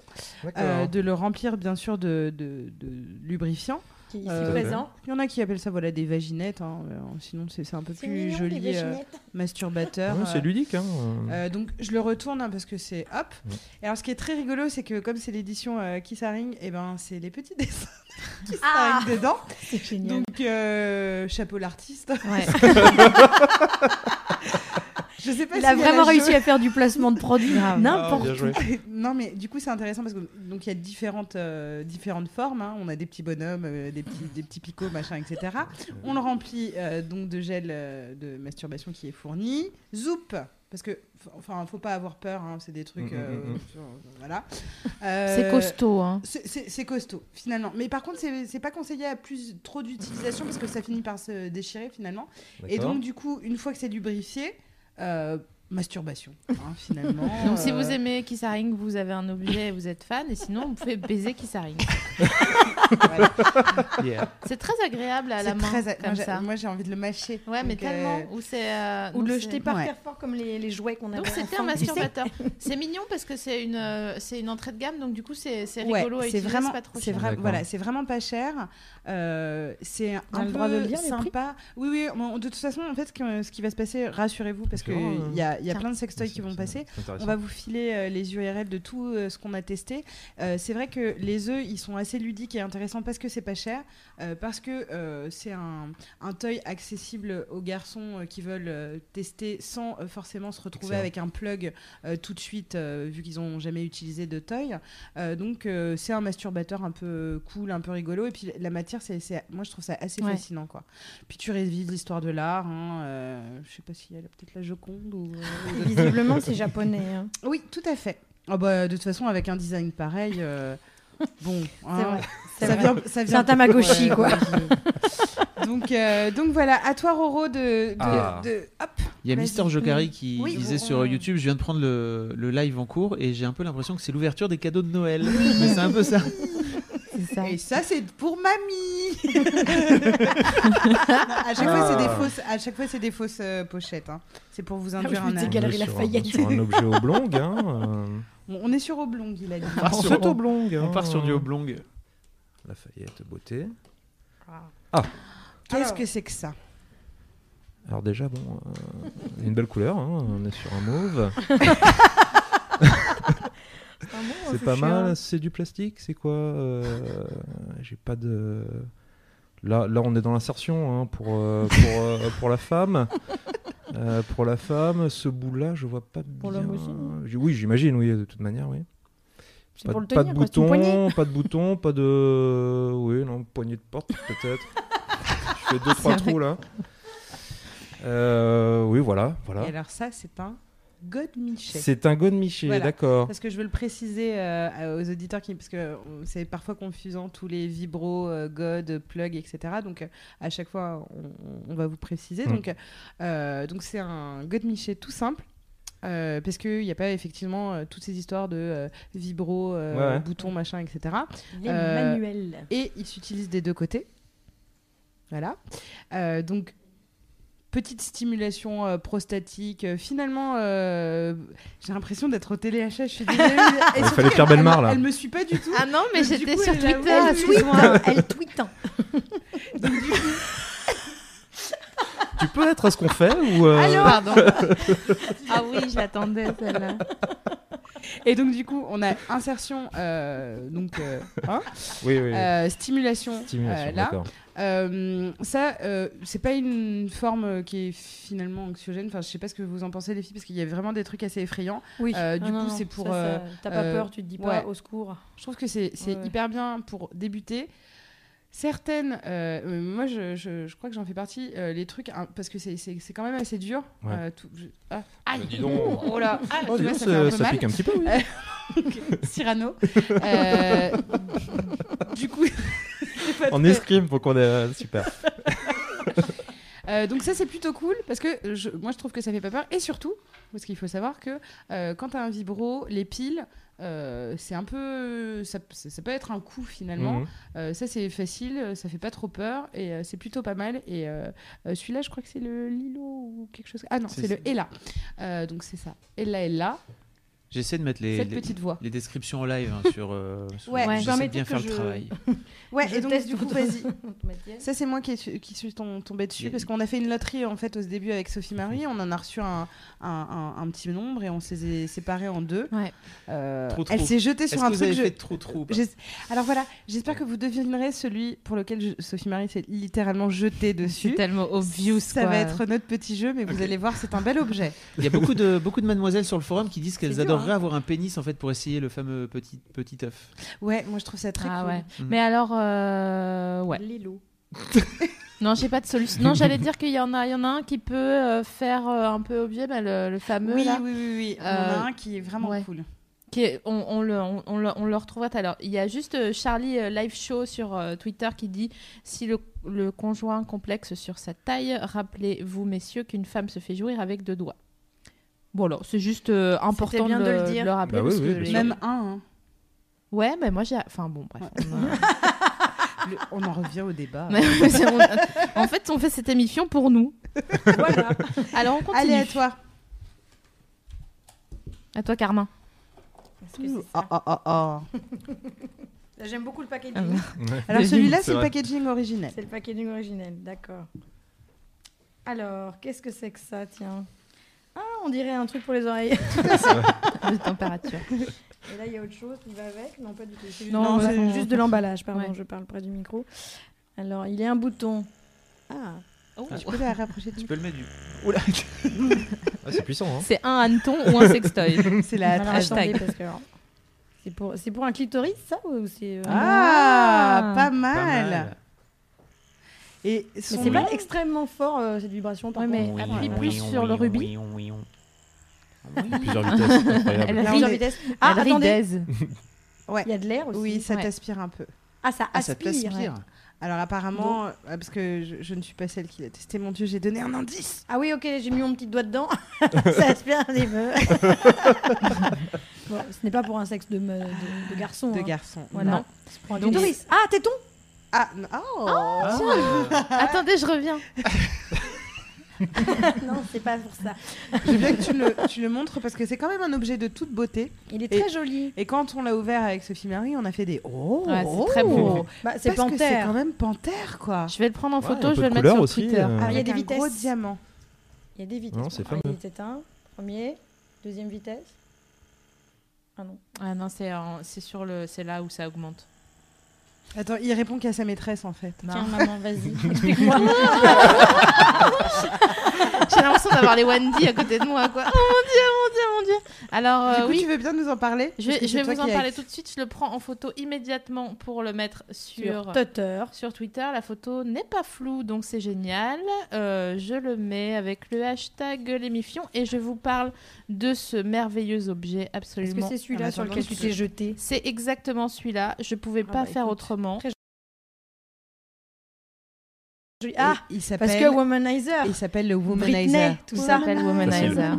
[SPEAKER 5] D'accord.
[SPEAKER 1] euh, de le remplir bien sûr de, de, de lubrifiant.
[SPEAKER 4] Qui ici
[SPEAKER 1] Euh,
[SPEAKER 4] présent
[SPEAKER 1] Il y en a qui appellent ça voilà des vaginettes. hein, euh, sinon c'est c'est un peu
[SPEAKER 6] C'est
[SPEAKER 1] plus
[SPEAKER 6] mignon,
[SPEAKER 1] joli
[SPEAKER 6] les
[SPEAKER 1] euh,
[SPEAKER 6] vaginettes.
[SPEAKER 1] masturbateur.
[SPEAKER 5] Ouais,
[SPEAKER 1] euh,
[SPEAKER 5] c'est ludique. Hein.
[SPEAKER 1] Euh, donc je le retourne hein, parce que c'est hop.
[SPEAKER 5] Ouais.
[SPEAKER 1] Et alors ce qui est très rigolo, c'est que comme c'est l'édition euh, Kissaring, et ben c'est les petits dessins qui
[SPEAKER 6] Ah
[SPEAKER 1] s'arrêtent dedans.
[SPEAKER 4] C'est génial.
[SPEAKER 1] Donc euh, chapeau l'artiste.
[SPEAKER 3] Ouais.
[SPEAKER 1] Je sais pas
[SPEAKER 4] Il
[SPEAKER 1] si
[SPEAKER 4] a vraiment
[SPEAKER 1] la
[SPEAKER 4] réussi à faire du placement de produit.
[SPEAKER 3] Grave.
[SPEAKER 4] N'importe
[SPEAKER 5] Ah, bien joué.
[SPEAKER 1] jeu- Non mais du coup c'est intéressant parce que donc il y a différentes euh, différentes formes. hein. On a des petits bonhommes, euh, des petits des petits picots, machin, etc. On le remplit euh, donc de gel euh, de masturbation qui est fourni. Zoup parce que f- enfin faut pas avoir peur. hein, c'est des trucs
[SPEAKER 5] Mm, mm,
[SPEAKER 1] euh,
[SPEAKER 5] mm, mm.
[SPEAKER 1] sur- voilà.
[SPEAKER 3] C'est
[SPEAKER 1] Euh,
[SPEAKER 3] costaud, hein.
[SPEAKER 1] C'est- C'est c'est costaud, finalement. Mais par contre, c'est c'est pas conseillé à plus trop d'utilisation parce que ça finit par se déchirer, finalement. Et
[SPEAKER 5] D'accord.
[SPEAKER 1] donc, du coup, une fois que c'est lubrifié, euh, masturbation, hein, finalement.
[SPEAKER 3] Donc si vous
[SPEAKER 1] Euh,
[SPEAKER 3] aimez Kissaring, vous avez un objet et vous êtes fan, et sinon vous pouvez baiser Kissaring.
[SPEAKER 1] voilà.
[SPEAKER 2] Yeah.
[SPEAKER 3] C'est très agréable à la
[SPEAKER 1] C'est
[SPEAKER 3] main,
[SPEAKER 1] très a- moi,
[SPEAKER 3] comme
[SPEAKER 1] j'ai-
[SPEAKER 3] ça.
[SPEAKER 1] Moi, j'ai envie de le mâcher.
[SPEAKER 3] Ouais, mais
[SPEAKER 1] Donc, euh,
[SPEAKER 3] tellement. Ou c'est. euh,
[SPEAKER 4] Ou
[SPEAKER 3] non,
[SPEAKER 4] de le
[SPEAKER 3] c'est-
[SPEAKER 4] jeter par
[SPEAKER 1] Ouais.
[SPEAKER 4] terre fort comme les, les jouets qu'on avait.
[SPEAKER 3] Donc c'était un
[SPEAKER 4] enfant.
[SPEAKER 3] masturbateur. c'est mignon parce que c'est une, euh, c'est une entrée de gamme, donc du coup c'est c'est
[SPEAKER 1] ouais,
[SPEAKER 3] rigolo à
[SPEAKER 1] c'est
[SPEAKER 3] utiliser,
[SPEAKER 1] vraiment,
[SPEAKER 3] c'est pas trop
[SPEAKER 1] c'est
[SPEAKER 3] cher.
[SPEAKER 1] vra-
[SPEAKER 5] D'accord.
[SPEAKER 1] voilà, c'est vraiment pas cher. Euh, c'est
[SPEAKER 4] a
[SPEAKER 1] un
[SPEAKER 4] le
[SPEAKER 1] peu
[SPEAKER 4] droit de le dire, les prix
[SPEAKER 1] sympa. Oui, oui. on- de toute façon, en fait, ce qui, ce qui va se passer, rassurez-vous, parce
[SPEAKER 5] C'est
[SPEAKER 1] qu'il
[SPEAKER 5] vraiment,
[SPEAKER 1] y a, il y a
[SPEAKER 3] Tiens.
[SPEAKER 1] plein de sextoys qui vont passer. On va vous filer euh, les URL de tout euh, ce qu'on a testé. Euh, c'est vrai que les œufs, ils sont assez ludiques et intéressants parce que c'est pas cher, euh, parce que euh, c'est un, un toy accessible aux garçons euh, qui veulent euh, tester sans euh, forcément se retrouver
[SPEAKER 5] Excellent.
[SPEAKER 1] avec un plug euh, tout de suite, euh, vu qu'ils n'ont jamais utilisé de toy. Euh, donc euh, c'est un masturbateur un peu cool, un peu rigolo. Et puis la matière, c'est, c'est- moi je trouve ça assez
[SPEAKER 3] Ouais.
[SPEAKER 1] fascinant. quoi. Puis tu révises l'histoire de l'art. hein, euh, je sais pas s'il y a là, peut-être la Joconde ou... euh, ou
[SPEAKER 4] Et Visiblement, c'est japonais. hein.
[SPEAKER 1] oui, tout à fait. Ah bah, de toute façon, avec un design pareil, euh, bon, hein,
[SPEAKER 4] vrai, c'est
[SPEAKER 1] ça,
[SPEAKER 4] vrai.
[SPEAKER 1] vient, ça
[SPEAKER 4] C'est
[SPEAKER 1] vient.
[SPEAKER 4] un Tamagotchi,
[SPEAKER 1] Ouais,
[SPEAKER 4] quoi.
[SPEAKER 1] je- donc, euh, donc voilà, à toi Roro de, de,
[SPEAKER 5] Ah.
[SPEAKER 1] de- hop.
[SPEAKER 2] Il y
[SPEAKER 1] Vas-y.
[SPEAKER 2] a
[SPEAKER 1] Mm.
[SPEAKER 2] Mister Jokari qui
[SPEAKER 1] Oui,
[SPEAKER 2] disait
[SPEAKER 1] on-
[SPEAKER 2] sur YouTube Je viens de prendre le, le live en cours et j'ai un peu l'impression que c'est l'ouverture des cadeaux de Noël. Mais c'est un peu ça.
[SPEAKER 3] C'est ça.
[SPEAKER 1] Et ça, c'est pour mamie. Non, à chaque fois, c'est des fausses. À chaque fois, c'est des fausses euh, pochettes. hein. C'est pour vous
[SPEAKER 4] Ah oui,
[SPEAKER 1] induire
[SPEAKER 4] je me
[SPEAKER 1] un
[SPEAKER 4] disais
[SPEAKER 1] avis.
[SPEAKER 4] qu'elle- Galerie
[SPEAKER 5] On est sur un-
[SPEAKER 4] Lafayette.
[SPEAKER 5] Sur un objet oblong. Hein, euh,
[SPEAKER 1] Bon, on est sur oblong, il a dit.
[SPEAKER 2] part
[SPEAKER 5] on
[SPEAKER 2] sur-
[SPEAKER 5] saute
[SPEAKER 2] on-
[SPEAKER 5] oblong.
[SPEAKER 2] On
[SPEAKER 5] hein.
[SPEAKER 2] part sur du oblong.
[SPEAKER 5] Lafayette, beauté.
[SPEAKER 1] Qu'est-ce
[SPEAKER 4] Alors.
[SPEAKER 1] que c'est que ça
[SPEAKER 5] Alors déjà, bon, euh, une belle couleur. hein, On est sur un mauve.
[SPEAKER 4] Ah bon,
[SPEAKER 5] C'est
[SPEAKER 4] je
[SPEAKER 5] pas
[SPEAKER 4] suis
[SPEAKER 5] mal. C'est du plastique. C'est quoi euh, J'ai pas de. Là, là, on est dans l'insertion hein, pour, euh, pour, euh, pour la femme. Euh, pour la femme, ce bout-là, je vois pas
[SPEAKER 4] Pour
[SPEAKER 5] bien.
[SPEAKER 4] l'homme aussi,
[SPEAKER 5] J- Oui, j'imagine, oui, de toute manière, oui.
[SPEAKER 4] C'est
[SPEAKER 5] Pas,
[SPEAKER 4] pour
[SPEAKER 5] de-
[SPEAKER 4] le
[SPEAKER 5] pas
[SPEAKER 4] tenir,
[SPEAKER 5] de
[SPEAKER 4] quoi, c'est une poignée.
[SPEAKER 5] bouton, pas de bouton, pas de. Oui, non, poignée de porte, peut-être. je fais deux, trois trous, là. Euh, oui, voilà. voilà.
[SPEAKER 1] Et alors ça, c'est un God
[SPEAKER 5] C'est un godemiché,
[SPEAKER 1] Voilà.
[SPEAKER 5] d'accord.
[SPEAKER 1] Parce que je veux le préciser euh, à- aux auditeurs, qui, parce que euh, c'est parfois confusant, tous les vibros, euh, god, plug, etc. Donc euh, à chaque fois, on, on va vous préciser.
[SPEAKER 5] Mm.
[SPEAKER 1] Donc euh, donc c'est un god michet tout simple. euh, parce qu'il n'y a pas effectivement euh, toutes ces histoires de euh, vibro, euh,
[SPEAKER 5] Ouais, ouais.
[SPEAKER 1] boutons, machin, etc.
[SPEAKER 4] Il est
[SPEAKER 1] Euh,
[SPEAKER 4] manuel.
[SPEAKER 1] Et il s'utilise des deux côtés. Voilà. Euh, donc, petite stimulation euh, prostatique. Euh, Finalement, euh, j'ai l'impression d'être au téléachat. Je suis désolée. Et
[SPEAKER 5] Il
[SPEAKER 1] surtout,
[SPEAKER 5] fallait Pierre
[SPEAKER 1] elle-
[SPEAKER 5] Bellemare,
[SPEAKER 1] elle-
[SPEAKER 5] là.
[SPEAKER 1] Elle me suit pas du tout.
[SPEAKER 3] Ah non, mais
[SPEAKER 1] Donc, du
[SPEAKER 3] j'étais
[SPEAKER 1] coup,
[SPEAKER 3] sur
[SPEAKER 1] elle a-
[SPEAKER 3] Twitter.
[SPEAKER 1] elle
[SPEAKER 4] Elle
[SPEAKER 1] tweet.
[SPEAKER 4] tweet, Ah, elle tweet.
[SPEAKER 5] Tu peux être à ce qu'on fait ou euh,
[SPEAKER 3] Pardon. ah oui, je l'attendais celle-là.
[SPEAKER 1] Et donc, du coup, on a insertion, euh, donc euh, hein,
[SPEAKER 5] Oui, oui. oui.
[SPEAKER 1] euh, stimulation,
[SPEAKER 5] Stimulation,
[SPEAKER 1] euh, là.
[SPEAKER 5] d'accord.
[SPEAKER 1] Euh, ça, euh, c'est pas une forme euh, qui est finalement anxiogène. Enfin, je sais pas ce que vous en pensez, les filles, parce qu'il y a vraiment des trucs assez effrayants.
[SPEAKER 4] Oui.
[SPEAKER 1] Euh, du coup, c'est pour,
[SPEAKER 4] ça, ça-
[SPEAKER 1] euh,
[SPEAKER 4] T'as pas
[SPEAKER 1] euh,
[SPEAKER 4] peur, tu te dis pas
[SPEAKER 1] ouais.
[SPEAKER 4] au secours.
[SPEAKER 1] Je trouve que c'est c'est
[SPEAKER 4] Ouais, ouais.
[SPEAKER 1] hyper bien pour débuter. Certaines, euh, euh, moi je, je- je crois que j'en fais partie, euh, les trucs, hein, parce que c'est- c'est c'est quand même assez dur.
[SPEAKER 5] Ouais.
[SPEAKER 1] euh, tout- je- ah,
[SPEAKER 5] Bah, dis donc.
[SPEAKER 1] oh là, ah,
[SPEAKER 5] Oh,
[SPEAKER 1] tu
[SPEAKER 5] dis
[SPEAKER 1] vois, ça
[SPEAKER 5] donc,
[SPEAKER 1] fait un peu
[SPEAKER 5] ça, ça
[SPEAKER 1] mal.
[SPEAKER 5] pique un petit peu, oui.
[SPEAKER 1] Cyrano. Euh, du coup, j'ai pas
[SPEAKER 5] En
[SPEAKER 1] trouvé.
[SPEAKER 5] escrime, pour qu'on ait. Super.
[SPEAKER 1] Euh, donc ça c'est plutôt cool parce que je- moi je trouve que ça fait pas peur et surtout parce qu'il faut savoir que euh, quand t'as un vibro, les piles, euh, c'est un peu, ça, ça peut être un coup finalement.
[SPEAKER 5] Mhm.
[SPEAKER 1] Euh, ça c'est facile, euh, ça fait pas trop peur et euh, c'est plutôt pas mal. Et euh, euh, celui-là, je crois que c'est le Lilo ou quelque chose. Ah non,
[SPEAKER 2] C'est
[SPEAKER 1] c'est le
[SPEAKER 2] ça.
[SPEAKER 1] Ella. Euh, donc c'est ça. Ella Ella,
[SPEAKER 2] J'essaie de mettre les,
[SPEAKER 1] cette
[SPEAKER 2] les,
[SPEAKER 1] petite voix.
[SPEAKER 2] les descriptions en live hein, sur. euh, sur-
[SPEAKER 1] Ouais,
[SPEAKER 2] j'essaie de
[SPEAKER 4] permettez
[SPEAKER 2] bien
[SPEAKER 4] que
[SPEAKER 2] faire
[SPEAKER 4] je-
[SPEAKER 2] le travail.
[SPEAKER 1] Ouais,
[SPEAKER 4] Je
[SPEAKER 1] et donc
[SPEAKER 4] teste
[SPEAKER 1] du coup,
[SPEAKER 4] votre-
[SPEAKER 1] vas-y.
[SPEAKER 4] votre matière.
[SPEAKER 1] Ça, c'est moi qui, suis- qui suis tom- tombée dessus parce qu'on a fait une loterie en fait au début avec Sophie Marie. On en a reçu un, un, un- un petit nombre et on s'est é- séparés en deux.
[SPEAKER 3] Ouais.
[SPEAKER 1] Euh,
[SPEAKER 2] Trou, trou.
[SPEAKER 1] Elle s'est jetée
[SPEAKER 2] Est-ce
[SPEAKER 1] sur
[SPEAKER 2] que
[SPEAKER 1] un
[SPEAKER 2] vous
[SPEAKER 1] truc.
[SPEAKER 2] avez
[SPEAKER 1] je-
[SPEAKER 2] fait trop trop
[SPEAKER 1] j'es- Alors voilà, j'espère que vous devinerez celui pour lequel je- Sophie Marie s'est littéralement jetée
[SPEAKER 3] C'est
[SPEAKER 1] dessus.
[SPEAKER 3] tellement obvious.
[SPEAKER 1] Ça
[SPEAKER 3] quoi.
[SPEAKER 1] va être notre petit jeu, mais vous allez voir, c'est un bel objet.
[SPEAKER 2] Il y a beaucoup de, beaucoup de mademoiselles sur le forum qui disent qu'elles
[SPEAKER 1] dur, hein.
[SPEAKER 2] adoreraient avoir un pénis en fait pour essayer le fameux petit, petit œuf.
[SPEAKER 1] Ouais, moi je trouve ça très
[SPEAKER 3] Ah
[SPEAKER 1] cool.
[SPEAKER 3] ouais.
[SPEAKER 2] Mhm.
[SPEAKER 3] Mais alors, euh, ouais.
[SPEAKER 4] Lilo.
[SPEAKER 3] Non, j'ai pas de solution. Non, j'allais dire qu'il y en a, il y en a un qui peut euh, faire euh, un peu objet, bah, le, le fameux
[SPEAKER 1] Oui,
[SPEAKER 3] là.
[SPEAKER 1] oui, oui, oui. On en
[SPEAKER 3] Euh,
[SPEAKER 1] a un qui est vraiment
[SPEAKER 3] ouais.
[SPEAKER 1] cool.
[SPEAKER 3] Qui est- on, on le, on, on le, on le retrouvera tout à l'heure. Il y a juste euh, Charlie euh, Live Show sur euh, Twitter qui dit Si le, le conjoint complexe sur sa taille, rappelez-vous, messieurs, qu'une femme se fait jouir avec deux doigts. Bon, alors, c'est juste euh, important
[SPEAKER 4] bien
[SPEAKER 3] de,
[SPEAKER 4] de
[SPEAKER 3] le,
[SPEAKER 4] le dire.
[SPEAKER 3] de rappeler.
[SPEAKER 5] Bah oui,
[SPEAKER 3] parce
[SPEAKER 5] oui,
[SPEAKER 3] que
[SPEAKER 5] bien
[SPEAKER 3] les-
[SPEAKER 5] sûr.
[SPEAKER 1] Même un. hein.
[SPEAKER 3] Ouais, mais moi j'ai. Enfin bon, bref. on, euh,
[SPEAKER 1] Le- On en revient au débat.
[SPEAKER 3] C'est- on- en fait, on fait cette émission pour nous.
[SPEAKER 4] Voilà.
[SPEAKER 3] Alors, on continue.
[SPEAKER 1] Allez, à toi.
[SPEAKER 3] À toi, Carmin.
[SPEAKER 4] Est-ce que c'est ça
[SPEAKER 1] Ah, ah, ah, ah.
[SPEAKER 4] Là, J'aime beaucoup le
[SPEAKER 3] Ah
[SPEAKER 4] packaging.
[SPEAKER 3] oui.
[SPEAKER 1] Alors celui-là,
[SPEAKER 5] C'est
[SPEAKER 1] c'est le
[SPEAKER 5] vrai.
[SPEAKER 1] packaging originel.
[SPEAKER 4] C'est le packaging originel, d'accord. Alors, qu'est-ce que c'est que ça, tiens Ah, on dirait un truc pour les oreilles.
[SPEAKER 3] De température.
[SPEAKER 4] Et là, il y a autre chose qui va avec Non, pas du tout. C'est juste,
[SPEAKER 3] Non,
[SPEAKER 4] de
[SPEAKER 3] c'est-
[SPEAKER 4] l'emballage. juste de l'emballage, pardon,
[SPEAKER 3] Ouais.
[SPEAKER 4] je parle près du micro. Alors, il y a un bouton. Ah,
[SPEAKER 1] Tu peux la rapprocher de
[SPEAKER 2] Tu peux le mettre du.
[SPEAKER 5] Ah, c'est puissant, hein.
[SPEAKER 3] C'est un hanneton ou un sextoy.
[SPEAKER 1] C'est la
[SPEAKER 4] alors,
[SPEAKER 3] hashtag.
[SPEAKER 4] attendez, parce que... alors, C'est pour, c'est pour un clitoris, ça ou c'est, euh,
[SPEAKER 1] Ah,
[SPEAKER 3] Ah,
[SPEAKER 1] pas
[SPEAKER 2] Pas
[SPEAKER 1] mal.
[SPEAKER 2] mal.
[SPEAKER 1] Et
[SPEAKER 4] Mais
[SPEAKER 1] son
[SPEAKER 4] c'est pas extrêmement fort, euh, cette vibration, par
[SPEAKER 3] Ouais,
[SPEAKER 4] contre.
[SPEAKER 3] mais appuie plus sur le rubis.
[SPEAKER 5] Plusieurs vitesses,
[SPEAKER 3] Elle
[SPEAKER 5] incroyable.
[SPEAKER 4] Alors,
[SPEAKER 3] rit.
[SPEAKER 4] j'ai envie d'être- Ah,
[SPEAKER 3] Elle rit
[SPEAKER 4] attendez,
[SPEAKER 3] d'aise.
[SPEAKER 4] il y a de l'air aussi.
[SPEAKER 1] Oui, ça
[SPEAKER 3] Ouais.
[SPEAKER 1] t'aspire un peu.
[SPEAKER 4] Ah, ça
[SPEAKER 2] Ah, ça
[SPEAKER 4] aspire.
[SPEAKER 2] t'aspire.
[SPEAKER 1] Alors apparemment, euh, parce que je, je ne suis pas celle qui l'a testé, mon dieu, j'ai donné un indice.
[SPEAKER 4] Ah oui, ok, j'ai mis mon petit doigt dedans. ça aspire un des meubles. bon, ce n'est pas pour un sexe de, me- de, de garçon.
[SPEAKER 1] De
[SPEAKER 4] hein.
[SPEAKER 1] garçon.
[SPEAKER 4] Voilà.
[SPEAKER 1] Non.
[SPEAKER 4] C'est pour un
[SPEAKER 3] Donc-
[SPEAKER 4] clitoris. Ah, téton
[SPEAKER 1] Ah, non. oh.
[SPEAKER 2] Ah,
[SPEAKER 3] Attendez, je reviens.
[SPEAKER 4] Non, c'est pas pour ça.
[SPEAKER 1] Je veux bien que tu le, tu le montres parce que c'est quand même un objet de toute beauté.
[SPEAKER 4] Il est
[SPEAKER 1] Et-
[SPEAKER 4] très joli.
[SPEAKER 1] Et quand on l'a ouvert avec Sophie Marie, on a fait des oh.
[SPEAKER 3] Ouais, c'est très beau.
[SPEAKER 4] Bah, c'est
[SPEAKER 1] C'est parce que c'est
[SPEAKER 4] panthère.
[SPEAKER 1] quand même panthère quoi.
[SPEAKER 3] Je vais le prendre en
[SPEAKER 5] Ouais,
[SPEAKER 3] photo,
[SPEAKER 5] un peu
[SPEAKER 3] je vais
[SPEAKER 5] de
[SPEAKER 3] le mettre
[SPEAKER 5] couleur
[SPEAKER 3] sur
[SPEAKER 5] aussi,
[SPEAKER 3] Twitter.
[SPEAKER 5] euh.
[SPEAKER 1] Ah, il y a
[SPEAKER 4] Avec
[SPEAKER 1] des
[SPEAKER 4] un
[SPEAKER 1] vitesses.
[SPEAKER 4] gros
[SPEAKER 1] Gros diamant.
[SPEAKER 4] Il y a des vitesses.
[SPEAKER 5] Non, c'est
[SPEAKER 4] Ah, Il
[SPEAKER 5] fameux.
[SPEAKER 4] est éteint. Premier, deuxième vitesse. Ah non.
[SPEAKER 3] Ah non, c'est en- c'est sur le, c'est là où ça augmente.
[SPEAKER 1] Attends, il répond qu'à sa maîtresse en fait.
[SPEAKER 4] Tiens, maman, vas-y. Explique-moi.
[SPEAKER 3] J'ai l'impression d'avoir les Wendy à côté de moi, quoi. Oh mon dieu, mon dieu, mon dieu. Alors
[SPEAKER 1] du
[SPEAKER 3] euh,
[SPEAKER 1] coup,
[SPEAKER 3] oui,
[SPEAKER 1] tu veux bien nous en parler
[SPEAKER 3] je
[SPEAKER 1] Parce que
[SPEAKER 3] vais, je
[SPEAKER 1] c'est
[SPEAKER 3] vais
[SPEAKER 1] toi
[SPEAKER 3] vous en
[SPEAKER 1] qui as-
[SPEAKER 3] parler tout de suite. Je le prends en photo immédiatement pour le mettre
[SPEAKER 4] Sur
[SPEAKER 3] sur
[SPEAKER 4] Tutter.
[SPEAKER 3] sur Twitter. La photo n'est pas floue, donc c'est génial. Euh, je le mets avec le hashtag l'émission et je vous parle de ce merveilleux objet
[SPEAKER 4] Est-ce que
[SPEAKER 3] absolument.
[SPEAKER 4] c'est celui-là
[SPEAKER 1] En
[SPEAKER 4] sur
[SPEAKER 1] attendant
[SPEAKER 4] lequel
[SPEAKER 1] que
[SPEAKER 4] tu
[SPEAKER 1] tu-
[SPEAKER 4] t'es jeté
[SPEAKER 3] C'est exactement celui-là. Je pouvais
[SPEAKER 4] Ah
[SPEAKER 3] pas
[SPEAKER 4] bah,
[SPEAKER 3] faire
[SPEAKER 4] écoute.
[SPEAKER 3] autrement.
[SPEAKER 4] Joli.
[SPEAKER 1] Ah,
[SPEAKER 4] Ah,
[SPEAKER 1] il
[SPEAKER 4] parce
[SPEAKER 1] s'appelle.
[SPEAKER 4] que Womanizer.
[SPEAKER 1] Il s'appelle le
[SPEAKER 4] Britney,
[SPEAKER 1] womanizer.
[SPEAKER 4] tout ça.
[SPEAKER 3] s'appelle
[SPEAKER 5] Womanizer.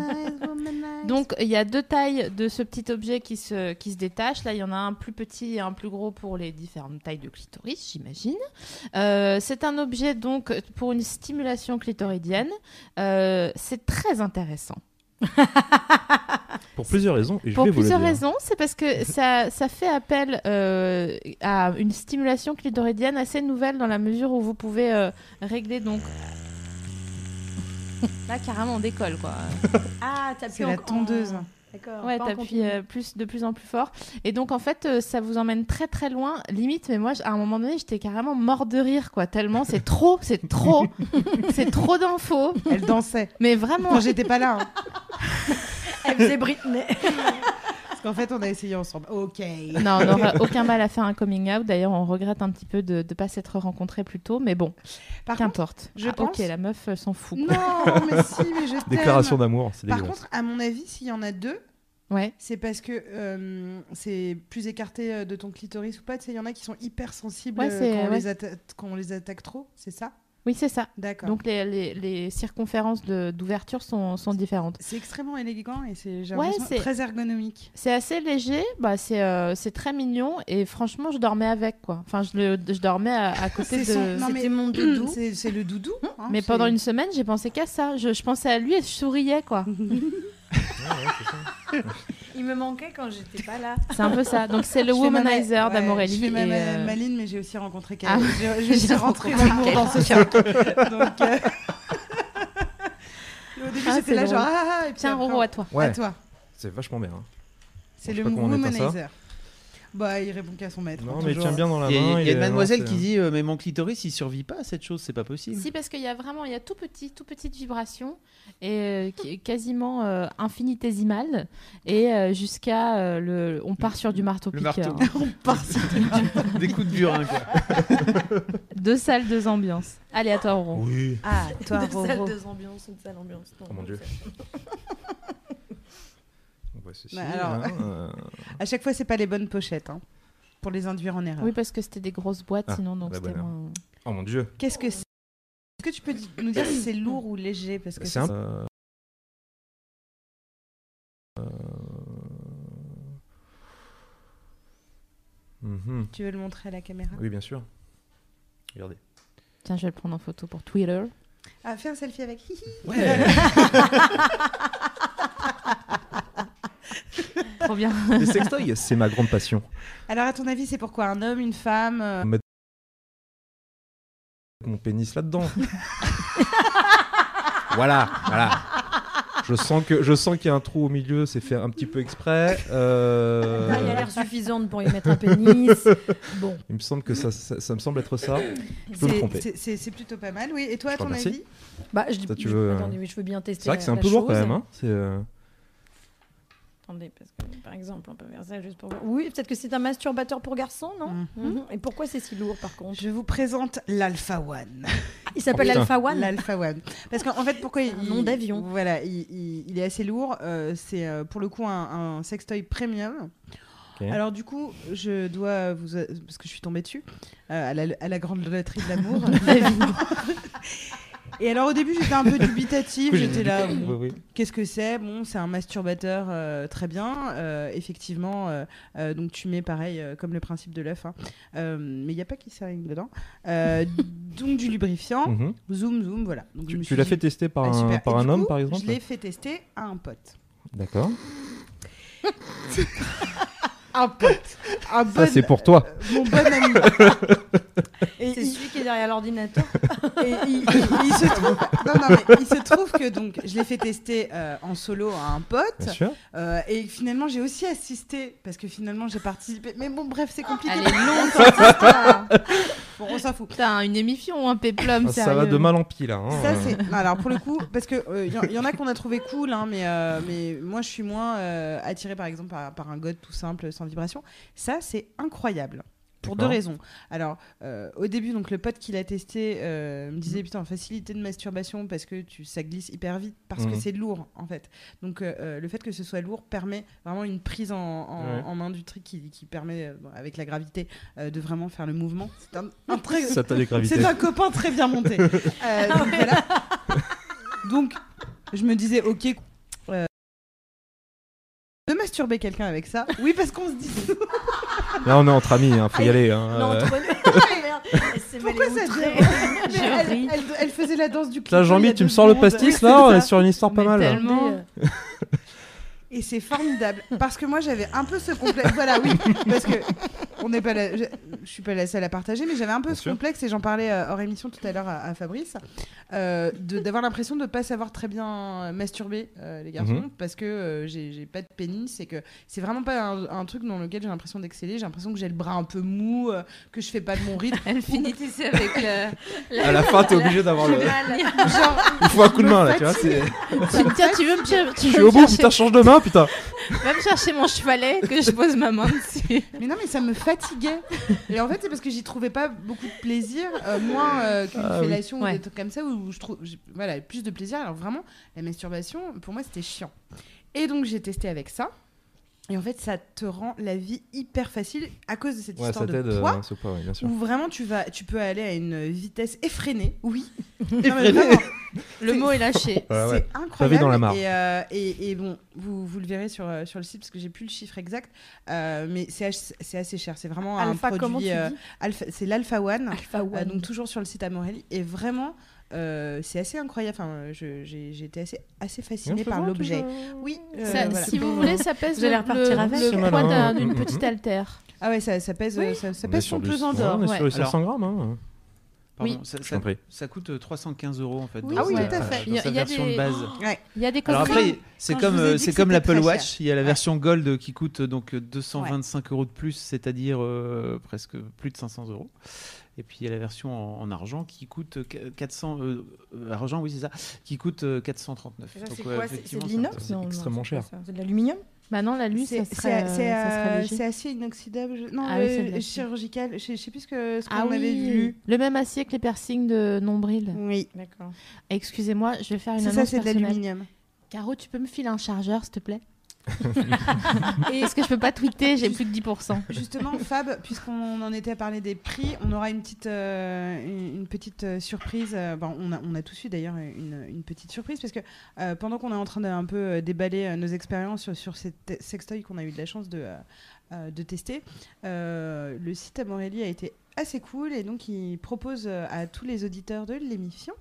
[SPEAKER 3] Donc il y a deux tailles de ce petit objet qui se, qui se détache. Là, il y en a un plus petit et un plus gros pour les différentes tailles de clitoris, j'imagine. Euh, c'est un objet donc pour une stimulation clitoridienne. Euh, c'est très intéressant.
[SPEAKER 5] Pour plusieurs raisons, et je
[SPEAKER 3] pour
[SPEAKER 5] vais vous le
[SPEAKER 3] plusieurs
[SPEAKER 5] dire.
[SPEAKER 3] raisons, c'est parce que ça, ça fait appel euh, à une stimulation clitoridienne assez nouvelle dans la mesure où vous pouvez euh, régler donc... Là, carrément, on décolle, quoi.
[SPEAKER 4] Ah, t'as
[SPEAKER 1] C'est la tondeuse.
[SPEAKER 4] D'accord.
[SPEAKER 3] Ouais,
[SPEAKER 4] pas en
[SPEAKER 3] t'appuies
[SPEAKER 4] continu.
[SPEAKER 3] euh, plus, de plus en plus fort. Et donc, en fait, euh, ça vous emmène très très loin, limite. Mais moi, j- à un moment donné, j'étais carrément mort de rire, quoi. Tellement, c'est trop, c'est trop, c'est trop d'infos.
[SPEAKER 1] Elle dansait.
[SPEAKER 3] Mais vraiment,
[SPEAKER 1] Quand j'étais pas là. hein.
[SPEAKER 4] Elle faisait Britney.
[SPEAKER 1] Parce qu'en fait, on a essayé ensemble. Ok.
[SPEAKER 3] Non, on n'aura aucun mal à faire un coming out. D'ailleurs, on regrette un petit peu de ne pas s'être rencontrés plus tôt, mais bon,
[SPEAKER 1] Par contre,
[SPEAKER 3] qu'importe.
[SPEAKER 1] je
[SPEAKER 3] Ah,
[SPEAKER 1] pense-
[SPEAKER 3] Ok, la meuf euh, s'en fout. quoi.
[SPEAKER 1] non, mais si, mais je t'aime.
[SPEAKER 5] Déclaration d'amour, c'est
[SPEAKER 1] Ah, Par
[SPEAKER 5] dégueulasse.
[SPEAKER 1] contre, à mon avis, s'il y en a deux,
[SPEAKER 3] Ouais.
[SPEAKER 1] c'est parce que euh, c'est plus écarté euh, de ton clitoris ou pas. Tu sais, il y en a qui sont hyper sensibles
[SPEAKER 3] Ouais,
[SPEAKER 1] euh,
[SPEAKER 3] c'est-
[SPEAKER 1] quand, on
[SPEAKER 3] ouais.
[SPEAKER 1] les atta- quand on les attaque trop, c'est ça
[SPEAKER 3] Oui, c'est ça.
[SPEAKER 1] D'accord.
[SPEAKER 3] Donc, les, les- les circonférences de- d'ouverture sont, sont différentes.
[SPEAKER 1] C'est extrêmement élégant et c'est j'ai
[SPEAKER 3] Ouais,
[SPEAKER 1] l'impression,
[SPEAKER 3] c'est-
[SPEAKER 1] très ergonomique.
[SPEAKER 3] C'est assez léger, bah c'est euh, c'est très mignon et franchement, je dormais avec quoi. Enfin, je, le, je dormais à, à côté de.
[SPEAKER 1] C'est son- non, mais-
[SPEAKER 4] C'était mon doudou.
[SPEAKER 1] C'est c'est le doudou. hein,
[SPEAKER 3] Mais
[SPEAKER 1] c'est-
[SPEAKER 3] pendant une semaine, j'ai pensé qu'à ça. Je, je pensais à lui et je souriais quoi.
[SPEAKER 4] Il me manquait quand j'étais pas là.
[SPEAKER 3] C'est un peu ça. Donc c'est le
[SPEAKER 1] Je fais ma-
[SPEAKER 3] womanizer
[SPEAKER 1] ouais,
[SPEAKER 3] d'Amorelli.
[SPEAKER 1] Je fais ma,
[SPEAKER 3] et,
[SPEAKER 1] ma-
[SPEAKER 3] euh,
[SPEAKER 1] maline, mais j'ai aussi rencontré
[SPEAKER 3] Ah.
[SPEAKER 1] quelqu'un. je je
[SPEAKER 3] J'ai
[SPEAKER 1] suis rentrée
[SPEAKER 3] rencontré
[SPEAKER 1] en amour dans ce
[SPEAKER 3] quelqu'un.
[SPEAKER 1] cercle. Donc, euh, et Au début,
[SPEAKER 3] Ah,
[SPEAKER 1] j'étais
[SPEAKER 3] c'est
[SPEAKER 1] là,
[SPEAKER 3] drôle.
[SPEAKER 1] genre, ah, ah, et puis
[SPEAKER 3] Tiens,
[SPEAKER 1] après,
[SPEAKER 3] Roro, à toi.
[SPEAKER 1] à
[SPEAKER 5] Ouais,
[SPEAKER 1] toi.
[SPEAKER 5] c'est vachement bien. hein.
[SPEAKER 1] C'est
[SPEAKER 5] Je sais
[SPEAKER 1] le
[SPEAKER 5] pas comment on appelle ça.
[SPEAKER 1] womanizer. Bah, il répond qu'à son maître.
[SPEAKER 5] Non,
[SPEAKER 1] hein,
[SPEAKER 5] mais il
[SPEAKER 1] toujours.
[SPEAKER 5] tient bien dans la
[SPEAKER 2] Il y a,
[SPEAKER 5] main.
[SPEAKER 2] hein, il y a
[SPEAKER 5] est-
[SPEAKER 2] une mademoiselle
[SPEAKER 5] non, c'est-
[SPEAKER 2] qui dit euh, Mais mon clitoris, il survit pas à cette chose, c'est pas possible.
[SPEAKER 3] Si, parce qu'il y a vraiment, il y a tout petit, tout petite vibration et euh, qui est quasiment euh, infinitésimale et euh, jusqu'à euh, le, on part sur du marteau
[SPEAKER 2] Le
[SPEAKER 3] piqueur.
[SPEAKER 2] marteau.
[SPEAKER 3] on part sur
[SPEAKER 2] Des coups de burin, quoi.
[SPEAKER 3] deux salles, deux ambiances. Allez à toi, Roro.
[SPEAKER 5] Oui.
[SPEAKER 1] Ah, toi,
[SPEAKER 4] Deux salles,
[SPEAKER 1] Roro.
[SPEAKER 4] deux ambiances, une salle ambiance. Non,
[SPEAKER 5] Oh mon
[SPEAKER 4] non,
[SPEAKER 5] dieu.
[SPEAKER 4] ça-
[SPEAKER 5] On voit ceci.
[SPEAKER 1] Bah, alors-
[SPEAKER 5] hein, euh,
[SPEAKER 1] À chaque fois, c'est pas les bonnes pochettes hein, pour les induire en erreur.
[SPEAKER 3] Oui, parce que c'était des grosses boîtes,
[SPEAKER 5] Ah,
[SPEAKER 3] sinon donc
[SPEAKER 5] la
[SPEAKER 3] c'était
[SPEAKER 5] bonne heure.
[SPEAKER 3] moins.
[SPEAKER 5] Oh mon dieu.
[SPEAKER 1] Qu'est-ce que c'est Est-ce que tu peux di- nous dire si c'est lourd ou léger parce que
[SPEAKER 5] C'est un. euh, euh, mhm.
[SPEAKER 1] Tu veux le montrer à la caméra
[SPEAKER 5] Oui, bien sûr. Regardez.
[SPEAKER 3] Tiens, je vais le prendre en photo pour Twitter.
[SPEAKER 1] Ah, fais un selfie avec. Hi, hi.
[SPEAKER 3] Trop bien.
[SPEAKER 5] Les sextoys, c'est ma grande passion.
[SPEAKER 1] Alors, à ton avis, c'est pourquoi un homme, une femme euh,
[SPEAKER 5] Mettre mon pénis là-dedans. voilà, voilà. Je sens que je sens qu'il y a un trou au milieu, c'est fait un petit peu exprès. euh,
[SPEAKER 4] Ah, Il a l'air suffisante pour y mettre un pénis. Bon,
[SPEAKER 5] il me semble que ça, ça, ça me semble être ça. Je peux me
[SPEAKER 1] c'est-
[SPEAKER 5] tromper.
[SPEAKER 1] c'est- C'est c'est plutôt pas mal, oui. Et toi,
[SPEAKER 5] Je
[SPEAKER 1] à
[SPEAKER 5] te
[SPEAKER 1] ton
[SPEAKER 5] remercie.
[SPEAKER 1] avis
[SPEAKER 4] bah je dis.
[SPEAKER 5] Ça, tu
[SPEAKER 4] je-
[SPEAKER 5] veux, euh,
[SPEAKER 4] Attendez, mais je veux bien tester.
[SPEAKER 5] C'est vrai que
[SPEAKER 4] la-
[SPEAKER 5] c'est un
[SPEAKER 4] la
[SPEAKER 5] peu lourd quand
[SPEAKER 4] chose.
[SPEAKER 5] même. Hein c'est, euh,
[SPEAKER 4] Attendez, parce que par exemple, on peut faire ça juste pour. Oui, peut-être que c'est un masturbateur pour garçon, non Mhm. Et pourquoi c'est si lourd par contre
[SPEAKER 1] Je vous présente l'Alpha One.
[SPEAKER 4] Il s'appelle
[SPEAKER 5] Oh, putain.
[SPEAKER 4] Alpha One.
[SPEAKER 1] L'Alpha One. Parce qu'en en fait, pourquoi il.
[SPEAKER 4] un nom d'avion.
[SPEAKER 1] Voilà, il, il- il est assez lourd. euh, c'est euh, pour le coup un, un sextoy premium.
[SPEAKER 5] Ok.
[SPEAKER 1] Alors, du coup, je dois vous. a- Parce que je suis tombée dessus, euh, à, la, à la grande loterie de l'amour. Et alors, au début, j'étais un peu dubitative.
[SPEAKER 5] Oui,
[SPEAKER 1] J'étais là.
[SPEAKER 5] oui, oui.
[SPEAKER 1] Qu'est-ce que c'est Bon, c'est un masturbateur, euh, très bien. Euh, effectivement, euh, euh, donc tu mets pareil, euh, comme le principe de l'œuf, hein. Euh, mais il n'y a pas qui s'arrive dedans. Euh, donc du lubrifiant,
[SPEAKER 5] Mhm.
[SPEAKER 1] zoom, zoom, voilà. Donc, Ah. je
[SPEAKER 5] Tu,
[SPEAKER 1] me
[SPEAKER 5] tu
[SPEAKER 1] suis
[SPEAKER 5] l'as
[SPEAKER 1] dit,
[SPEAKER 5] fait tester par
[SPEAKER 1] ah,
[SPEAKER 5] un,
[SPEAKER 1] super.
[SPEAKER 5] par
[SPEAKER 1] Et
[SPEAKER 5] un
[SPEAKER 1] du
[SPEAKER 5] homme,
[SPEAKER 1] coup,
[SPEAKER 5] par exemple
[SPEAKER 1] Je l'ai fait tester à un pote.
[SPEAKER 5] D'accord.
[SPEAKER 1] Un pote Un
[SPEAKER 5] Ça,
[SPEAKER 1] bon,
[SPEAKER 5] c'est pour toi.
[SPEAKER 1] euh, mon bon ami. Et
[SPEAKER 4] C'est
[SPEAKER 1] il-
[SPEAKER 4] celui qui est derrière l'ordinateur.
[SPEAKER 1] Et il, il- il se trouve... non, non, mais il se trouve que donc je l'ai fait tester euh, en solo à un pote
[SPEAKER 5] Bien sûr.
[SPEAKER 1] euh, et finalement j'ai aussi assisté parce que finalement j'ai participé. Mais bon bref c'est compliqué.
[SPEAKER 3] Elle est longue.
[SPEAKER 1] Bon on s'en fout.
[SPEAKER 3] Putain, une émission, un péplum,
[SPEAKER 5] Ah, ça
[SPEAKER 3] sérieux.
[SPEAKER 5] va de mal en pis là. hein.
[SPEAKER 1] Ça c'est non, alors pour le coup parce que euh, y, en- y en a qu'on a trouvé cool hein, mais euh, mais moi je suis moins euh, attirée par exemple par, par un god tout simple sans vibration. Ça c'est incroyable. Pour deux
[SPEAKER 5] D'accord.
[SPEAKER 1] raisons. Alors, euh, au début, donc le pote qui l'a testé euh, me
[SPEAKER 5] Mm.
[SPEAKER 1] disait putain facilité de masturbation parce que tu ça glisse hyper vite parce que
[SPEAKER 5] Mhm.
[SPEAKER 1] c'est lourd en fait. Donc euh, le fait que ce soit lourd permet vraiment une prise en, en-
[SPEAKER 5] Ouais.
[SPEAKER 1] en main du truc qui, qui permet euh, bon, avec la gravité euh, de vraiment faire le mouvement. C'est un, un très
[SPEAKER 5] Ça t'a des gravités.
[SPEAKER 1] c'est un copain très bien monté. Euh, donc, voilà. Donc, je me disais, ok. euh, de masturber quelqu'un avec ça Oui, parce qu'on se dit.
[SPEAKER 5] Là, on est entre amis, hein, faut y aller. hein.
[SPEAKER 4] Non,
[SPEAKER 5] Euh,
[SPEAKER 4] entre nous. Merde, elle s'est
[SPEAKER 1] Pourquoi
[SPEAKER 4] mêlée
[SPEAKER 1] ça
[SPEAKER 4] outrée.
[SPEAKER 1] Mais elle,
[SPEAKER 3] ris.
[SPEAKER 1] elle, elle faisait la danse du clip.
[SPEAKER 5] Putain, Jean-Mi, tu me sors le pastis là, on est sur une histoire pas
[SPEAKER 3] Mais
[SPEAKER 5] mal. hein.
[SPEAKER 3] tellement.
[SPEAKER 4] Attendez, euh.
[SPEAKER 1] Et c'est formidable parce que moi j'avais un peu ce complexe. Voilà, oui, parce que on n'est pas la- je, je suis pas la seule à partager, mais j'avais un peu
[SPEAKER 5] Bien
[SPEAKER 1] ce
[SPEAKER 5] sûr.
[SPEAKER 1] complexe et j'en parlais euh, hors émission tout à l'heure à, à Fabrice, euh, de- d'avoir l'impression de ne pas savoir très bien masturber euh, les garçons
[SPEAKER 5] Mhm.
[SPEAKER 1] parce que euh, j'ai j'ai pas de pénis et que c'est vraiment pas un, un truc dans lequel j'ai l'impression d'exceller. J'ai l'impression que j'ai le bras un peu mou, euh, que je fais pas de mon rythme.
[SPEAKER 7] Elle finit ici avec euh, le.
[SPEAKER 5] À la fin, t'es obligé d'avoir le.
[SPEAKER 1] Genre,
[SPEAKER 5] Il faut un coup de main là,
[SPEAKER 1] Je
[SPEAKER 5] tu
[SPEAKER 1] me
[SPEAKER 5] vois. c'est-
[SPEAKER 3] Tu me- tiens, tu veux me, cher- tu
[SPEAKER 5] Je
[SPEAKER 3] veux
[SPEAKER 5] suis
[SPEAKER 3] me
[SPEAKER 5] au bout,
[SPEAKER 3] chercher-
[SPEAKER 5] putain, change de main, putain.
[SPEAKER 3] va me chercher mon chevalet que je pose ma main dessus.
[SPEAKER 1] Mais non, mais ça me fatiguait. Et en fait, c'est parce que j'y trouvais pas beaucoup de plaisir, euh, moins euh, qu'une
[SPEAKER 5] Ah oui.
[SPEAKER 1] fellation ou
[SPEAKER 7] Ouais.
[SPEAKER 1] des trucs comme ça, où je trouve j'ai- voilà, plus de plaisir. Alors vraiment, la masturbation, pour moi, c'était chiant. Et donc, j'ai testé avec ça. Et en fait, ça te rend la vie hyper facile à cause de cette
[SPEAKER 5] Ouais, ça
[SPEAKER 1] histoire de
[SPEAKER 5] t'aide.
[SPEAKER 1] poids.
[SPEAKER 5] euh, ce poids, ouais, bien sûr.
[SPEAKER 1] Où vraiment tu vas, tu peux aller à une vitesse effrénée. Oui. Non, mais
[SPEAKER 2] Effrénée.
[SPEAKER 1] vraiment,
[SPEAKER 3] Le mot est lâché.
[SPEAKER 5] Ouais, ouais.
[SPEAKER 1] c'est incroyable.
[SPEAKER 5] dans la mare.
[SPEAKER 1] Et, euh, et, et bon, vous, vous le verrez sur, euh, sur le site parce que j'ai plus le chiffre exact, euh, mais c'est ach- c'est assez cher. C'est vraiment
[SPEAKER 4] Alpha,
[SPEAKER 1] un
[SPEAKER 4] comment tu
[SPEAKER 1] produit. euh,
[SPEAKER 4] dis
[SPEAKER 1] Alpha- c'est l'Alpha One,
[SPEAKER 4] Alpha
[SPEAKER 1] euh,
[SPEAKER 4] One.
[SPEAKER 1] donc toujours sur le site Amorelli. Et vraiment, euh, c'est assez incroyable. Enfin, euh, je- j'ai j'ai été assez, assez
[SPEAKER 5] Non,
[SPEAKER 1] fascinée
[SPEAKER 5] je peux
[SPEAKER 1] par
[SPEAKER 5] voir,
[SPEAKER 1] l'objet.
[SPEAKER 5] toujours.
[SPEAKER 1] Oui, euh,
[SPEAKER 3] Ça,
[SPEAKER 1] voilà.
[SPEAKER 3] Si vous voulez, ça pèse
[SPEAKER 4] Vous allez
[SPEAKER 3] le,
[SPEAKER 4] repartir
[SPEAKER 3] le-
[SPEAKER 4] avec.
[SPEAKER 3] le
[SPEAKER 5] C'est
[SPEAKER 3] poids
[SPEAKER 5] malin,
[SPEAKER 3] d'un-
[SPEAKER 5] hein.
[SPEAKER 3] d'une
[SPEAKER 5] Mm, mm,
[SPEAKER 3] petite
[SPEAKER 5] mm.
[SPEAKER 3] altère.
[SPEAKER 1] Ah ouais, ça, ça pèse,
[SPEAKER 3] Oui.
[SPEAKER 1] ça, ça
[SPEAKER 5] On est
[SPEAKER 1] pèse
[SPEAKER 5] sur
[SPEAKER 1] son
[SPEAKER 5] du-
[SPEAKER 1] pesant
[SPEAKER 5] Ouais,
[SPEAKER 1] d'or.
[SPEAKER 5] On est sur les
[SPEAKER 3] Ouais.
[SPEAKER 5] 700 grammes. hein.
[SPEAKER 2] Pardon,
[SPEAKER 3] Oui.
[SPEAKER 2] ça,
[SPEAKER 5] Je
[SPEAKER 2] ça-
[SPEAKER 5] t'en prie.
[SPEAKER 2] ça coûte euh, 315 euros en fait.
[SPEAKER 1] Oui,
[SPEAKER 2] dans
[SPEAKER 1] oui,
[SPEAKER 2] sa-
[SPEAKER 1] tout à fait.
[SPEAKER 2] dans sa
[SPEAKER 3] Il y a
[SPEAKER 2] version
[SPEAKER 3] des-
[SPEAKER 2] de base.
[SPEAKER 3] Il y a des
[SPEAKER 2] Alors
[SPEAKER 3] copains.
[SPEAKER 2] après, c'est
[SPEAKER 1] quand je
[SPEAKER 2] comme
[SPEAKER 1] vous ai
[SPEAKER 2] euh,
[SPEAKER 1] dit
[SPEAKER 2] c'est
[SPEAKER 1] que
[SPEAKER 2] comme
[SPEAKER 1] c'était
[SPEAKER 2] l'Apple
[SPEAKER 1] très
[SPEAKER 2] Watch, il y a la
[SPEAKER 1] Ouais.
[SPEAKER 2] version Gold qui coûte euh, donc euh, 225 euros de plus, c'est-à-dire euh, presque plus de 500 euros. Et puis il y a la version en, en argent qui coûte euh, qu- 400 euh, euh, argent, oui c'est ça, qui coûte euh, 439.
[SPEAKER 4] Et ça,
[SPEAKER 2] Donc,
[SPEAKER 4] c'est
[SPEAKER 2] ouais,
[SPEAKER 4] quoi C'est- C'est de
[SPEAKER 2] effectivement, ça-
[SPEAKER 4] l'inox
[SPEAKER 5] c'est
[SPEAKER 4] non, non,
[SPEAKER 5] extrêmement
[SPEAKER 4] c'est quoi
[SPEAKER 5] cher.
[SPEAKER 4] ça C'est de l'aluminium
[SPEAKER 3] Maintenant, Bah la lune,
[SPEAKER 1] C'est
[SPEAKER 3] ça
[SPEAKER 1] c'est-
[SPEAKER 3] serait, euh, ça
[SPEAKER 1] c'est,
[SPEAKER 3] serait
[SPEAKER 1] euh,
[SPEAKER 3] léger.
[SPEAKER 1] c'est assez inoxydable. je- Non,
[SPEAKER 3] Ah oui,
[SPEAKER 1] euh,
[SPEAKER 3] c'est de la-
[SPEAKER 1] chirurgical. Je sais- je sais plus ce que- ce qu'on
[SPEAKER 3] Ah
[SPEAKER 1] avait vu.
[SPEAKER 3] oui, le même acier que les piercings de nombril.
[SPEAKER 1] Oui,
[SPEAKER 4] D'accord.
[SPEAKER 3] Excusez-moi, je vais faire une
[SPEAKER 1] c'est
[SPEAKER 3] annonce
[SPEAKER 1] ça, c'est de
[SPEAKER 3] personnelle.
[SPEAKER 1] l'aluminium.
[SPEAKER 3] Caro, tu peux me filer un chargeur, s'il te plaît Parce que je peux pas tweeter, j'ai plus de 10%.
[SPEAKER 1] Justement, Fab, puisqu'on en était à parler des prix, on aura une petite, euh, une une petite euh, surprise. euh, bon, on, a, on a tous eu d'ailleurs une, une petite surprise, parce que euh, pendant qu'on est en train de un peu euh, déballer euh, nos expériences sur, sur ces te- sextoys qu'on a eu de la chance de, euh, euh, de tester, euh, le site Amorelli a été assez cool et donc il propose euh, à tous les auditeurs de l'émission.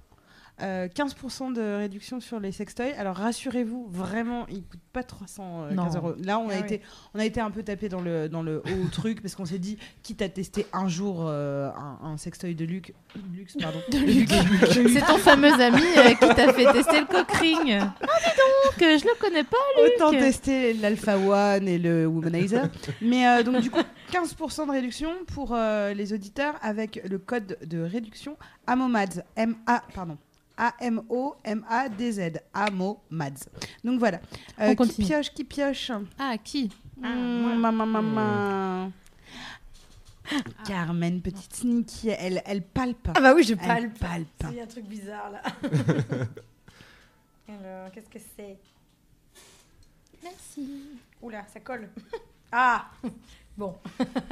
[SPEAKER 1] euh, 15% de réduction sur les sextoys. Alors rassurez-vous, vraiment, ils ne coûtent pas 315
[SPEAKER 3] Non.
[SPEAKER 1] euros. Là, on a
[SPEAKER 4] Ah
[SPEAKER 1] été on a été un peu tapé dans le, dans le haut truc parce qu'on s'est dit, quitte à tester un jour euh, un, un sextoy de luxe, luxe pardon.
[SPEAKER 3] C'est ton fameux ami euh, qui t'a fait tester le cockring. Ah, dis donc, euh, je le connais pas.
[SPEAKER 1] autant tester l'Alpha One et le Womanizer. Mais euh, donc du coup, 15% de réduction pour euh, les auditeurs avec le code de réduction AMOMADS. M-A, pardon. A-M-O-M-A-D-Z. AMOMADS. Donc voilà.
[SPEAKER 3] On
[SPEAKER 1] Euh, qui
[SPEAKER 3] continue.
[SPEAKER 1] pioche, qui pioche
[SPEAKER 3] Ah, qui
[SPEAKER 1] Mmh, maman, maman. Carmen, petite sneaky, elle, elle palpe.
[SPEAKER 4] Ah bah oui, je
[SPEAKER 1] Elle
[SPEAKER 4] palpe.
[SPEAKER 1] palpe.
[SPEAKER 4] C'est un truc bizarre là.
[SPEAKER 6] Alors, qu'est-ce que c'est
[SPEAKER 3] Merci.
[SPEAKER 6] Oula, ça colle.
[SPEAKER 4] Ah Bon.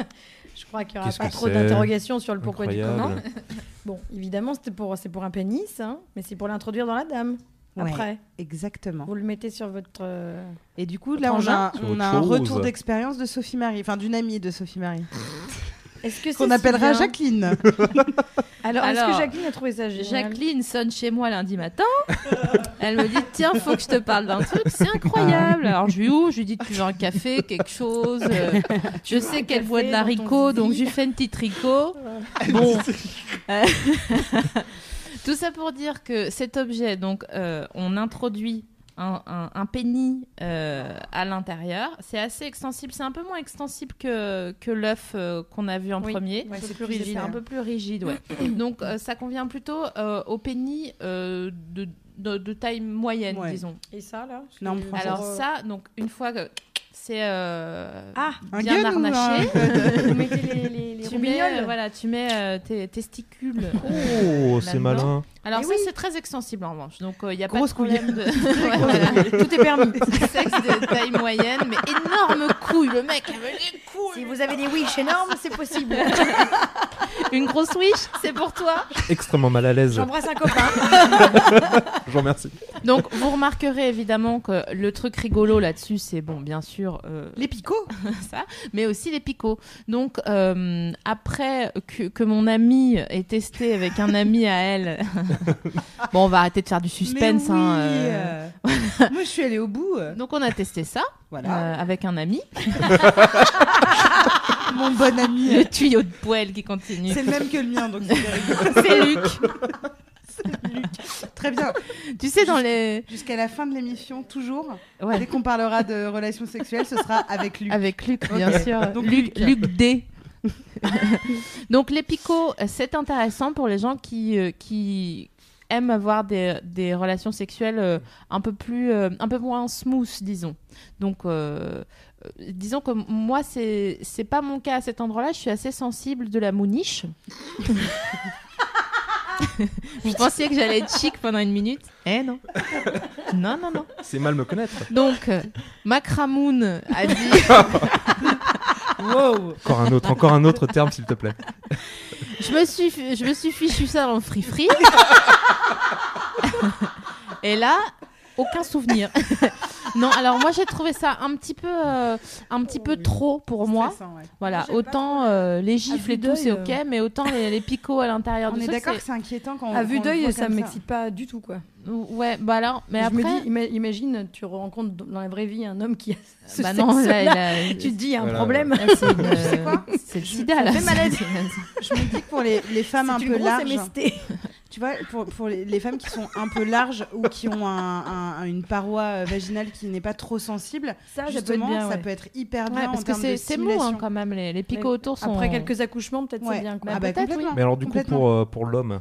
[SPEAKER 4] je crois qu'il n'y aura
[SPEAKER 5] Qu'est-ce
[SPEAKER 4] pas
[SPEAKER 5] que
[SPEAKER 4] trop
[SPEAKER 5] c'est
[SPEAKER 4] d'interrogations sur le pourquoi du comment.
[SPEAKER 5] Incroyable.
[SPEAKER 4] Bon, évidemment, c'est pour, c'est pour un pénis, hein, mais c'est pour l'introduire dans la dame.
[SPEAKER 1] Ouais.
[SPEAKER 4] Après,
[SPEAKER 1] Exactement.
[SPEAKER 4] vous le mettez sur votre. euh,
[SPEAKER 1] Et du coup, là, on a,
[SPEAKER 4] Frangin
[SPEAKER 5] Sur
[SPEAKER 1] on
[SPEAKER 5] autre
[SPEAKER 1] a un
[SPEAKER 5] chose.
[SPEAKER 1] retour d'expérience de Sophie Marie, enfin d'une amie de Sophie Marie,
[SPEAKER 4] Est-ce que c'est
[SPEAKER 1] qu'on appellera
[SPEAKER 4] si bien
[SPEAKER 1] Jacqueline.
[SPEAKER 3] Bah,
[SPEAKER 4] Alors, est-ce
[SPEAKER 3] Alors,
[SPEAKER 4] que Jacqueline a trouvé ça génial
[SPEAKER 3] Jacqueline sonne chez moi lundi matin. Elle me dit Tiens, faut que je te parle d'un truc, c'est incroyable. Alors, je lui où Je lui dis Tu veux un café, quelque chose euh, Je sais qu'elle
[SPEAKER 4] café
[SPEAKER 3] boit de
[SPEAKER 4] dans ton
[SPEAKER 3] l'haricot, donc
[SPEAKER 4] zizi
[SPEAKER 3] je lui fais une petite tricot.
[SPEAKER 2] Bon,
[SPEAKER 3] Tout ça pour dire que cet objet, donc, euh, on introduit un, un, un penny euh, à l'intérieur. C'est assez extensible. C'est un peu moins extensible que, que l'œuf euh, qu'on a vu en
[SPEAKER 4] Oui.
[SPEAKER 3] premier.
[SPEAKER 4] Ouais, c'est plus
[SPEAKER 1] rigide.
[SPEAKER 3] C'est un peu plus rigide, ouais. Donc, euh, ça convient plutôt euh, au penny euh, de, de, de taille moyenne,
[SPEAKER 1] Ouais.
[SPEAKER 3] disons.
[SPEAKER 4] Et ça, là c'est-
[SPEAKER 1] Non, on prend
[SPEAKER 3] Alors
[SPEAKER 4] euh,
[SPEAKER 3] ça, donc, une fois que c'est euh,
[SPEAKER 4] Ah,
[SPEAKER 1] Un
[SPEAKER 3] bien
[SPEAKER 1] gun ou un-
[SPEAKER 3] harnaché,
[SPEAKER 4] vous mettez les, les, les
[SPEAKER 3] tu mets, euh,
[SPEAKER 4] roubignoles.
[SPEAKER 3] voilà, tu mets euh, tes testicules.
[SPEAKER 5] Oh, c'est
[SPEAKER 3] Là-dedans.
[SPEAKER 5] malin.
[SPEAKER 3] Alors
[SPEAKER 4] Eh
[SPEAKER 3] ça,
[SPEAKER 4] oui.
[SPEAKER 3] c'est très extensible en revanche. Donc, il n'y a pas
[SPEAKER 1] Grosse
[SPEAKER 3] de problème de... Ouais, voilà.
[SPEAKER 4] Tout est permis.
[SPEAKER 3] sexe de taille moyenne, mais énorme couille. Le mec, il veut les
[SPEAKER 4] si
[SPEAKER 3] couilles.
[SPEAKER 4] vous avez des wish énormes, c'est possible.
[SPEAKER 3] Une grosse wish, c'est pour toi.
[SPEAKER 5] Extrêmement mal à l'aise.
[SPEAKER 4] J'embrasse un copain.
[SPEAKER 5] Je vous remercie.
[SPEAKER 3] Donc, vous remarquerez évidemment que le truc rigolo là-dessus, c'est bon, bien sûr, euh,
[SPEAKER 1] Les picots
[SPEAKER 3] ça, mais aussi les picots. Donc, euh, après que, que mon ami ait testé avec un ami à elle, bon, on va arrêter de faire du suspense.
[SPEAKER 1] Mais oui,
[SPEAKER 3] hein, euh,
[SPEAKER 1] euh, Moi, je suis allée au bout. euh,
[SPEAKER 3] Donc on a testé ça
[SPEAKER 1] Voilà.
[SPEAKER 3] euh, avec un ami.
[SPEAKER 1] Mon bon ami.
[SPEAKER 3] Le tuyau de poêle qui continue.
[SPEAKER 1] C'est le même que le mien, donc c'est rigolo.
[SPEAKER 3] C'est Luc.
[SPEAKER 1] Très bien.
[SPEAKER 3] Tu sais dans les
[SPEAKER 1] Jusqu'à la fin de l'émission, toujours, dès
[SPEAKER 3] ouais,
[SPEAKER 1] qu'on parlera de relations sexuelles, ce sera avec lui.
[SPEAKER 3] avec Luc bien
[SPEAKER 1] Ok.
[SPEAKER 3] sûr.
[SPEAKER 1] Donc,
[SPEAKER 3] Luc,
[SPEAKER 1] Luc.
[SPEAKER 3] Luc D. Donc les picots, euh, c'est intéressant pour les gens qui euh, qui aiment avoir des, des relations sexuelles euh, un peu plus euh, un peu moins smooth disons. Donc euh, euh, disons que moi c'est c'est pas mon cas à cet endroit-là, je suis assez sensible de la mouniche. Vous pensiez que j'allais être chic pendant une minute Eh non. Non non non.
[SPEAKER 5] C'est mal me connaître.
[SPEAKER 3] Donc euh, Macramoun a dit
[SPEAKER 1] Wow.
[SPEAKER 5] Encore un autre, encore un autre terme, s'il te plaît.
[SPEAKER 3] Je me suis, je me suis fichu ça dans le free free. Et là, aucun souvenir. non, alors moi j'ai trouvé ça un petit peu, euh, un petit peu trop pour moi.
[SPEAKER 1] Stressant, ouais.
[SPEAKER 3] Voilà,
[SPEAKER 6] J'ai pas
[SPEAKER 3] autant euh, les gifles
[SPEAKER 4] vue
[SPEAKER 3] et tout c'est
[SPEAKER 4] d'œil,
[SPEAKER 3] ok, mais autant les, les picots à l'intérieur
[SPEAKER 1] On
[SPEAKER 3] de
[SPEAKER 1] est
[SPEAKER 3] ça.
[SPEAKER 1] d'accord que c'est inquiétant quand on
[SPEAKER 4] À
[SPEAKER 1] quand
[SPEAKER 4] vue
[SPEAKER 1] on le
[SPEAKER 4] d'œil,
[SPEAKER 1] voit
[SPEAKER 4] ça
[SPEAKER 1] comme
[SPEAKER 4] m'excite pas du tout, quoi.
[SPEAKER 3] c'est- Ouais, bah alors, mais
[SPEAKER 4] je
[SPEAKER 3] après,
[SPEAKER 4] me dis, ima- imagine, tu rencontres dans la vraie vie un homme qui a ce
[SPEAKER 3] bah non, là,
[SPEAKER 4] sexe-là.
[SPEAKER 3] il a-
[SPEAKER 4] Tu te dis, il y a un
[SPEAKER 5] Voilà,
[SPEAKER 4] problème.
[SPEAKER 3] là, c'est une,
[SPEAKER 1] sais quoi
[SPEAKER 3] euh, c'est le sida
[SPEAKER 4] ça
[SPEAKER 3] là.
[SPEAKER 4] fait
[SPEAKER 3] c'est-
[SPEAKER 4] malade.
[SPEAKER 3] c'est-
[SPEAKER 1] Je me dis que pour les, les femmes un
[SPEAKER 4] C'est
[SPEAKER 1] peu
[SPEAKER 4] une grosse
[SPEAKER 1] larges,
[SPEAKER 4] MST.
[SPEAKER 1] tu vois, pour, pour les, les femmes qui sont un peu larges ou qui ont un- un- un- une paroi euh, vaginale qui n'est pas trop sensible,
[SPEAKER 4] Ça, ça peut être
[SPEAKER 1] justement,
[SPEAKER 4] bien.
[SPEAKER 1] ça
[SPEAKER 4] ouais.
[SPEAKER 1] peut être hyper bien
[SPEAKER 3] Ouais,
[SPEAKER 1] en
[SPEAKER 3] parce que
[SPEAKER 1] termes de
[SPEAKER 3] c'est c'est mou hein,
[SPEAKER 1] stimulation.
[SPEAKER 3] quand même les, les picots
[SPEAKER 4] Mais
[SPEAKER 3] autour sont.
[SPEAKER 4] Après quelques accouchements, peut-être
[SPEAKER 1] Ouais.
[SPEAKER 4] c'est bien. Quoi.
[SPEAKER 1] Ah bah,
[SPEAKER 3] peut-être, oui.
[SPEAKER 1] complètement.
[SPEAKER 5] Mais alors, du coup,
[SPEAKER 1] Complètement.
[SPEAKER 5] pour, euh, pour l'homme.
[SPEAKER 3] euh,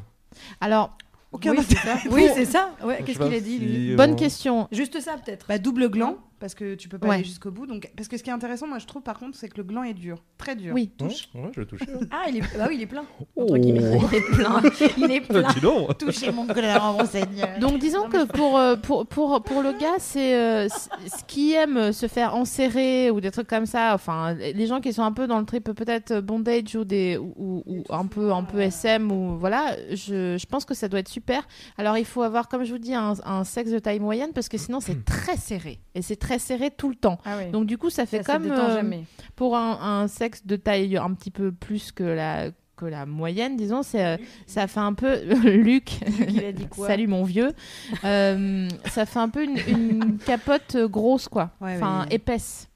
[SPEAKER 3] Alors,
[SPEAKER 1] Aucun
[SPEAKER 4] oui, c'est ça. Oui, c'est ça. Ouais,
[SPEAKER 5] je
[SPEAKER 4] Qu'est-ce
[SPEAKER 5] sais
[SPEAKER 4] qu'il
[SPEAKER 5] pas
[SPEAKER 4] a
[SPEAKER 5] si,
[SPEAKER 4] dit lui
[SPEAKER 5] euh,
[SPEAKER 3] bonne
[SPEAKER 5] on-
[SPEAKER 3] question.
[SPEAKER 4] Juste ça, peut-être.
[SPEAKER 1] Bah, double gland parce que tu peux pas
[SPEAKER 3] Ouais.
[SPEAKER 1] aller jusqu'au bout donc parce que ce qui est intéressant moi je trouve par contre c'est que le gland est dur très dur
[SPEAKER 3] Oui.
[SPEAKER 5] Ouais, ouais, je vais toucher.
[SPEAKER 4] Ah, il est, bah oui, il est plein.
[SPEAKER 5] Oh.
[SPEAKER 4] Entre guillemets. Il est plein. Il est plein.
[SPEAKER 5] Ah, Dis donc.
[SPEAKER 1] touchez mon gland mon seigneur
[SPEAKER 3] Donc disons que pour, euh, pour, pour, pour le gars, c'est euh, c- ce qui aime euh, se faire enserrer ou des trucs comme ça, enfin les gens qui sont un peu dans le trip peut-être euh, bondage ou, des, ou, ou- ou un, peu, un peu SM ou voilà, je, je pense que ça doit être super. Alors il faut avoir, comme je vous dis, un, un sexe de taille moyenne parce que sinon c'est très serré et c'est très serré tout le temps.
[SPEAKER 4] Ah oui.
[SPEAKER 3] Donc du coup ça fait
[SPEAKER 4] Ça, ça
[SPEAKER 3] comme
[SPEAKER 4] détend
[SPEAKER 3] euh,
[SPEAKER 4] jamais.
[SPEAKER 3] pour un, un sexe de taille un petit peu plus que la, que la moyenne, disons, c'est, euh, ça fait un peu Luc.
[SPEAKER 4] Il a dit quoi
[SPEAKER 3] Salut mon vieux. Euh, ça fait un peu une, une capote euh, grosse, quoi.
[SPEAKER 1] Ouais,
[SPEAKER 3] enfin,
[SPEAKER 1] ouais.
[SPEAKER 3] épaisse.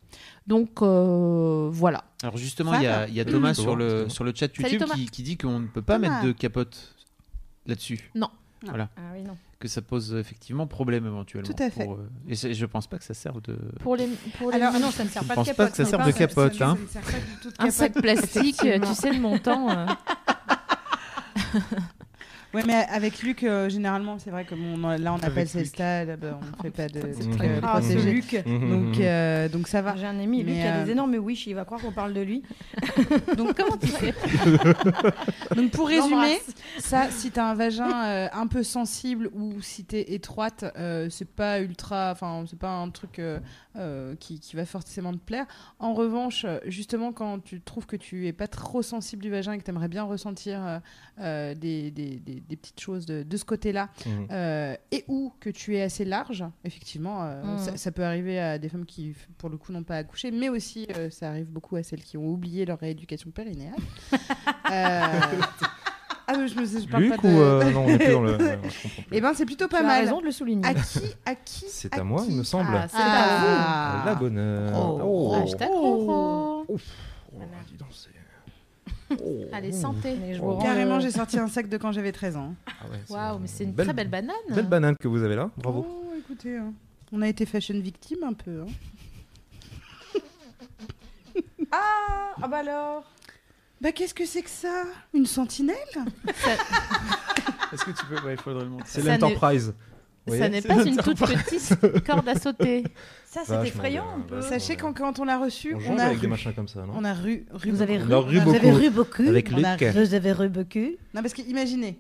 [SPEAKER 3] Donc, euh, voilà.
[SPEAKER 2] Alors justement, il y a, il y a Thomas sur le, sur le chat
[SPEAKER 3] Salut
[SPEAKER 2] YouTube
[SPEAKER 3] Thomas.
[SPEAKER 2] qui, qui dit qu'on ne peut pas
[SPEAKER 1] Thomas.
[SPEAKER 2] mettre de capote là-dessus,
[SPEAKER 4] Ah oui, non.
[SPEAKER 2] que ça pose effectivement problème éventuellement.
[SPEAKER 1] Tout à fait.
[SPEAKER 2] pour, euh, et c'est- je pense pas que ça serve de.
[SPEAKER 3] Pour les, pour les-
[SPEAKER 4] Alors,
[SPEAKER 1] ah
[SPEAKER 4] non, ça ne sert
[SPEAKER 2] Je
[SPEAKER 4] pas de
[SPEAKER 2] pense pas
[SPEAKER 4] capote.
[SPEAKER 2] que ça
[SPEAKER 4] non.
[SPEAKER 2] serve de capote,
[SPEAKER 1] ça,
[SPEAKER 2] hein.
[SPEAKER 1] ne sert pas du tout de
[SPEAKER 3] un
[SPEAKER 1] capote.
[SPEAKER 3] sac plastique, euh, tu sais le montant. euh.
[SPEAKER 1] ouais mais avec Luc euh, généralement c'est vrai que mon- là on appelle
[SPEAKER 2] Avec
[SPEAKER 1] ces
[SPEAKER 2] Luc.
[SPEAKER 1] stades bah, on fait pas de
[SPEAKER 5] c'est
[SPEAKER 1] trucs,
[SPEAKER 5] très
[SPEAKER 1] euh,
[SPEAKER 5] grave.
[SPEAKER 4] Ah, c'est
[SPEAKER 1] protégés.
[SPEAKER 4] Luc.
[SPEAKER 5] Mhm,
[SPEAKER 1] donc
[SPEAKER 5] mhm.
[SPEAKER 1] euh, donc ça va
[SPEAKER 4] J'ai un ami, Luc,
[SPEAKER 1] Mais,
[SPEAKER 4] qui a
[SPEAKER 1] euh,
[SPEAKER 4] des énormes wish. Il va croire qu'on parle de lui.
[SPEAKER 1] donc comment tu fais donc pour résumer
[SPEAKER 4] L'embrasse.
[SPEAKER 1] ça si t'as un vagin euh, un peu sensible ou si t'es étroite euh, c'est pas ultra enfin c'est pas un truc euh, euh, qui, qui va forcément te plaire en revanche euh, justement quand tu trouves que tu es pas trop sensible du vagin et que t'aimerais bien ressentir euh, euh, des, des- des- des petites choses de, de ce côté là
[SPEAKER 5] Mhm.
[SPEAKER 1] Euh, et ou que tu es assez large effectivement euh,
[SPEAKER 4] Mm.
[SPEAKER 3] Mhm.
[SPEAKER 1] ça, ça peut arriver à des femmes qui f- pour le coup n'ont pas accouché mais aussi euh, ça arrive beaucoup à celles qui ont oublié leur rééducation périnéale Euh, Ah, mais je me je parle pas
[SPEAKER 5] Luc
[SPEAKER 1] de...
[SPEAKER 5] ou. euh, non, on est plus dans le. ouais, je comprends plus.
[SPEAKER 1] Eh ben, c'est plutôt pas
[SPEAKER 4] Tu as
[SPEAKER 1] mal.
[SPEAKER 4] raison de le souligner.
[SPEAKER 1] À qui À qui
[SPEAKER 5] C'est
[SPEAKER 1] à
[SPEAKER 5] à moi,
[SPEAKER 1] qui
[SPEAKER 5] il me semble.
[SPEAKER 3] Ah, c'est à vous.
[SPEAKER 1] Ah.
[SPEAKER 5] La bonne heure.
[SPEAKER 3] Oh.
[SPEAKER 5] Oh.
[SPEAKER 3] Hashtag Roro.
[SPEAKER 5] Oh, dis donc, c'est-
[SPEAKER 3] Allez, santé.
[SPEAKER 4] Mais je vous rends,
[SPEAKER 1] Ah. Carrément,
[SPEAKER 4] euh,
[SPEAKER 1] j'ai sorti un sac de quand j'avais 13 ans.
[SPEAKER 5] Ah ouais,
[SPEAKER 3] Waouh, mais c'est une
[SPEAKER 5] belle-
[SPEAKER 3] très belle banane.
[SPEAKER 5] Belle banane que vous avez là, bravo.
[SPEAKER 1] Oh, écoutez, hein. on a été fashion victime un peu. hein.
[SPEAKER 4] Ah, ah bah alors.
[SPEAKER 1] Bah, qu'est-ce que c'est que ça Une sentinelle
[SPEAKER 2] Est-ce que tu peux il faudrait le montrer.
[SPEAKER 5] C'est
[SPEAKER 3] Ça
[SPEAKER 5] l'Enterprise. Vous
[SPEAKER 3] Ça
[SPEAKER 5] voyez,
[SPEAKER 3] n'est
[SPEAKER 5] c'est
[SPEAKER 3] pas une toute petite corde à sauter.
[SPEAKER 4] Ça,
[SPEAKER 5] Vachement
[SPEAKER 4] c'est effrayant
[SPEAKER 5] bien,
[SPEAKER 4] un peu.
[SPEAKER 5] vachement
[SPEAKER 1] Sachez
[SPEAKER 5] bien.
[SPEAKER 1] quand, quand on l'a reçu,
[SPEAKER 5] Oh. On
[SPEAKER 1] on
[SPEAKER 5] jongle
[SPEAKER 1] a,
[SPEAKER 5] avec des
[SPEAKER 1] ru,
[SPEAKER 5] machins comme ça, non
[SPEAKER 1] on a ru, ru-
[SPEAKER 4] Vous avez
[SPEAKER 5] On
[SPEAKER 4] ru,
[SPEAKER 5] a ru
[SPEAKER 4] vous avez
[SPEAKER 5] beaucoup.
[SPEAKER 4] ru beaucoup.
[SPEAKER 5] Avec
[SPEAKER 1] on
[SPEAKER 5] Luc.
[SPEAKER 1] a ri-
[SPEAKER 4] Vous avez ru beaucoup.
[SPEAKER 1] Non, parce que imaginez,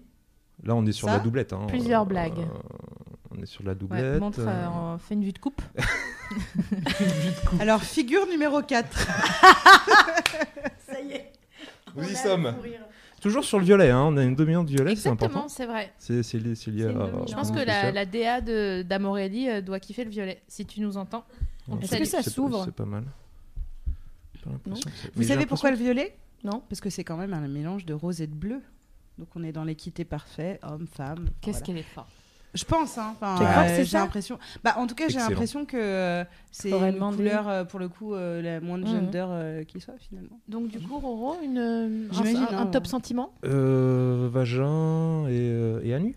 [SPEAKER 5] Là, on est sur
[SPEAKER 1] Ça,
[SPEAKER 5] la doublette. hein,
[SPEAKER 3] plusieurs
[SPEAKER 5] euh,
[SPEAKER 3] blagues.
[SPEAKER 5] euh, on est sur la
[SPEAKER 3] Ouais,
[SPEAKER 5] doublette.
[SPEAKER 3] montre,
[SPEAKER 5] euh,
[SPEAKER 3] euh, on fait une vue de coupe.
[SPEAKER 1] alors figure numéro 4.
[SPEAKER 4] Ça y est.
[SPEAKER 5] Nous y sommes. Toujours sur le violet, hein, on a une dominante violet, c'est important.
[SPEAKER 3] Exactement, c'est vrai.
[SPEAKER 5] C'est c'est lié, c'est lié
[SPEAKER 4] C'est une
[SPEAKER 5] à-
[SPEAKER 4] dominante.
[SPEAKER 3] Je
[SPEAKER 4] Je
[SPEAKER 3] pense
[SPEAKER 4] pense
[SPEAKER 3] que
[SPEAKER 5] Comment
[SPEAKER 3] la,
[SPEAKER 5] spécial.
[SPEAKER 3] la DA de- d'Amorelli euh, doit kiffer le violet, si tu nous entends. on
[SPEAKER 5] Ouais,
[SPEAKER 3] te
[SPEAKER 5] c'est-
[SPEAKER 3] salue.
[SPEAKER 4] ça
[SPEAKER 5] c'est-
[SPEAKER 4] s'ouvre
[SPEAKER 5] C'est pas mal. J'ai pas l'impression que c'est-
[SPEAKER 1] Vous
[SPEAKER 5] mais j'ai
[SPEAKER 1] savez
[SPEAKER 5] l'impression-
[SPEAKER 1] pourquoi le violet
[SPEAKER 4] Non.
[SPEAKER 1] Parce que c'est quand même un mélange de rose et de bleu. Donc on est dans l'équité parfaite, homme, femme.
[SPEAKER 3] Qu'est-ce
[SPEAKER 1] voilà.
[SPEAKER 3] qu'elle est forte
[SPEAKER 1] Je pense, hein. Enfin,
[SPEAKER 4] Tu crois que c'est
[SPEAKER 1] j'ai
[SPEAKER 4] ça
[SPEAKER 1] l'impression. Bah, en tout cas, j'ai
[SPEAKER 5] Excellent.
[SPEAKER 1] l'impression que euh, c'est
[SPEAKER 4] Faudrait
[SPEAKER 1] une
[SPEAKER 4] demander.
[SPEAKER 1] couleur, euh, pour le coup, euh, la moins de
[SPEAKER 3] Mmh.
[SPEAKER 4] Mhm.
[SPEAKER 1] gender euh, qui soit, finalement.
[SPEAKER 3] Donc du coup, Roro, une, euh,
[SPEAKER 1] J'imagine,
[SPEAKER 3] un, un
[SPEAKER 1] hein,
[SPEAKER 3] top
[SPEAKER 1] ouais.
[SPEAKER 3] sentiment
[SPEAKER 5] Euh, vagin et, euh, et anus,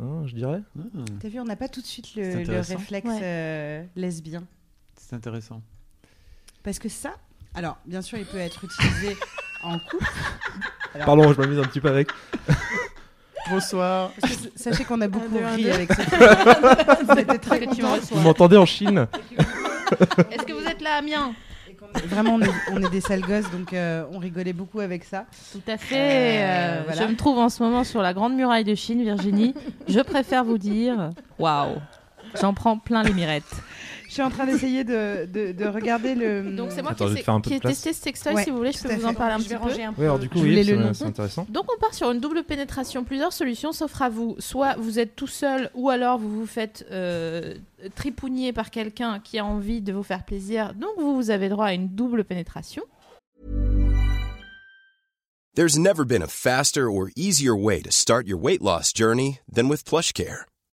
[SPEAKER 5] hein, je dirais.
[SPEAKER 2] Ah,
[SPEAKER 1] T'as vu, on n'a pas tout de suite
[SPEAKER 2] C'est
[SPEAKER 1] le, le
[SPEAKER 2] intéressant.
[SPEAKER 1] réflexe
[SPEAKER 3] Ouais.
[SPEAKER 1] euh, lesbien.
[SPEAKER 2] c'est intéressant.
[SPEAKER 1] Parce que ça, alors, bien sûr, il peut être utilisé en couple.
[SPEAKER 5] Pardon, je m'amuse un petit peu avec.
[SPEAKER 2] Bonsoir.
[SPEAKER 1] Parce que s- Sachez qu'on a beaucoup
[SPEAKER 3] deux, un,
[SPEAKER 1] ri
[SPEAKER 3] deux.
[SPEAKER 1] avec ça. C'était
[SPEAKER 3] que
[SPEAKER 1] très
[SPEAKER 3] tu
[SPEAKER 1] content.
[SPEAKER 3] me
[SPEAKER 5] Vous
[SPEAKER 3] reçois
[SPEAKER 5] m'entendez en Chine
[SPEAKER 3] Est-ce que vous êtes là, Amiens
[SPEAKER 1] Vraiment, on est, on est des sales gosses, donc euh, on rigolait beaucoup avec ça.
[SPEAKER 3] Tout à fait.
[SPEAKER 1] Euh,
[SPEAKER 3] euh,
[SPEAKER 1] voilà.
[SPEAKER 3] Je me trouve en ce moment sur la grande muraille de Chine, Virginie. je préfère vous dire, waouh, j'en prends plein les mirettes.
[SPEAKER 1] Je suis en train d'essayer de, de- de regarder le.
[SPEAKER 3] Donc c'est moi
[SPEAKER 5] Attends, je
[SPEAKER 3] qui,
[SPEAKER 5] vais
[SPEAKER 3] ai-
[SPEAKER 5] te faire un peu
[SPEAKER 3] qui ai
[SPEAKER 5] de place.
[SPEAKER 3] testé ce sextoy.
[SPEAKER 1] Ouais,
[SPEAKER 3] si vous voulez, je
[SPEAKER 1] tout
[SPEAKER 3] peux
[SPEAKER 1] à
[SPEAKER 3] vous
[SPEAKER 1] fait.
[SPEAKER 3] en parler un
[SPEAKER 6] Je
[SPEAKER 3] petit
[SPEAKER 6] vais
[SPEAKER 3] peu.
[SPEAKER 6] ranger un peu.
[SPEAKER 5] Ouais, alors du coup,
[SPEAKER 1] Je
[SPEAKER 5] oui,
[SPEAKER 1] voulais
[SPEAKER 5] c'est
[SPEAKER 1] le nom.
[SPEAKER 5] c'est intéressant.
[SPEAKER 3] Donc on part sur une double pénétration, plusieurs solutions s'offrent à vous. Soit vous êtes tout seul, ou alors vous vous faites euh, tripougner par quelqu'un qui a envie de vous faire plaisir. Donc vous, vous avez droit à une double pénétration.
[SPEAKER 8] There's never been a faster or easier way to start your weight loss journey than with PlushCare.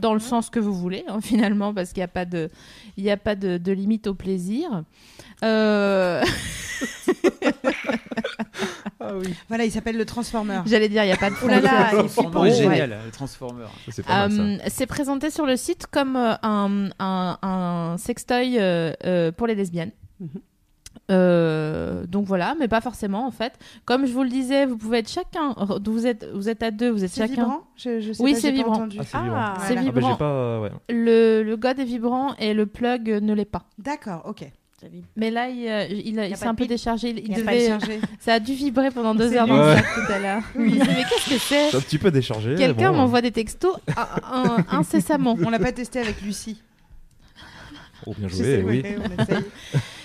[SPEAKER 3] dans le sens que vous voulez, hein, finalement, parce qu'il n'y a pas de, il y a pas de, de limite au plaisir. Euh,
[SPEAKER 1] Voilà, il s'appelle le Transformer.
[SPEAKER 3] J'allais dire, il n'y a pas de
[SPEAKER 1] Oh là là,
[SPEAKER 3] frontière.
[SPEAKER 1] il faut
[SPEAKER 2] Transformer est
[SPEAKER 1] penser.
[SPEAKER 2] génial, le Transformer.
[SPEAKER 5] Ça, C'est pas mal,
[SPEAKER 3] Euh, C'est présenté sur le site comme euh, un, un, un sextoy euh, euh, pour les lesbiennes.
[SPEAKER 1] Mhm.
[SPEAKER 3] Euh, donc voilà, mais pas forcément en fait. Comme je vous le disais, vous pouvez être chacun, re- vous êtes, vous êtes à deux, vous êtes
[SPEAKER 1] C'est
[SPEAKER 3] chacun.
[SPEAKER 1] vibrant je, je sais
[SPEAKER 3] Oui,
[SPEAKER 1] pas,
[SPEAKER 3] c'est
[SPEAKER 1] j'ai pas
[SPEAKER 3] vibrant.
[SPEAKER 1] entendu.
[SPEAKER 5] Ah, c'est vibrant.
[SPEAKER 1] Ah,
[SPEAKER 3] C'est
[SPEAKER 1] voilà.
[SPEAKER 5] Ah bah, j'ai
[SPEAKER 3] vibrant.
[SPEAKER 5] pas... euh, ouais.
[SPEAKER 3] Le, le god est vibrant et le plug euh, ne l'est pas.
[SPEAKER 1] D'accord, ok.
[SPEAKER 3] Mais là, il, euh, il, a- il
[SPEAKER 6] pas
[SPEAKER 3] s'est un
[SPEAKER 6] de
[SPEAKER 3] peu
[SPEAKER 6] pipe.
[SPEAKER 3] déchargé. Il, il
[SPEAKER 1] Il a
[SPEAKER 3] devait- euh,
[SPEAKER 1] pas échangé.
[SPEAKER 3] Ça a dû vibrer pendant deux
[SPEAKER 1] C'est
[SPEAKER 3] heures
[SPEAKER 1] nul.
[SPEAKER 3] dans le
[SPEAKER 5] Ouais.
[SPEAKER 3] sac tout à l'heure. Je me disais, mais qu'est-ce que c'est
[SPEAKER 5] C'est un petit peu déchargé.
[SPEAKER 3] Quelqu'un
[SPEAKER 5] bon.
[SPEAKER 3] m'envoie des textos ah, ah, ah, incessamment.
[SPEAKER 1] On l'a pas testé avec Lucie.
[SPEAKER 5] Oh, bien
[SPEAKER 1] Je
[SPEAKER 5] joué,
[SPEAKER 1] sais,
[SPEAKER 5] oui.
[SPEAKER 1] ouais, on essaye.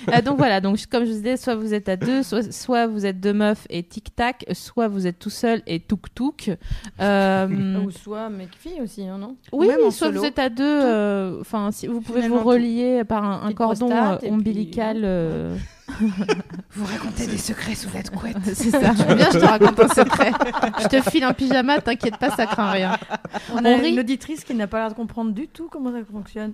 [SPEAKER 3] Ah, donc voilà, donc comme je vous disais, soit vous êtes à deux, soit, soit vous êtes deux meufs et tic-tac, soit vous êtes tout seul et tuk-tuk. Euh,
[SPEAKER 4] Ou soit mec-fille aussi, hein, non
[SPEAKER 3] oui,
[SPEAKER 1] Même en
[SPEAKER 3] soit
[SPEAKER 1] solo.
[SPEAKER 3] vous êtes à deux, euh, enfin, si, vous pouvez
[SPEAKER 1] Finalement,
[SPEAKER 3] vous
[SPEAKER 1] tout.
[SPEAKER 3] relier par un, un
[SPEAKER 4] Petite
[SPEAKER 3] cordon euh,
[SPEAKER 4] prostate et puis-
[SPEAKER 3] ombilical. euh,
[SPEAKER 1] Vous racontez des secrets sous votre couette.
[SPEAKER 3] C'est ça. Viens, je te raconte un secret. Je te file un pyjama, t'inquiète pas, ça craint rien.
[SPEAKER 4] On
[SPEAKER 3] On
[SPEAKER 4] a
[SPEAKER 3] rit.
[SPEAKER 4] une auditrice qui n'a pas l'air de comprendre du tout comment ça fonctionne.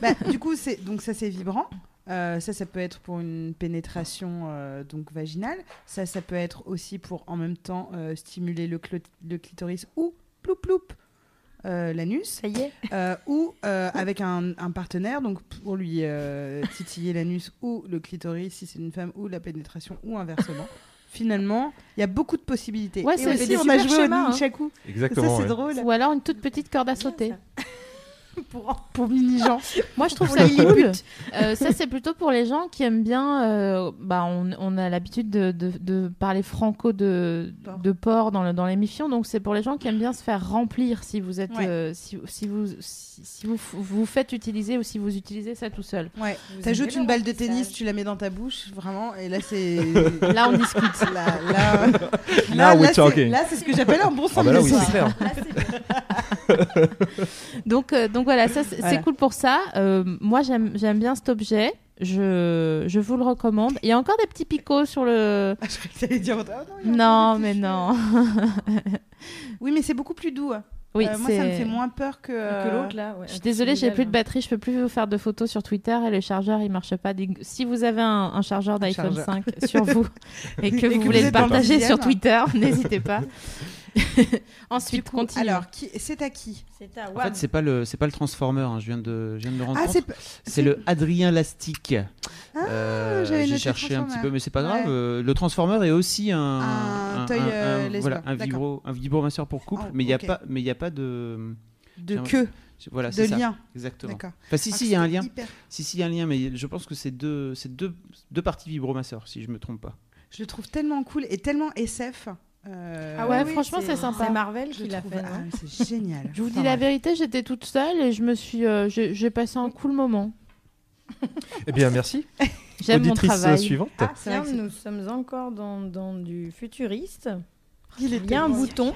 [SPEAKER 1] Bah, du coup, c'est donc ça c'est vibrant. Euh, ça, ça peut être pour une pénétration euh, donc vaginale. Ça, ça peut être aussi pour en même temps euh, stimuler le, clo- le clitoris ou ploup ploup euh, l'anus
[SPEAKER 4] Ça y est.
[SPEAKER 1] Euh, ou euh, avec un, un partenaire donc pour lui euh, titiller l'anus ou le clitoris si c'est une femme ou la pénétration ou inversement. Finalement, il y a beaucoup de possibilités.
[SPEAKER 3] Ouais,
[SPEAKER 1] Et
[SPEAKER 3] ça fait
[SPEAKER 1] aussi,
[SPEAKER 3] des
[SPEAKER 1] on a
[SPEAKER 3] super
[SPEAKER 1] joué
[SPEAKER 3] schémas, hein.
[SPEAKER 1] au Nunchaku.
[SPEAKER 5] Exactement.
[SPEAKER 1] ça c'est
[SPEAKER 5] ouais.
[SPEAKER 1] drôle
[SPEAKER 3] Ou alors une toute petite corde à sauter.
[SPEAKER 1] pour mini gens.
[SPEAKER 3] Moi, je trouve
[SPEAKER 1] Pour
[SPEAKER 3] ça
[SPEAKER 1] les
[SPEAKER 3] cool. Euh, ça, c'est plutôt pour les gens qui aiment bien. euh, bah, on, on a l'habitude de, de- de parler franco de,
[SPEAKER 1] Porc.
[SPEAKER 3] de porc dans, le, dans l'émission. Donc, c'est pour les gens qui aiment bien se faire remplir si vous êtes,
[SPEAKER 1] Ouais.
[SPEAKER 3] euh, si, si vous, si, si vous, f- vous faites utiliser ou si vous utilisez ça tout seul.
[SPEAKER 1] Ouais. T'ajoutes une balle de tennis, tu la mets dans ta bouche, vraiment, et là c'est.
[SPEAKER 3] Là, on discute.
[SPEAKER 1] Là, là,
[SPEAKER 5] Now
[SPEAKER 1] là,
[SPEAKER 5] we're
[SPEAKER 1] là, c'est-
[SPEAKER 5] talking.
[SPEAKER 1] là, c'est ce que j'appelle un bon
[SPEAKER 5] Ah
[SPEAKER 1] samedi
[SPEAKER 5] bah là, oui,
[SPEAKER 1] soir.
[SPEAKER 5] c'est clair.
[SPEAKER 3] Donc, euh, donc voilà, ça, c'est,
[SPEAKER 1] Voilà.
[SPEAKER 3] c'est cool pour ça. Euh, moi, j'aime, j'aime bien cet objet. Je, je vous le recommande. Il y a encore des petits picots sur le.
[SPEAKER 1] Ah, je croyais que t'allais dire, oh non, il y a
[SPEAKER 3] Non,
[SPEAKER 1] encore des
[SPEAKER 3] mais
[SPEAKER 1] petits
[SPEAKER 3] non.
[SPEAKER 1] cheveux. Oui, mais c'est beaucoup plus doux.
[SPEAKER 3] oui,
[SPEAKER 1] Euh, moi,
[SPEAKER 3] c'est...
[SPEAKER 1] ça me fait moins peur que.
[SPEAKER 4] Que
[SPEAKER 1] euh,
[SPEAKER 4] l'autre, là. ouais.
[SPEAKER 3] Je suis désolée, j'ai plus de batterie, je peux plus vous faire de photos sur Twitter et le chargeur il marche pas. Dig- Si vous avez un, un chargeur d'iPhone
[SPEAKER 1] chargeur.
[SPEAKER 3] 5 sur vous et que
[SPEAKER 1] Et
[SPEAKER 3] vous
[SPEAKER 1] que
[SPEAKER 3] voulez
[SPEAKER 1] vous
[SPEAKER 3] le
[SPEAKER 1] êtes dans le
[SPEAKER 3] partager sur
[SPEAKER 1] dixième.
[SPEAKER 3] Twitter, n'hésitez pas. Ensuite,
[SPEAKER 1] du coup,
[SPEAKER 3] continue.
[SPEAKER 1] Alors, qui... c'est à qui
[SPEAKER 4] hein. C'est à
[SPEAKER 2] En fait, c'est pas le, c'est pas le Transformer. hein, Je viens de, je viens de me rendre
[SPEAKER 1] Ah,
[SPEAKER 2] compte.
[SPEAKER 1] c'est. p-
[SPEAKER 2] C'est le Adrien Lastic.
[SPEAKER 1] Ah,
[SPEAKER 2] Euh,
[SPEAKER 1] j'avais
[SPEAKER 2] j'ai
[SPEAKER 1] noté
[SPEAKER 2] cherché un petit
[SPEAKER 1] Transformer.
[SPEAKER 2] peu, mais c'est pas grave.
[SPEAKER 1] Ouais.
[SPEAKER 2] euh, le Transformer est aussi un,
[SPEAKER 1] Un toy, euh, lesbien.
[SPEAKER 2] voilà, un
[SPEAKER 1] D'accord.
[SPEAKER 2] vibro, un vibromasseur pour couple,
[SPEAKER 1] Oh,
[SPEAKER 2] mais il y a
[SPEAKER 1] ok.
[SPEAKER 2] pas, mais il y a pas de,
[SPEAKER 1] De
[SPEAKER 2] Tiens,
[SPEAKER 1] queue,
[SPEAKER 5] bah,
[SPEAKER 2] voilà,
[SPEAKER 1] de
[SPEAKER 2] c'est ça,
[SPEAKER 1] lien.
[SPEAKER 2] exactement.
[SPEAKER 1] D'accord.
[SPEAKER 2] Enfin, si,
[SPEAKER 1] Ah,
[SPEAKER 2] si, il y a un
[SPEAKER 1] c'était
[SPEAKER 2] lien.
[SPEAKER 1] hyper-
[SPEAKER 2] Si, si, il y a un lien, mais je pense que c'est deux, c'est deux, deux parties vibromasseurs, si je me trompe pas.
[SPEAKER 1] Je le trouve tellement cool et tellement SF. Euh,
[SPEAKER 3] Ah ouais, franchement, c'est sympa.
[SPEAKER 4] C'est Marvel hein.
[SPEAKER 1] je
[SPEAKER 4] qui l'a
[SPEAKER 1] trouve-
[SPEAKER 4] fait.
[SPEAKER 1] ah,
[SPEAKER 4] non
[SPEAKER 1] c'est génial.
[SPEAKER 3] Je vous dis
[SPEAKER 1] Enfin,
[SPEAKER 3] la
[SPEAKER 1] bref.
[SPEAKER 3] vérité, j'étais toute seule et je me suis, euh, j'ai j'ai passé un cool moment.
[SPEAKER 5] Eh bien, merci.
[SPEAKER 3] J'aime mon
[SPEAKER 5] Auditrice euh,
[SPEAKER 3] travail.
[SPEAKER 5] suivante.
[SPEAKER 1] Ah, c'est
[SPEAKER 4] Tiens,
[SPEAKER 1] vrai que c'est-
[SPEAKER 4] nous sommes encore dans, dans du futuriste.
[SPEAKER 1] Il est
[SPEAKER 4] Il y a un
[SPEAKER 1] tellement-
[SPEAKER 4] bouton.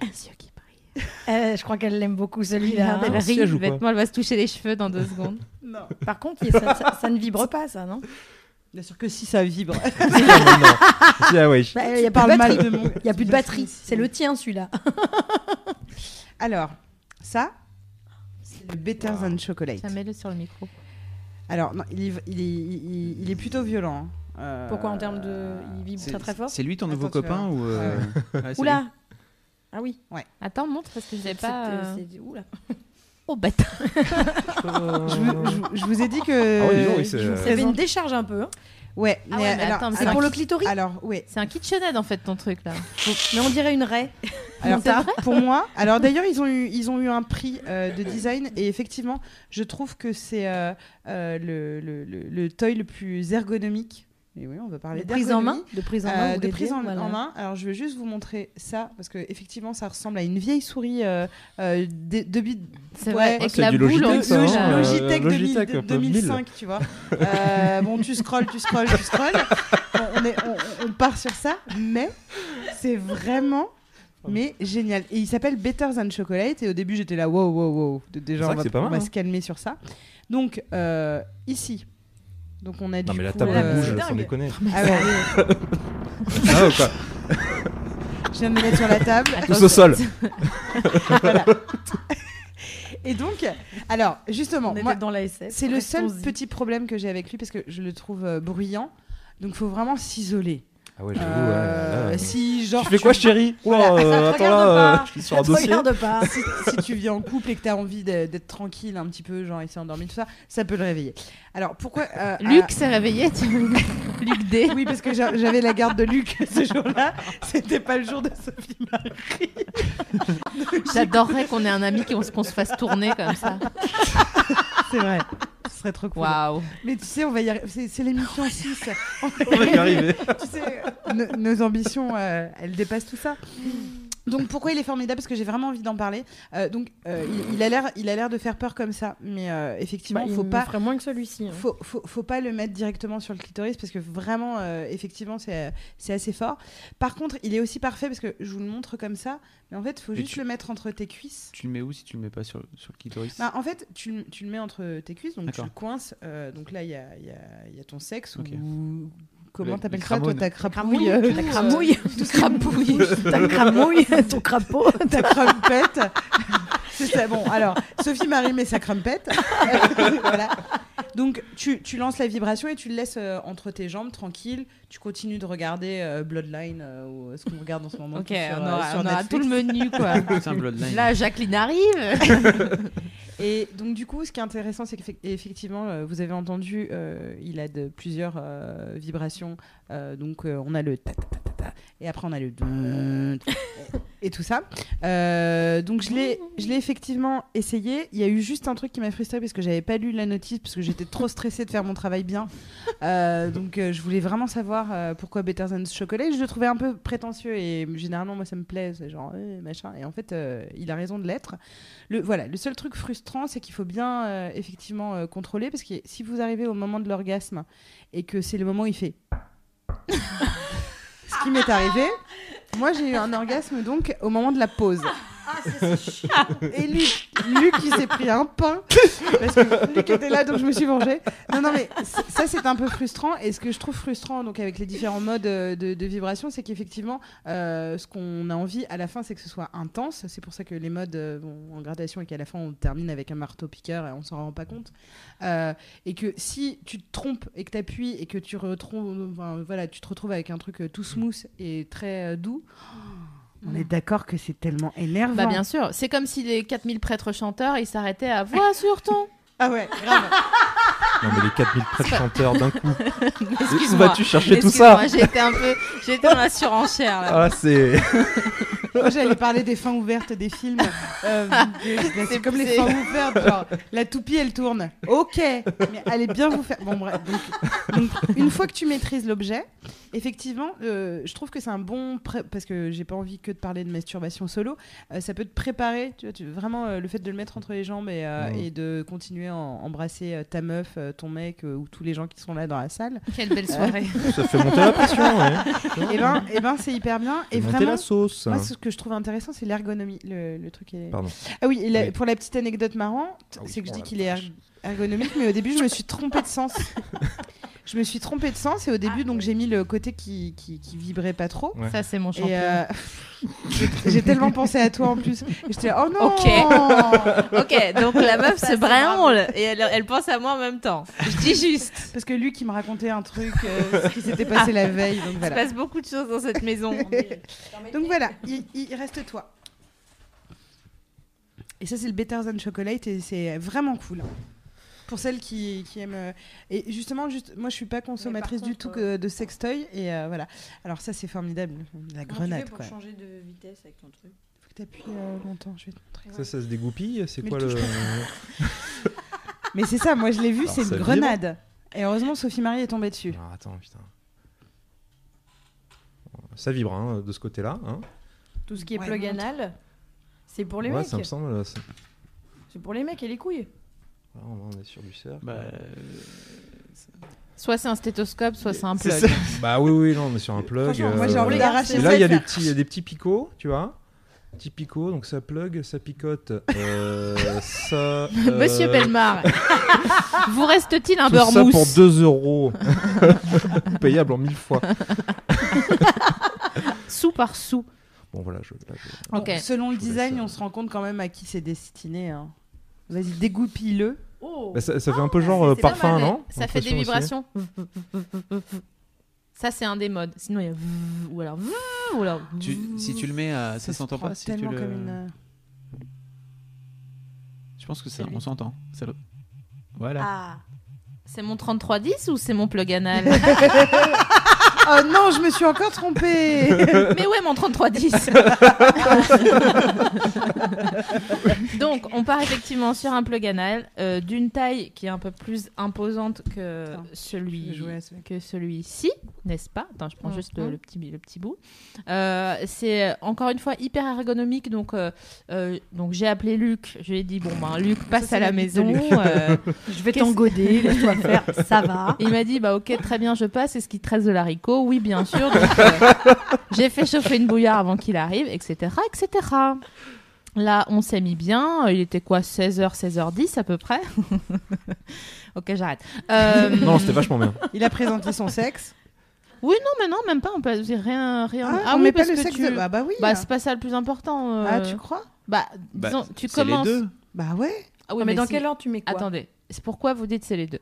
[SPEAKER 3] Elle a les yeux qui brillent.
[SPEAKER 4] Euh, je crois qu'elle l'aime beaucoup celui-là.
[SPEAKER 3] Regarde,
[SPEAKER 4] hein.
[SPEAKER 3] elle
[SPEAKER 5] Un
[SPEAKER 3] rit
[SPEAKER 5] siège ou quoi
[SPEAKER 3] bêtement, elle va se toucher les cheveux dans deux secondes.
[SPEAKER 1] Non.
[SPEAKER 4] Par contre, il- ça, ça- ça ne vibre pas, ça, non
[SPEAKER 1] Bien sûr que si ça vibre. Bah,
[SPEAKER 5] Ah, non, non. Si, ah ouais.
[SPEAKER 4] Bah, Il
[SPEAKER 1] Tu
[SPEAKER 4] n'y a,
[SPEAKER 1] parles
[SPEAKER 4] plus de
[SPEAKER 1] mal
[SPEAKER 4] batterie.
[SPEAKER 1] de mon-
[SPEAKER 4] Y a plus de batterie. C'est le tien, celui-là.
[SPEAKER 1] Alors, ça, c'est le Better Than Chocolate.
[SPEAKER 3] Ça mets-le sur le micro.
[SPEAKER 1] Alors, non, il, est- il est- il- il est plutôt violent. hein. Euh,
[SPEAKER 4] Pourquoi, en termes de- il vibre
[SPEAKER 2] C'est-
[SPEAKER 4] très, très fort
[SPEAKER 2] C'est lui ton nouveau
[SPEAKER 1] Attends, tu vas
[SPEAKER 2] copain
[SPEAKER 1] voir.
[SPEAKER 2] ou euh, ouais, c'est lui.
[SPEAKER 4] Oula Ah oui.
[SPEAKER 3] Attends, montre parce que je l'ai pas.
[SPEAKER 4] C'était-
[SPEAKER 3] euh,
[SPEAKER 4] c'est- Oula.
[SPEAKER 3] Oh bête.
[SPEAKER 1] Je, vous- je vous- je vous ai dit que.
[SPEAKER 5] Ah oui, dis donc, oui, c'est-
[SPEAKER 1] je vous
[SPEAKER 5] Ça
[SPEAKER 4] Ça fait une
[SPEAKER 1] présente-
[SPEAKER 4] décharge un peu. hein.
[SPEAKER 1] Ouais,
[SPEAKER 3] Ah ouais, mais
[SPEAKER 1] alors-
[SPEAKER 3] attends, mais
[SPEAKER 4] C'est
[SPEAKER 1] alors-
[SPEAKER 4] pour le clitoris.
[SPEAKER 1] Alors, ouais.
[SPEAKER 3] C'est un KitchenAid en fait ton truc là.
[SPEAKER 4] Mais on dirait une raie.
[SPEAKER 1] Alors,
[SPEAKER 4] Non, c'est
[SPEAKER 1] pour moi, alors d'ailleurs, ils ont eu, ils ont eu un prix euh, de design et effectivement, je trouve que c'est euh, euh, le, le, le, le toy le plus ergonomique. Et oui, on va parler
[SPEAKER 4] De prise en main.
[SPEAKER 1] d'ergonomie.
[SPEAKER 4] De prise en
[SPEAKER 1] Euh,
[SPEAKER 4] main. vous
[SPEAKER 1] de
[SPEAKER 4] voulez
[SPEAKER 1] prise
[SPEAKER 4] dire,
[SPEAKER 1] en,
[SPEAKER 4] voilà.
[SPEAKER 1] en main. Alors, je vais juste vous montrer ça parce que effectivement, ça ressemble à une vieille souris euh, euh, de, de bid-
[SPEAKER 3] C'est
[SPEAKER 1] Ouais.
[SPEAKER 3] vrai. Avec
[SPEAKER 5] C'est
[SPEAKER 3] la
[SPEAKER 5] du
[SPEAKER 3] boule.
[SPEAKER 5] Logitech,
[SPEAKER 3] en
[SPEAKER 5] ça,
[SPEAKER 3] dessous,
[SPEAKER 5] hein,
[SPEAKER 3] là.
[SPEAKER 5] euh,
[SPEAKER 1] Logitech, 2000
[SPEAKER 5] Logitech, un peu,
[SPEAKER 1] 2005, tu vois. Euh, bon, tu scrolles, tu scrolles, tu scrolles. Bon, on, est- on- on part sur ça, mais c'est vraiment. Mais génial. Et il s'appelle Better Than Chocolate. Et au début, j'étais là, wow, wow, wow. De- Déjà,
[SPEAKER 5] C'est vrai
[SPEAKER 1] on
[SPEAKER 5] que
[SPEAKER 1] va,
[SPEAKER 5] c'est pas mal,
[SPEAKER 1] on va
[SPEAKER 5] hein.
[SPEAKER 1] se calmer sur ça. Donc, euh, ici. Donc, on a
[SPEAKER 5] Non,
[SPEAKER 1] du
[SPEAKER 5] mais la
[SPEAKER 1] coup,
[SPEAKER 5] table
[SPEAKER 1] euh,
[SPEAKER 5] bouge, sans
[SPEAKER 4] dingue.
[SPEAKER 5] déconner.
[SPEAKER 1] Ah ouais,
[SPEAKER 5] Ah, ou quoi
[SPEAKER 1] je viens de me mettre sur la table.
[SPEAKER 5] Tous au sol.
[SPEAKER 1] Voilà. Et donc, alors, justement,
[SPEAKER 4] On était
[SPEAKER 1] moi,
[SPEAKER 4] dans la SF.
[SPEAKER 1] C'est le seul
[SPEAKER 4] Restons-y.
[SPEAKER 1] petit problème que j'ai avec lui parce que je le trouve euh, bruyant. Donc faut vraiment s'isoler.
[SPEAKER 5] Ah ouais, j'avoue.
[SPEAKER 1] Euh,
[SPEAKER 5] ouais, là, là.
[SPEAKER 1] Si genre
[SPEAKER 5] Tu fais quoi, chérie Ouah,
[SPEAKER 1] Voilà.
[SPEAKER 5] euh,
[SPEAKER 4] Ça
[SPEAKER 5] Attends
[SPEAKER 4] te regarde
[SPEAKER 5] là,
[SPEAKER 4] pas.
[SPEAKER 5] euh, je suis sur un
[SPEAKER 4] Ne te
[SPEAKER 5] dossier.
[SPEAKER 4] regarde pas.
[SPEAKER 1] si, si tu vis en couple et que tu as envie de- d'être tranquille un petit peu, genre il s'est endormi tout ça, ça peut le réveiller. Alors pourquoi euh,
[SPEAKER 4] Ah.
[SPEAKER 3] Luc s'est réveillé. tu- Luc D.
[SPEAKER 1] ah, Oui, parce que j'a- j'avais la garde de Luc ce jour-là. C'était pas le jour de Sophie Marie.
[SPEAKER 3] J'adorerais qu'on ait un ami qui- qu'on se- qu'on se fasse tourner comme ça.
[SPEAKER 1] C'est vrai. Ce serait trop cool.
[SPEAKER 3] Waouh.
[SPEAKER 1] Mais tu sais, on va y arriver. C'est c'est l'émission 6.
[SPEAKER 5] On va y arriver.
[SPEAKER 1] tu sais, euh. nos, nos ambitions, euh, elles dépassent tout ça. Donc pourquoi il est formidable Parce que j'ai vraiment envie d'en parler. Euh, donc euh, il, il a l'air, il a l'air de faire peur comme ça, mais euh, effectivement,
[SPEAKER 4] Bah, il
[SPEAKER 1] faut
[SPEAKER 4] me
[SPEAKER 1] pas,
[SPEAKER 4] ferait moins que celui-ci. hein.
[SPEAKER 1] faut, faut, faut pas le mettre directement sur le clitoris parce que vraiment, euh, effectivement, c'est, c'est assez fort. Par contre, il est aussi parfait parce que je vous le montre comme ça, mais en fait, faut
[SPEAKER 2] Et
[SPEAKER 1] juste
[SPEAKER 2] tu-
[SPEAKER 1] le mettre entre tes cuisses.
[SPEAKER 2] Tu le mets où si tu le mets pas sur, sur le clitoris
[SPEAKER 1] Bah, en fait, tu, le- tu le mets entre tes cuisses, donc tu
[SPEAKER 2] D'accord.
[SPEAKER 1] le coinces. euh, donc là, il y a, il y a- il y a ton sexe
[SPEAKER 2] Ok.
[SPEAKER 1] ou
[SPEAKER 2] Le-
[SPEAKER 1] comment
[SPEAKER 2] le
[SPEAKER 1] t'appelles ça toi
[SPEAKER 2] cramone.
[SPEAKER 1] ta
[SPEAKER 4] Cramouille,
[SPEAKER 1] crapouille euh,
[SPEAKER 4] ta cramouille,
[SPEAKER 3] Crapouille.
[SPEAKER 4] ta cramouille, ton crapaud.
[SPEAKER 1] ta crumpette. C'est ça. Bon, alors, Sophie Marie met sa crumpette. voilà. Donc, tu, tu lances la vibration et tu le laisses euh, entre tes jambes, tranquille. Tu continues de regarder euh, Bloodline euh, ou euh, ce qu'on regarde en ce moment.
[SPEAKER 3] Ok,
[SPEAKER 1] tout sur,
[SPEAKER 3] on
[SPEAKER 1] euh,
[SPEAKER 3] aura,
[SPEAKER 1] sur
[SPEAKER 3] on aura
[SPEAKER 1] Netflix.
[SPEAKER 3] tout le menu quoi.
[SPEAKER 2] C'est un bloodline.
[SPEAKER 3] Là, Jacqueline arrive.
[SPEAKER 1] Et donc, du coup, ce qui est intéressant, c'est qu'effectivement, vous avez entendu, euh, il a de plusieurs euh, vibrations. Euh, donc, euh, on a le ta ta ta ta ta, et après, on a le dun, et, et tout ça. Euh, donc, je l'ai je l'ai effectivement essayé. Il y a eu juste un truc qui m'a frustrée parce que j'avais pas lu la notice, parce que j'étais trop stressée de faire mon travail bien. Euh, donc, euh, je voulais vraiment savoir euh, pourquoi Better Than Chocolate. Je le trouvais un peu prétentieux et généralement, moi, ça me plaît, c'est genre euh, machin. Et en fait, euh, il a raison de l'être. Le, voilà, le seul truc frustrant, c'est qu'il faut bien euh, effectivement euh, contrôler parce que si vous arrivez au moment de l'orgasme et que c'est le moment où il fait. Ce qui m'est arrivé, moi j'ai eu un orgasme donc au moment de la pause. Et Luc, Luc il s'est pris un pain parce que Luc était là donc je me suis vengée. Non non mais c- ça c'est un peu frustrant et ce que je trouve frustrant donc avec les différents modes euh, de, de vibration c'est qu'effectivement euh, ce qu'on a envie à la fin c'est que ce soit intense. C'est pour ça que les modes euh, vont en gradation et qu'à la fin on termine avec un marteau piqueur et on s'en rend pas compte. Euh, et que si tu te trompes et que tu appuies et que tu, retrouves, enfin, voilà, tu te retrouves avec un truc euh, tout smooth et très euh, doux, on est d'accord que c'est tellement énervant.
[SPEAKER 3] Oh. Bah bien sûr, c'est comme si les 4000 prêtres chanteurs ils s'arrêtaient à voix sur ton.
[SPEAKER 1] Ah ouais, grave.
[SPEAKER 5] Non, mais les 4000 prêtres chanteurs d'un coup. Où
[SPEAKER 3] Excuse-moi.
[SPEAKER 5] vas-tu chercher tout
[SPEAKER 3] Excuse-moi,
[SPEAKER 5] ça
[SPEAKER 3] J'ai été un peu, j'ai été dans la surenchère. Là.
[SPEAKER 5] Ah, c'est.
[SPEAKER 1] Moi, j'allais parler des fins ouvertes des films. Euh, des- des- c'est
[SPEAKER 3] C'est-
[SPEAKER 1] comme les
[SPEAKER 3] c'est-
[SPEAKER 1] fins ouvertes, genre la toupie elle tourne. Ok, mais allez bien vous faire. Bon bref. Donc, donc, une fois que tu maîtrises l'objet, effectivement, euh, je trouve que c'est un bon pré- parce que j'ai pas envie que de parler de masturbation solo. euh, ça peut te préparer, tu vois, tu- vraiment euh, le fait de le mettre entre les jambes et, euh,
[SPEAKER 5] Mm.
[SPEAKER 1] et de continuer à en- embrasser euh, ta meuf, euh, ton mec euh, ou tous les gens qui sont là dans la salle.
[SPEAKER 3] Quelle belle soirée.
[SPEAKER 5] Ça fait monter la pression, ouais.
[SPEAKER 1] Et ben, et ben, c'est hyper bien.
[SPEAKER 5] Fait
[SPEAKER 1] Et
[SPEAKER 5] monter
[SPEAKER 1] vraiment.
[SPEAKER 5] la sauce.
[SPEAKER 1] Moi, ce que je trouve intéressant, c'est l'ergonomie. Le, le truc est...
[SPEAKER 5] hein. Pardon.
[SPEAKER 1] Ah oui, et la-
[SPEAKER 5] Oui.
[SPEAKER 1] pour la petite anecdote marrante,
[SPEAKER 5] Ah oui,
[SPEAKER 1] c'est que je
[SPEAKER 5] oh
[SPEAKER 1] dis
[SPEAKER 5] la
[SPEAKER 1] qu'il est erg- ergonomique, mais au début, je me suis trompée de sens. je me suis trompée de sens et au
[SPEAKER 5] Ah
[SPEAKER 1] début, donc j'ai mis le côté qui, qui, qui vibrait pas trop.
[SPEAKER 5] Ouais.
[SPEAKER 3] Ça, c'est mon champion.
[SPEAKER 1] Et euh, j'ai tellement pensé à toi en plus. J'étais là, oh non
[SPEAKER 3] Ok. Ok, donc la meuf
[SPEAKER 1] Ça,
[SPEAKER 3] se
[SPEAKER 1] c'est
[SPEAKER 3] branle et elle, elle pense à moi en même temps. Je dis juste.
[SPEAKER 1] Parce que lui qui me racontait un truc euh, ce qui s'était
[SPEAKER 5] Ah.
[SPEAKER 1] passé la veille, donc
[SPEAKER 3] Il se
[SPEAKER 1] voilà.
[SPEAKER 3] passe beaucoup de choses dans cette maison.
[SPEAKER 1] Donc voilà, il, il reste toi. Et ça, c'est le Better Than Chocolate et c'est vraiment cool. Pour celles qui, qui aiment. euh, Et justement, juste, moi, je suis pas consommatrice
[SPEAKER 4] Mais
[SPEAKER 1] du
[SPEAKER 4] par
[SPEAKER 1] tout
[SPEAKER 4] contre,
[SPEAKER 1] que de sextoy. Et euh, voilà. Alors, ça, c'est formidable. La grenade, quoi.
[SPEAKER 4] changer de vitesse avec ton truc
[SPEAKER 1] Faut que t'appuies euh, longtemps, je vais te montrer.
[SPEAKER 5] Ça, ça se dégoupille. C'est
[SPEAKER 1] Mais
[SPEAKER 5] quoi
[SPEAKER 1] le
[SPEAKER 5] le.
[SPEAKER 1] Mais c'est ça, moi, je l'ai vu,
[SPEAKER 5] Alors,
[SPEAKER 1] c'est
[SPEAKER 5] ça
[SPEAKER 1] une
[SPEAKER 5] vibre.
[SPEAKER 1] grenade. Et heureusement, Sophie Marie est tombée dessus.
[SPEAKER 5] Alors, Ah, attends, putain. Ça vibre hein, de ce côté-là. Hein.
[SPEAKER 4] Tout ce qui est
[SPEAKER 1] Ouais,
[SPEAKER 4] plug
[SPEAKER 1] montre.
[SPEAKER 4] anal, c'est pour les
[SPEAKER 5] ouais,
[SPEAKER 4] mecs.
[SPEAKER 5] ça me semble. là, c'est-
[SPEAKER 4] C'est pour les mecs et les couilles.
[SPEAKER 5] Ah, on est sur du cercle.
[SPEAKER 2] Bah,
[SPEAKER 3] Soit c'est un stéthoscope, soit c'est un
[SPEAKER 2] C'est
[SPEAKER 3] plug.
[SPEAKER 2] ça.
[SPEAKER 5] Bah oui, oui, non, mais sur un plug.
[SPEAKER 1] Franchement, moi, j'ai
[SPEAKER 5] euh,
[SPEAKER 1] envie d'arracher
[SPEAKER 5] Et là,
[SPEAKER 1] ça.
[SPEAKER 5] il y a des petits, il y a des petits picots, tu vois. Petits picots, donc ça plug, ça picote. euh, ça. euh,
[SPEAKER 3] Monsieur Belmar, vous reste-t-il un
[SPEAKER 5] Tout
[SPEAKER 3] beurre
[SPEAKER 5] ça
[SPEAKER 3] mousse
[SPEAKER 5] pour 2 euros. Payable en 1000 fois.
[SPEAKER 3] Sous par sous.
[SPEAKER 5] Bon, voilà, je. là, je-
[SPEAKER 1] Bon,
[SPEAKER 3] Ok.
[SPEAKER 1] selon le
[SPEAKER 5] Je vous
[SPEAKER 1] design,
[SPEAKER 5] laisse, euh,
[SPEAKER 1] on se rend compte quand même à qui c'est destiné. hein. Vas-y, dégoupille-le.
[SPEAKER 4] Oh
[SPEAKER 5] Bah, ça, ça fait un peu genre euh,
[SPEAKER 3] C'est pas
[SPEAKER 5] parfum,
[SPEAKER 3] mal,
[SPEAKER 5] non
[SPEAKER 3] Ça fait des
[SPEAKER 5] Impression aussi. hein.
[SPEAKER 3] vibrations. Ça, c'est un des modes. Sinon, il y a ou alors ou alors.
[SPEAKER 2] tu- si tu le mets à. Ça
[SPEAKER 1] se
[SPEAKER 2] s'entend
[SPEAKER 1] prend
[SPEAKER 2] pas si tu
[SPEAKER 1] tellement
[SPEAKER 2] le-
[SPEAKER 1] comme une- euh,
[SPEAKER 2] Je pense que ça,
[SPEAKER 1] C'est lui.
[SPEAKER 2] on s'entend. Ça le- Voilà.
[SPEAKER 4] Ah
[SPEAKER 3] C'est mon 3310 ou c'est mon plug anal
[SPEAKER 1] Oh non, je me suis encore trompée
[SPEAKER 3] Mais ouais, mon 3310 Donc, on part effectivement sur un plug anal euh, d'une taille qui est un peu plus imposante que
[SPEAKER 1] Attends, je vais
[SPEAKER 3] celui
[SPEAKER 1] jouer à ce mec.
[SPEAKER 3] que celui-ci, n'est-ce pas Attends, je prends
[SPEAKER 4] Mhm.
[SPEAKER 3] juste le, le petit, bi- le petit bout. Euh, c'est euh, encore une fois hyper ergonomique, donc, euh, euh, donc j'ai appelé Luc, je lui ai dit, bon ben Luc, passe
[SPEAKER 1] c'est
[SPEAKER 3] à la
[SPEAKER 1] l'habit de
[SPEAKER 3] maison. euh,
[SPEAKER 4] Je vais
[SPEAKER 3] Qu'est-ce-
[SPEAKER 4] t'engoder, laisse-toi faire, ça va.
[SPEAKER 3] il m'a dit bah ok très bien je passe est-ce qu'il te reste de l'haricot oui bien sûr Donc, euh, j'ai fait chauffer une bouillarde avant qu'il arrive etc etc là on s'est mis bien il était quoi 16h 16h10 à peu près ok j'arrête Euh,
[SPEAKER 5] Non, c'était vachement bien.
[SPEAKER 1] Il a présenté son sexe.
[SPEAKER 3] non mais non même pas on peut dire rien rien
[SPEAKER 1] Ah,
[SPEAKER 3] ah
[SPEAKER 1] on
[SPEAKER 3] oui
[SPEAKER 1] met pas
[SPEAKER 3] parce
[SPEAKER 1] le
[SPEAKER 3] que
[SPEAKER 1] sexe.
[SPEAKER 3] tu-
[SPEAKER 1] de- Bah, bah oui.
[SPEAKER 3] bah c'est pas ça le plus important euh,
[SPEAKER 1] Ah, tu crois
[SPEAKER 3] bah
[SPEAKER 2] Bah,
[SPEAKER 3] disons, tu
[SPEAKER 2] C'est les
[SPEAKER 3] commences
[SPEAKER 2] deux.
[SPEAKER 1] Bah ouais.
[SPEAKER 3] Ah oui,
[SPEAKER 4] mais, dans
[SPEAKER 3] si-
[SPEAKER 4] quel ordre tu mets quoi
[SPEAKER 3] attendez c'est pourquoi vous dites c'est les deux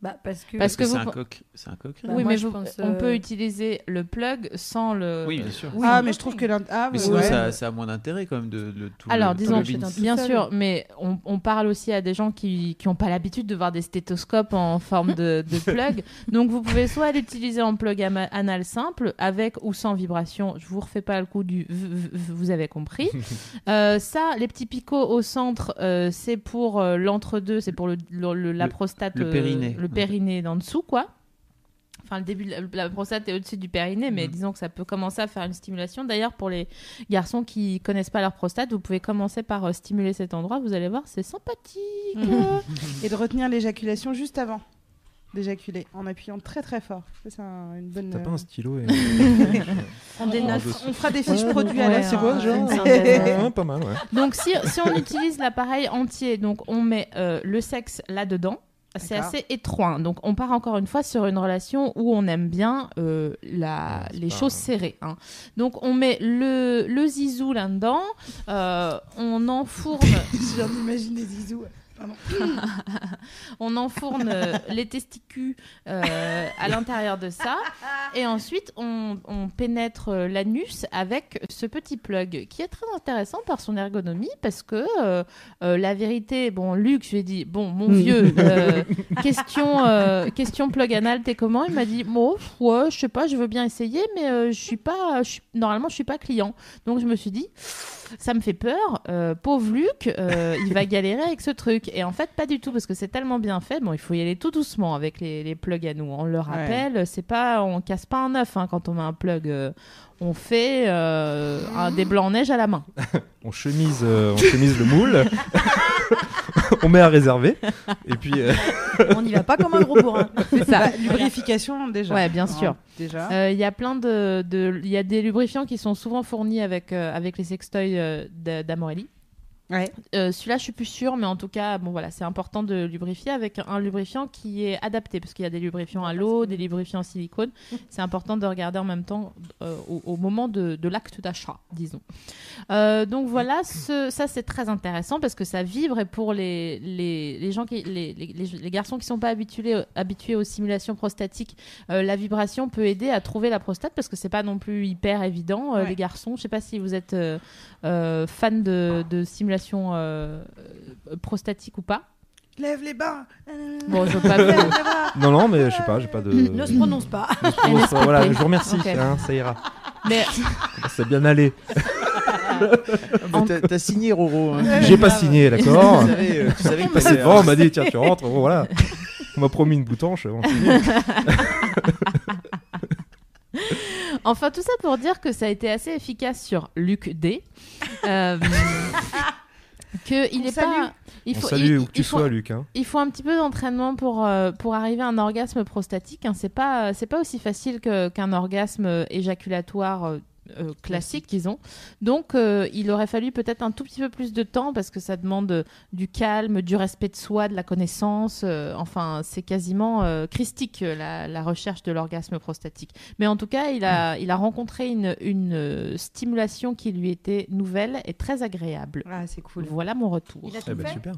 [SPEAKER 4] Bah, parce que.
[SPEAKER 2] Parce
[SPEAKER 3] Parce- que
[SPEAKER 2] que
[SPEAKER 3] vous
[SPEAKER 2] c'est un
[SPEAKER 3] pe-
[SPEAKER 2] coq. C'est un coq.
[SPEAKER 4] Bah,
[SPEAKER 3] oui
[SPEAKER 4] moi,
[SPEAKER 3] mais
[SPEAKER 4] je
[SPEAKER 3] vous-
[SPEAKER 4] pense,
[SPEAKER 3] on
[SPEAKER 4] euh,
[SPEAKER 3] peut utiliser le plug sans le
[SPEAKER 2] Oui, bien sûr.
[SPEAKER 1] ah, mais je trouve que l'int- ah,
[SPEAKER 2] Mais
[SPEAKER 1] ouais.
[SPEAKER 2] sinon,
[SPEAKER 1] ouais.
[SPEAKER 2] ça, ça a moins d'intérêt quand même de, de tout.
[SPEAKER 3] Alors,
[SPEAKER 2] le- tout
[SPEAKER 3] disons,
[SPEAKER 2] le Vince.
[SPEAKER 3] bien
[SPEAKER 4] seul.
[SPEAKER 3] sûr, mais on, on parle aussi à des gens qui n'ont pas l'habitude de voir des stéthoscopes en forme de, de plug. Donc, vous pouvez soit l'utiliser en plug ama- anal simple, avec ou sans vibration. Je vous refais pas le coup du v- v- v- vous avez compris. Euh, ça, les petits picots au centre, euh, c'est pour euh, l'entre-deux, c'est pour le, le- le- la
[SPEAKER 2] Le-
[SPEAKER 3] prostate.
[SPEAKER 2] le
[SPEAKER 3] euh,
[SPEAKER 2] périnée.
[SPEAKER 3] le périnée d'en dessous, quoi. Enfin, le début de la, la prostate est au-dessus du périnée, mais
[SPEAKER 2] Mhm.
[SPEAKER 3] disons que ça peut commencer à faire une stimulation. D'ailleurs, pour les garçons qui connaissent pas leur prostate, vous pouvez commencer par euh, stimuler cet endroit. Vous allez voir, c'est sympathique.
[SPEAKER 1] Et de retenir l'éjaculation juste avant d'éjaculer en appuyant très très fort. Ça, c'est un- une bonne.
[SPEAKER 5] T'as pas
[SPEAKER 1] euh,
[SPEAKER 5] un stylo et.
[SPEAKER 3] On dénote.
[SPEAKER 1] On fera des fiches
[SPEAKER 5] Ouais,
[SPEAKER 1] produits à
[SPEAKER 3] ouais,
[SPEAKER 1] la
[SPEAKER 3] hein. Ah, c'est
[SPEAKER 1] fin.
[SPEAKER 3] quoi,
[SPEAKER 5] genre hein,
[SPEAKER 3] synthèse.
[SPEAKER 5] Ouais, Pas mal, ouais.
[SPEAKER 3] Donc, si, si on utilise l'appareil entier, donc on met euh, le sexe là-dedans. C'est
[SPEAKER 1] D'accord.
[SPEAKER 3] assez étroit. hein. Donc, on part encore une fois sur une relation où on aime bien euh, la-
[SPEAKER 5] Ouais, c'est
[SPEAKER 3] les
[SPEAKER 5] pas-
[SPEAKER 3] choses serrées. hein. Donc, on met le, le zizou là-dedans. euh, on enfourne.
[SPEAKER 1] Je viens d'imaginer Zizou
[SPEAKER 3] on enfourne euh, les testicules euh, à l'intérieur de ça et ensuite on, on pénètre euh, l'anus avec ce petit plug qui est très intéressant par son ergonomie parce que euh, euh, la vérité, bon Luc, je lui ai dit, bon mon vieux, euh, question, euh, question plug anal, t'es comment Il m'a dit, bon ouais, je sais pas, je veux bien essayer mais euh, je suis pas, je suis- normalement je suis pas client. Donc je me suis dit, ça me fait peur, euh, pauvre Luc, euh, il va galérer avec ce truc. Et en fait, pas du tout, parce que c'est tellement bien fait. Bon, il faut y aller tout doucement avec les, les plugs à nous. On le rappelle, c'est pas, on casse pas un œuf hein, quand on met un plug. euh, on fait euh, un, des blancs-neige à la main.
[SPEAKER 5] On chemise, euh, on chemise le moule. on met à réserver. Et puis, euh,
[SPEAKER 4] On n'y va pas comme un gros bourrin.
[SPEAKER 3] C'est ça.
[SPEAKER 1] Bah, lubrification déjà.
[SPEAKER 3] Ouais, bien sûr. Euh,
[SPEAKER 1] Hein, déjà.
[SPEAKER 3] Il y a plein de, de- il y a des lubrifiants qui sont souvent fournis avec euh, avec les sextoys euh, d'a- d'Amorelli.
[SPEAKER 1] Ouais.
[SPEAKER 3] Euh, Celui-là, je suis plus sûre, mais en tout cas, bon voilà, c'est important de lubrifier avec un lubrifiant qui est adapté, parce qu'il y a des lubrifiants à l'eau, des lubrifiants en silicone. C'est important de regarder en même temps euh, au, au moment de, de l'acte d'achat, disons. Euh, donc voilà, ce- ça c'est très intéressant parce que ça vibre et pour les, les, les gens qui, les, les, les- les garçons qui sont pas habitués, habitués aux simulations prostatiques, euh, la vibration peut aider à trouver la prostate parce que c'est pas non plus hyper évident. Euh,
[SPEAKER 1] Ouais.
[SPEAKER 3] Les garçons, je sais pas si vous êtes euh, euh, fan de, de simulations euh, euh, prostatiques ou pas.
[SPEAKER 1] Lève les bras.
[SPEAKER 4] Ah,
[SPEAKER 3] Bon, je veux pas vous-
[SPEAKER 1] Lève les bras.
[SPEAKER 5] non, non, mais je sais pas, j'ai pas de.
[SPEAKER 4] Ne se prononce pas.
[SPEAKER 5] Bon, ça, voilà, je vous remercie,
[SPEAKER 3] Ok.
[SPEAKER 5] hein, ça ira.
[SPEAKER 3] Mais
[SPEAKER 5] Ça a bien allé.
[SPEAKER 3] En-
[SPEAKER 2] T'as t'as signé Roro. hein.
[SPEAKER 5] J'ai pas signé, d'accord
[SPEAKER 2] Tu savais, euh, tu savais que
[SPEAKER 5] Bah,
[SPEAKER 2] t'allais-
[SPEAKER 5] c'est bon, on m'a dit, tiens, tu rentres, bon, voilà. On m'a promis une boutanche. bon.
[SPEAKER 3] enfin, tout ça pour dire que ça a été assez efficace sur Luc D. Euh, que il
[SPEAKER 1] On
[SPEAKER 3] est
[SPEAKER 1] salue.
[SPEAKER 3] pas. Il
[SPEAKER 5] On
[SPEAKER 3] faut,
[SPEAKER 5] salue
[SPEAKER 3] il-
[SPEAKER 5] où que tu
[SPEAKER 3] il faut-
[SPEAKER 5] sois, Luc. hein.
[SPEAKER 3] il faut un petit peu d'entraînement pour, euh, pour arriver à un orgasme prostatique. hein. C'est pas, c'est pas aussi facile que- qu'un orgasme euh, éjaculatoire euh, euh, classique, disons. Donc, euh, il aurait fallu peut-être un tout petit peu plus de temps parce que ça demande euh, du calme, du respect de soi, de la connaissance. euh, enfin, c'est quasiment euh, christique euh, la, la recherche de l'orgasme prostatique. Mais en tout cas, il a, il a rencontré une, une euh, stimulation qui lui était nouvelle et très agréable.
[SPEAKER 1] Ah, c'est cool.
[SPEAKER 3] Voilà mon retour.
[SPEAKER 4] Il a tout
[SPEAKER 5] Eh ben,
[SPEAKER 4] fait.
[SPEAKER 5] super.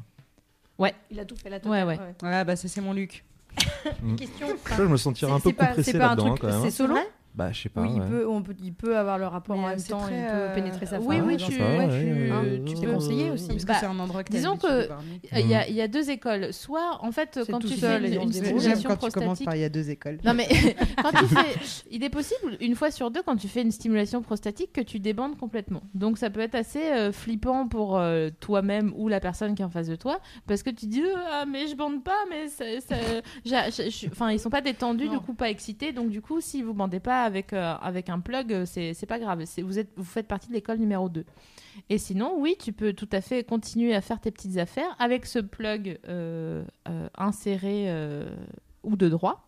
[SPEAKER 4] Il a tout fait. La
[SPEAKER 3] Ouais, ouais.
[SPEAKER 1] Ah, bah ça, c'est mon Luc.
[SPEAKER 4] Question.
[SPEAKER 5] Je crois que je me sentirais un peu compressé là-dedans, hein, quand même.
[SPEAKER 4] C'est
[SPEAKER 5] hein.
[SPEAKER 4] solo.
[SPEAKER 5] Bah, je sais pas.
[SPEAKER 4] Oui, il
[SPEAKER 5] ouais.
[SPEAKER 4] peut, on peut, il peut avoir le rapport
[SPEAKER 1] Mais,
[SPEAKER 4] en
[SPEAKER 1] euh,
[SPEAKER 4] même
[SPEAKER 1] c'est
[SPEAKER 4] temps.
[SPEAKER 1] très,
[SPEAKER 4] Il
[SPEAKER 1] euh,
[SPEAKER 4] peut pénétrer sa
[SPEAKER 3] oui,
[SPEAKER 4] femme.
[SPEAKER 3] oui,
[SPEAKER 4] genre,
[SPEAKER 3] tu-
[SPEAKER 4] ça va.
[SPEAKER 3] ouais,
[SPEAKER 5] tu-
[SPEAKER 4] tu
[SPEAKER 5] ouais,
[SPEAKER 4] t'es
[SPEAKER 5] ouais,
[SPEAKER 4] conseillé
[SPEAKER 5] ouais.
[SPEAKER 4] aussi.
[SPEAKER 1] Parce que
[SPEAKER 3] Bah,
[SPEAKER 1] c'est un endroit que t'as
[SPEAKER 3] disons
[SPEAKER 1] l'habitude
[SPEAKER 3] que-
[SPEAKER 1] de parler.
[SPEAKER 3] Il y, a- il y a deux écoles. Soit, en fait,
[SPEAKER 4] C'est
[SPEAKER 3] quand
[SPEAKER 4] tout
[SPEAKER 3] tu
[SPEAKER 4] seul
[SPEAKER 3] fais
[SPEAKER 4] et
[SPEAKER 3] une,
[SPEAKER 4] on
[SPEAKER 3] une
[SPEAKER 4] se débrouille.
[SPEAKER 1] J'aime
[SPEAKER 3] stimulation
[SPEAKER 1] quand tu commences
[SPEAKER 3] prostatique.
[SPEAKER 1] par il y a deux écoles.
[SPEAKER 3] Non mais quand tu fais, il est possible une fois sur deux quand tu fais une stimulation prostatique que tu débandes complètement. Donc ça peut être assez euh, flippant pour euh, toi-même ou la personne qui est en face de toi parce que tu dis Euh, ah mais je bande pas mais ça- ça- j'a- j'a- je- enfin ils sont pas détendus
[SPEAKER 4] Non.
[SPEAKER 3] du coup pas excités donc du coup si vous bandez pas avec euh, avec un plug euh, c'est c'est pas grave C'est- vous êtes vous faites partie de l'école numéro 2. Et sinon, oui, tu peux tout à fait continuer à faire tes petites affaires avec ce plug euh, euh, inséré euh, ou de droit.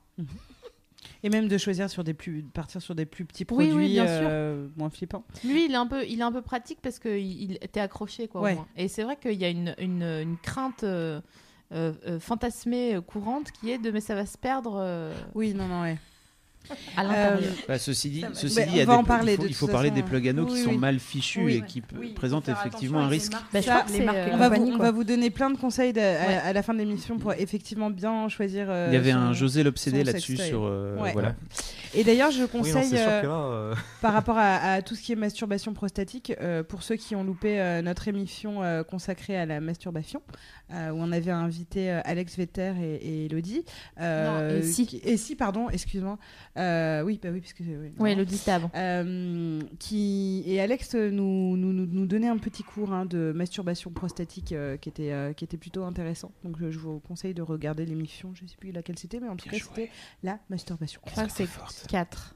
[SPEAKER 1] Et même de choisir sur des plus, de partir sur des plus petits
[SPEAKER 3] Oui, oui,
[SPEAKER 1] produits
[SPEAKER 3] bien sûr.
[SPEAKER 1] euh, moins flippants.
[SPEAKER 3] Lui, il est un peu, il est un peu pratique parce que il, il- t'es accroché quoi. au
[SPEAKER 1] Ouais.
[SPEAKER 3] moins. Et c'est vrai qu'il y a une, une, une crainte euh, euh, euh, fantasmée euh, courante qui est de mais ça va se perdre euh,
[SPEAKER 1] Oui, non, non, ouais.
[SPEAKER 3] à l'intérieur.
[SPEAKER 2] Bah, ceci dit, ceci
[SPEAKER 1] Mais
[SPEAKER 2] dit,
[SPEAKER 1] on
[SPEAKER 2] il y a
[SPEAKER 1] va
[SPEAKER 2] des-
[SPEAKER 1] en parler
[SPEAKER 2] il faut,
[SPEAKER 1] de
[SPEAKER 2] il faut
[SPEAKER 1] toute
[SPEAKER 2] parler
[SPEAKER 1] façon,
[SPEAKER 2] des plug anneaux
[SPEAKER 1] oui,
[SPEAKER 2] qui
[SPEAKER 1] oui.
[SPEAKER 2] sont mal fichus
[SPEAKER 1] Oui,
[SPEAKER 2] et qui p- présentent effectivement un risque.
[SPEAKER 3] Bah, je
[SPEAKER 1] Ça,
[SPEAKER 3] crois que
[SPEAKER 4] les
[SPEAKER 3] c'est,
[SPEAKER 4] marques et
[SPEAKER 3] euh,
[SPEAKER 1] on,
[SPEAKER 4] On
[SPEAKER 1] va vous,
[SPEAKER 4] panique,
[SPEAKER 1] on
[SPEAKER 4] quoi.
[SPEAKER 1] va vous donner plein de conseils de- à,
[SPEAKER 3] Ouais.
[SPEAKER 1] à la fin de l'émission pour effectivement bien choisir. euh,
[SPEAKER 2] Il y avait un
[SPEAKER 1] son-
[SPEAKER 2] José l'obsédé
[SPEAKER 1] son
[SPEAKER 2] là-dessus
[SPEAKER 1] sextoy.
[SPEAKER 2] sur euh,
[SPEAKER 1] Ouais.
[SPEAKER 2] voilà.
[SPEAKER 1] Et d'ailleurs, je
[SPEAKER 5] Oui,
[SPEAKER 1] conseille
[SPEAKER 5] non, c'est sûr
[SPEAKER 1] euh,
[SPEAKER 5] que là. euh,
[SPEAKER 1] par rapport à, à tout ce qui est masturbation prostatique, euh, pour ceux qui ont loupé euh, notre émission euh, consacrée à la masturbation, euh, où on avait invité euh, Alex Vetter et, et Elodie. euh,
[SPEAKER 3] Non, et si.
[SPEAKER 1] qui- et si, pardon, excuse-moi. Euh, oui, bah oui, parce que. Oui,
[SPEAKER 3] Ouais,
[SPEAKER 1] non.
[SPEAKER 3] le dit avant.
[SPEAKER 1] Euh, qui et Alex euh, nous, nous, nous- nous donnait un petit cours hein, de masturbation prostatique euh, qui, était, euh, qui était plutôt intéressant. Donc je, je vous conseille de regarder l'émission, je sais plus laquelle c'était, mais en tout cas c'était la masturbation.
[SPEAKER 3] Je crois que c'est 4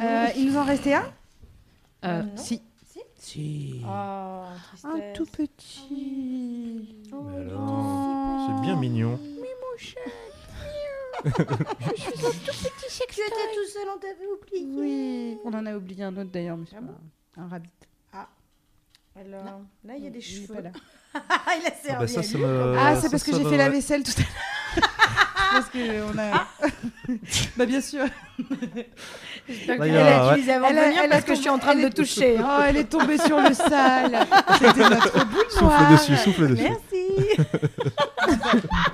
[SPEAKER 1] Euh, il nous en restait un
[SPEAKER 3] Euh,
[SPEAKER 4] Non.
[SPEAKER 1] Si.
[SPEAKER 4] Ah,
[SPEAKER 1] Un
[SPEAKER 4] tristesse.
[SPEAKER 1] tout petit.
[SPEAKER 4] Oh
[SPEAKER 5] mais alors, C'est bien mignon.
[SPEAKER 6] Tu étais tout seul, on t'avait oublié.
[SPEAKER 1] Oui, on en a oublié un autre d'ailleurs, mais c'est pas- un rabbit.
[SPEAKER 4] Alors,
[SPEAKER 6] Là, il y a des
[SPEAKER 1] Il est
[SPEAKER 6] cheveux.
[SPEAKER 1] pas là.
[SPEAKER 6] Ah, il a
[SPEAKER 5] Ah, bah,
[SPEAKER 6] servi.
[SPEAKER 5] ça,
[SPEAKER 6] à
[SPEAKER 5] ça
[SPEAKER 6] lui.
[SPEAKER 5] me-
[SPEAKER 1] Ah,
[SPEAKER 5] ça,
[SPEAKER 1] c'est parce que
[SPEAKER 5] ça
[SPEAKER 1] j'ai
[SPEAKER 5] me- Ah.
[SPEAKER 1] fait la vaisselle tout à l'heure. parce que on a. bah bien sûr.
[SPEAKER 4] J'espère que
[SPEAKER 5] Là, il y
[SPEAKER 4] elle a
[SPEAKER 5] a-
[SPEAKER 4] utilisé avant de
[SPEAKER 1] Elle a-
[SPEAKER 4] venir
[SPEAKER 1] elle a
[SPEAKER 4] parce que je
[SPEAKER 1] tombé-
[SPEAKER 4] suis en train de
[SPEAKER 1] elle
[SPEAKER 4] le
[SPEAKER 1] est-
[SPEAKER 4] toucher. hein.
[SPEAKER 1] Oh, elle est tombée sur le sale. C'était notre boule
[SPEAKER 5] Souffle dessus, souffle dessus.
[SPEAKER 4] Merci.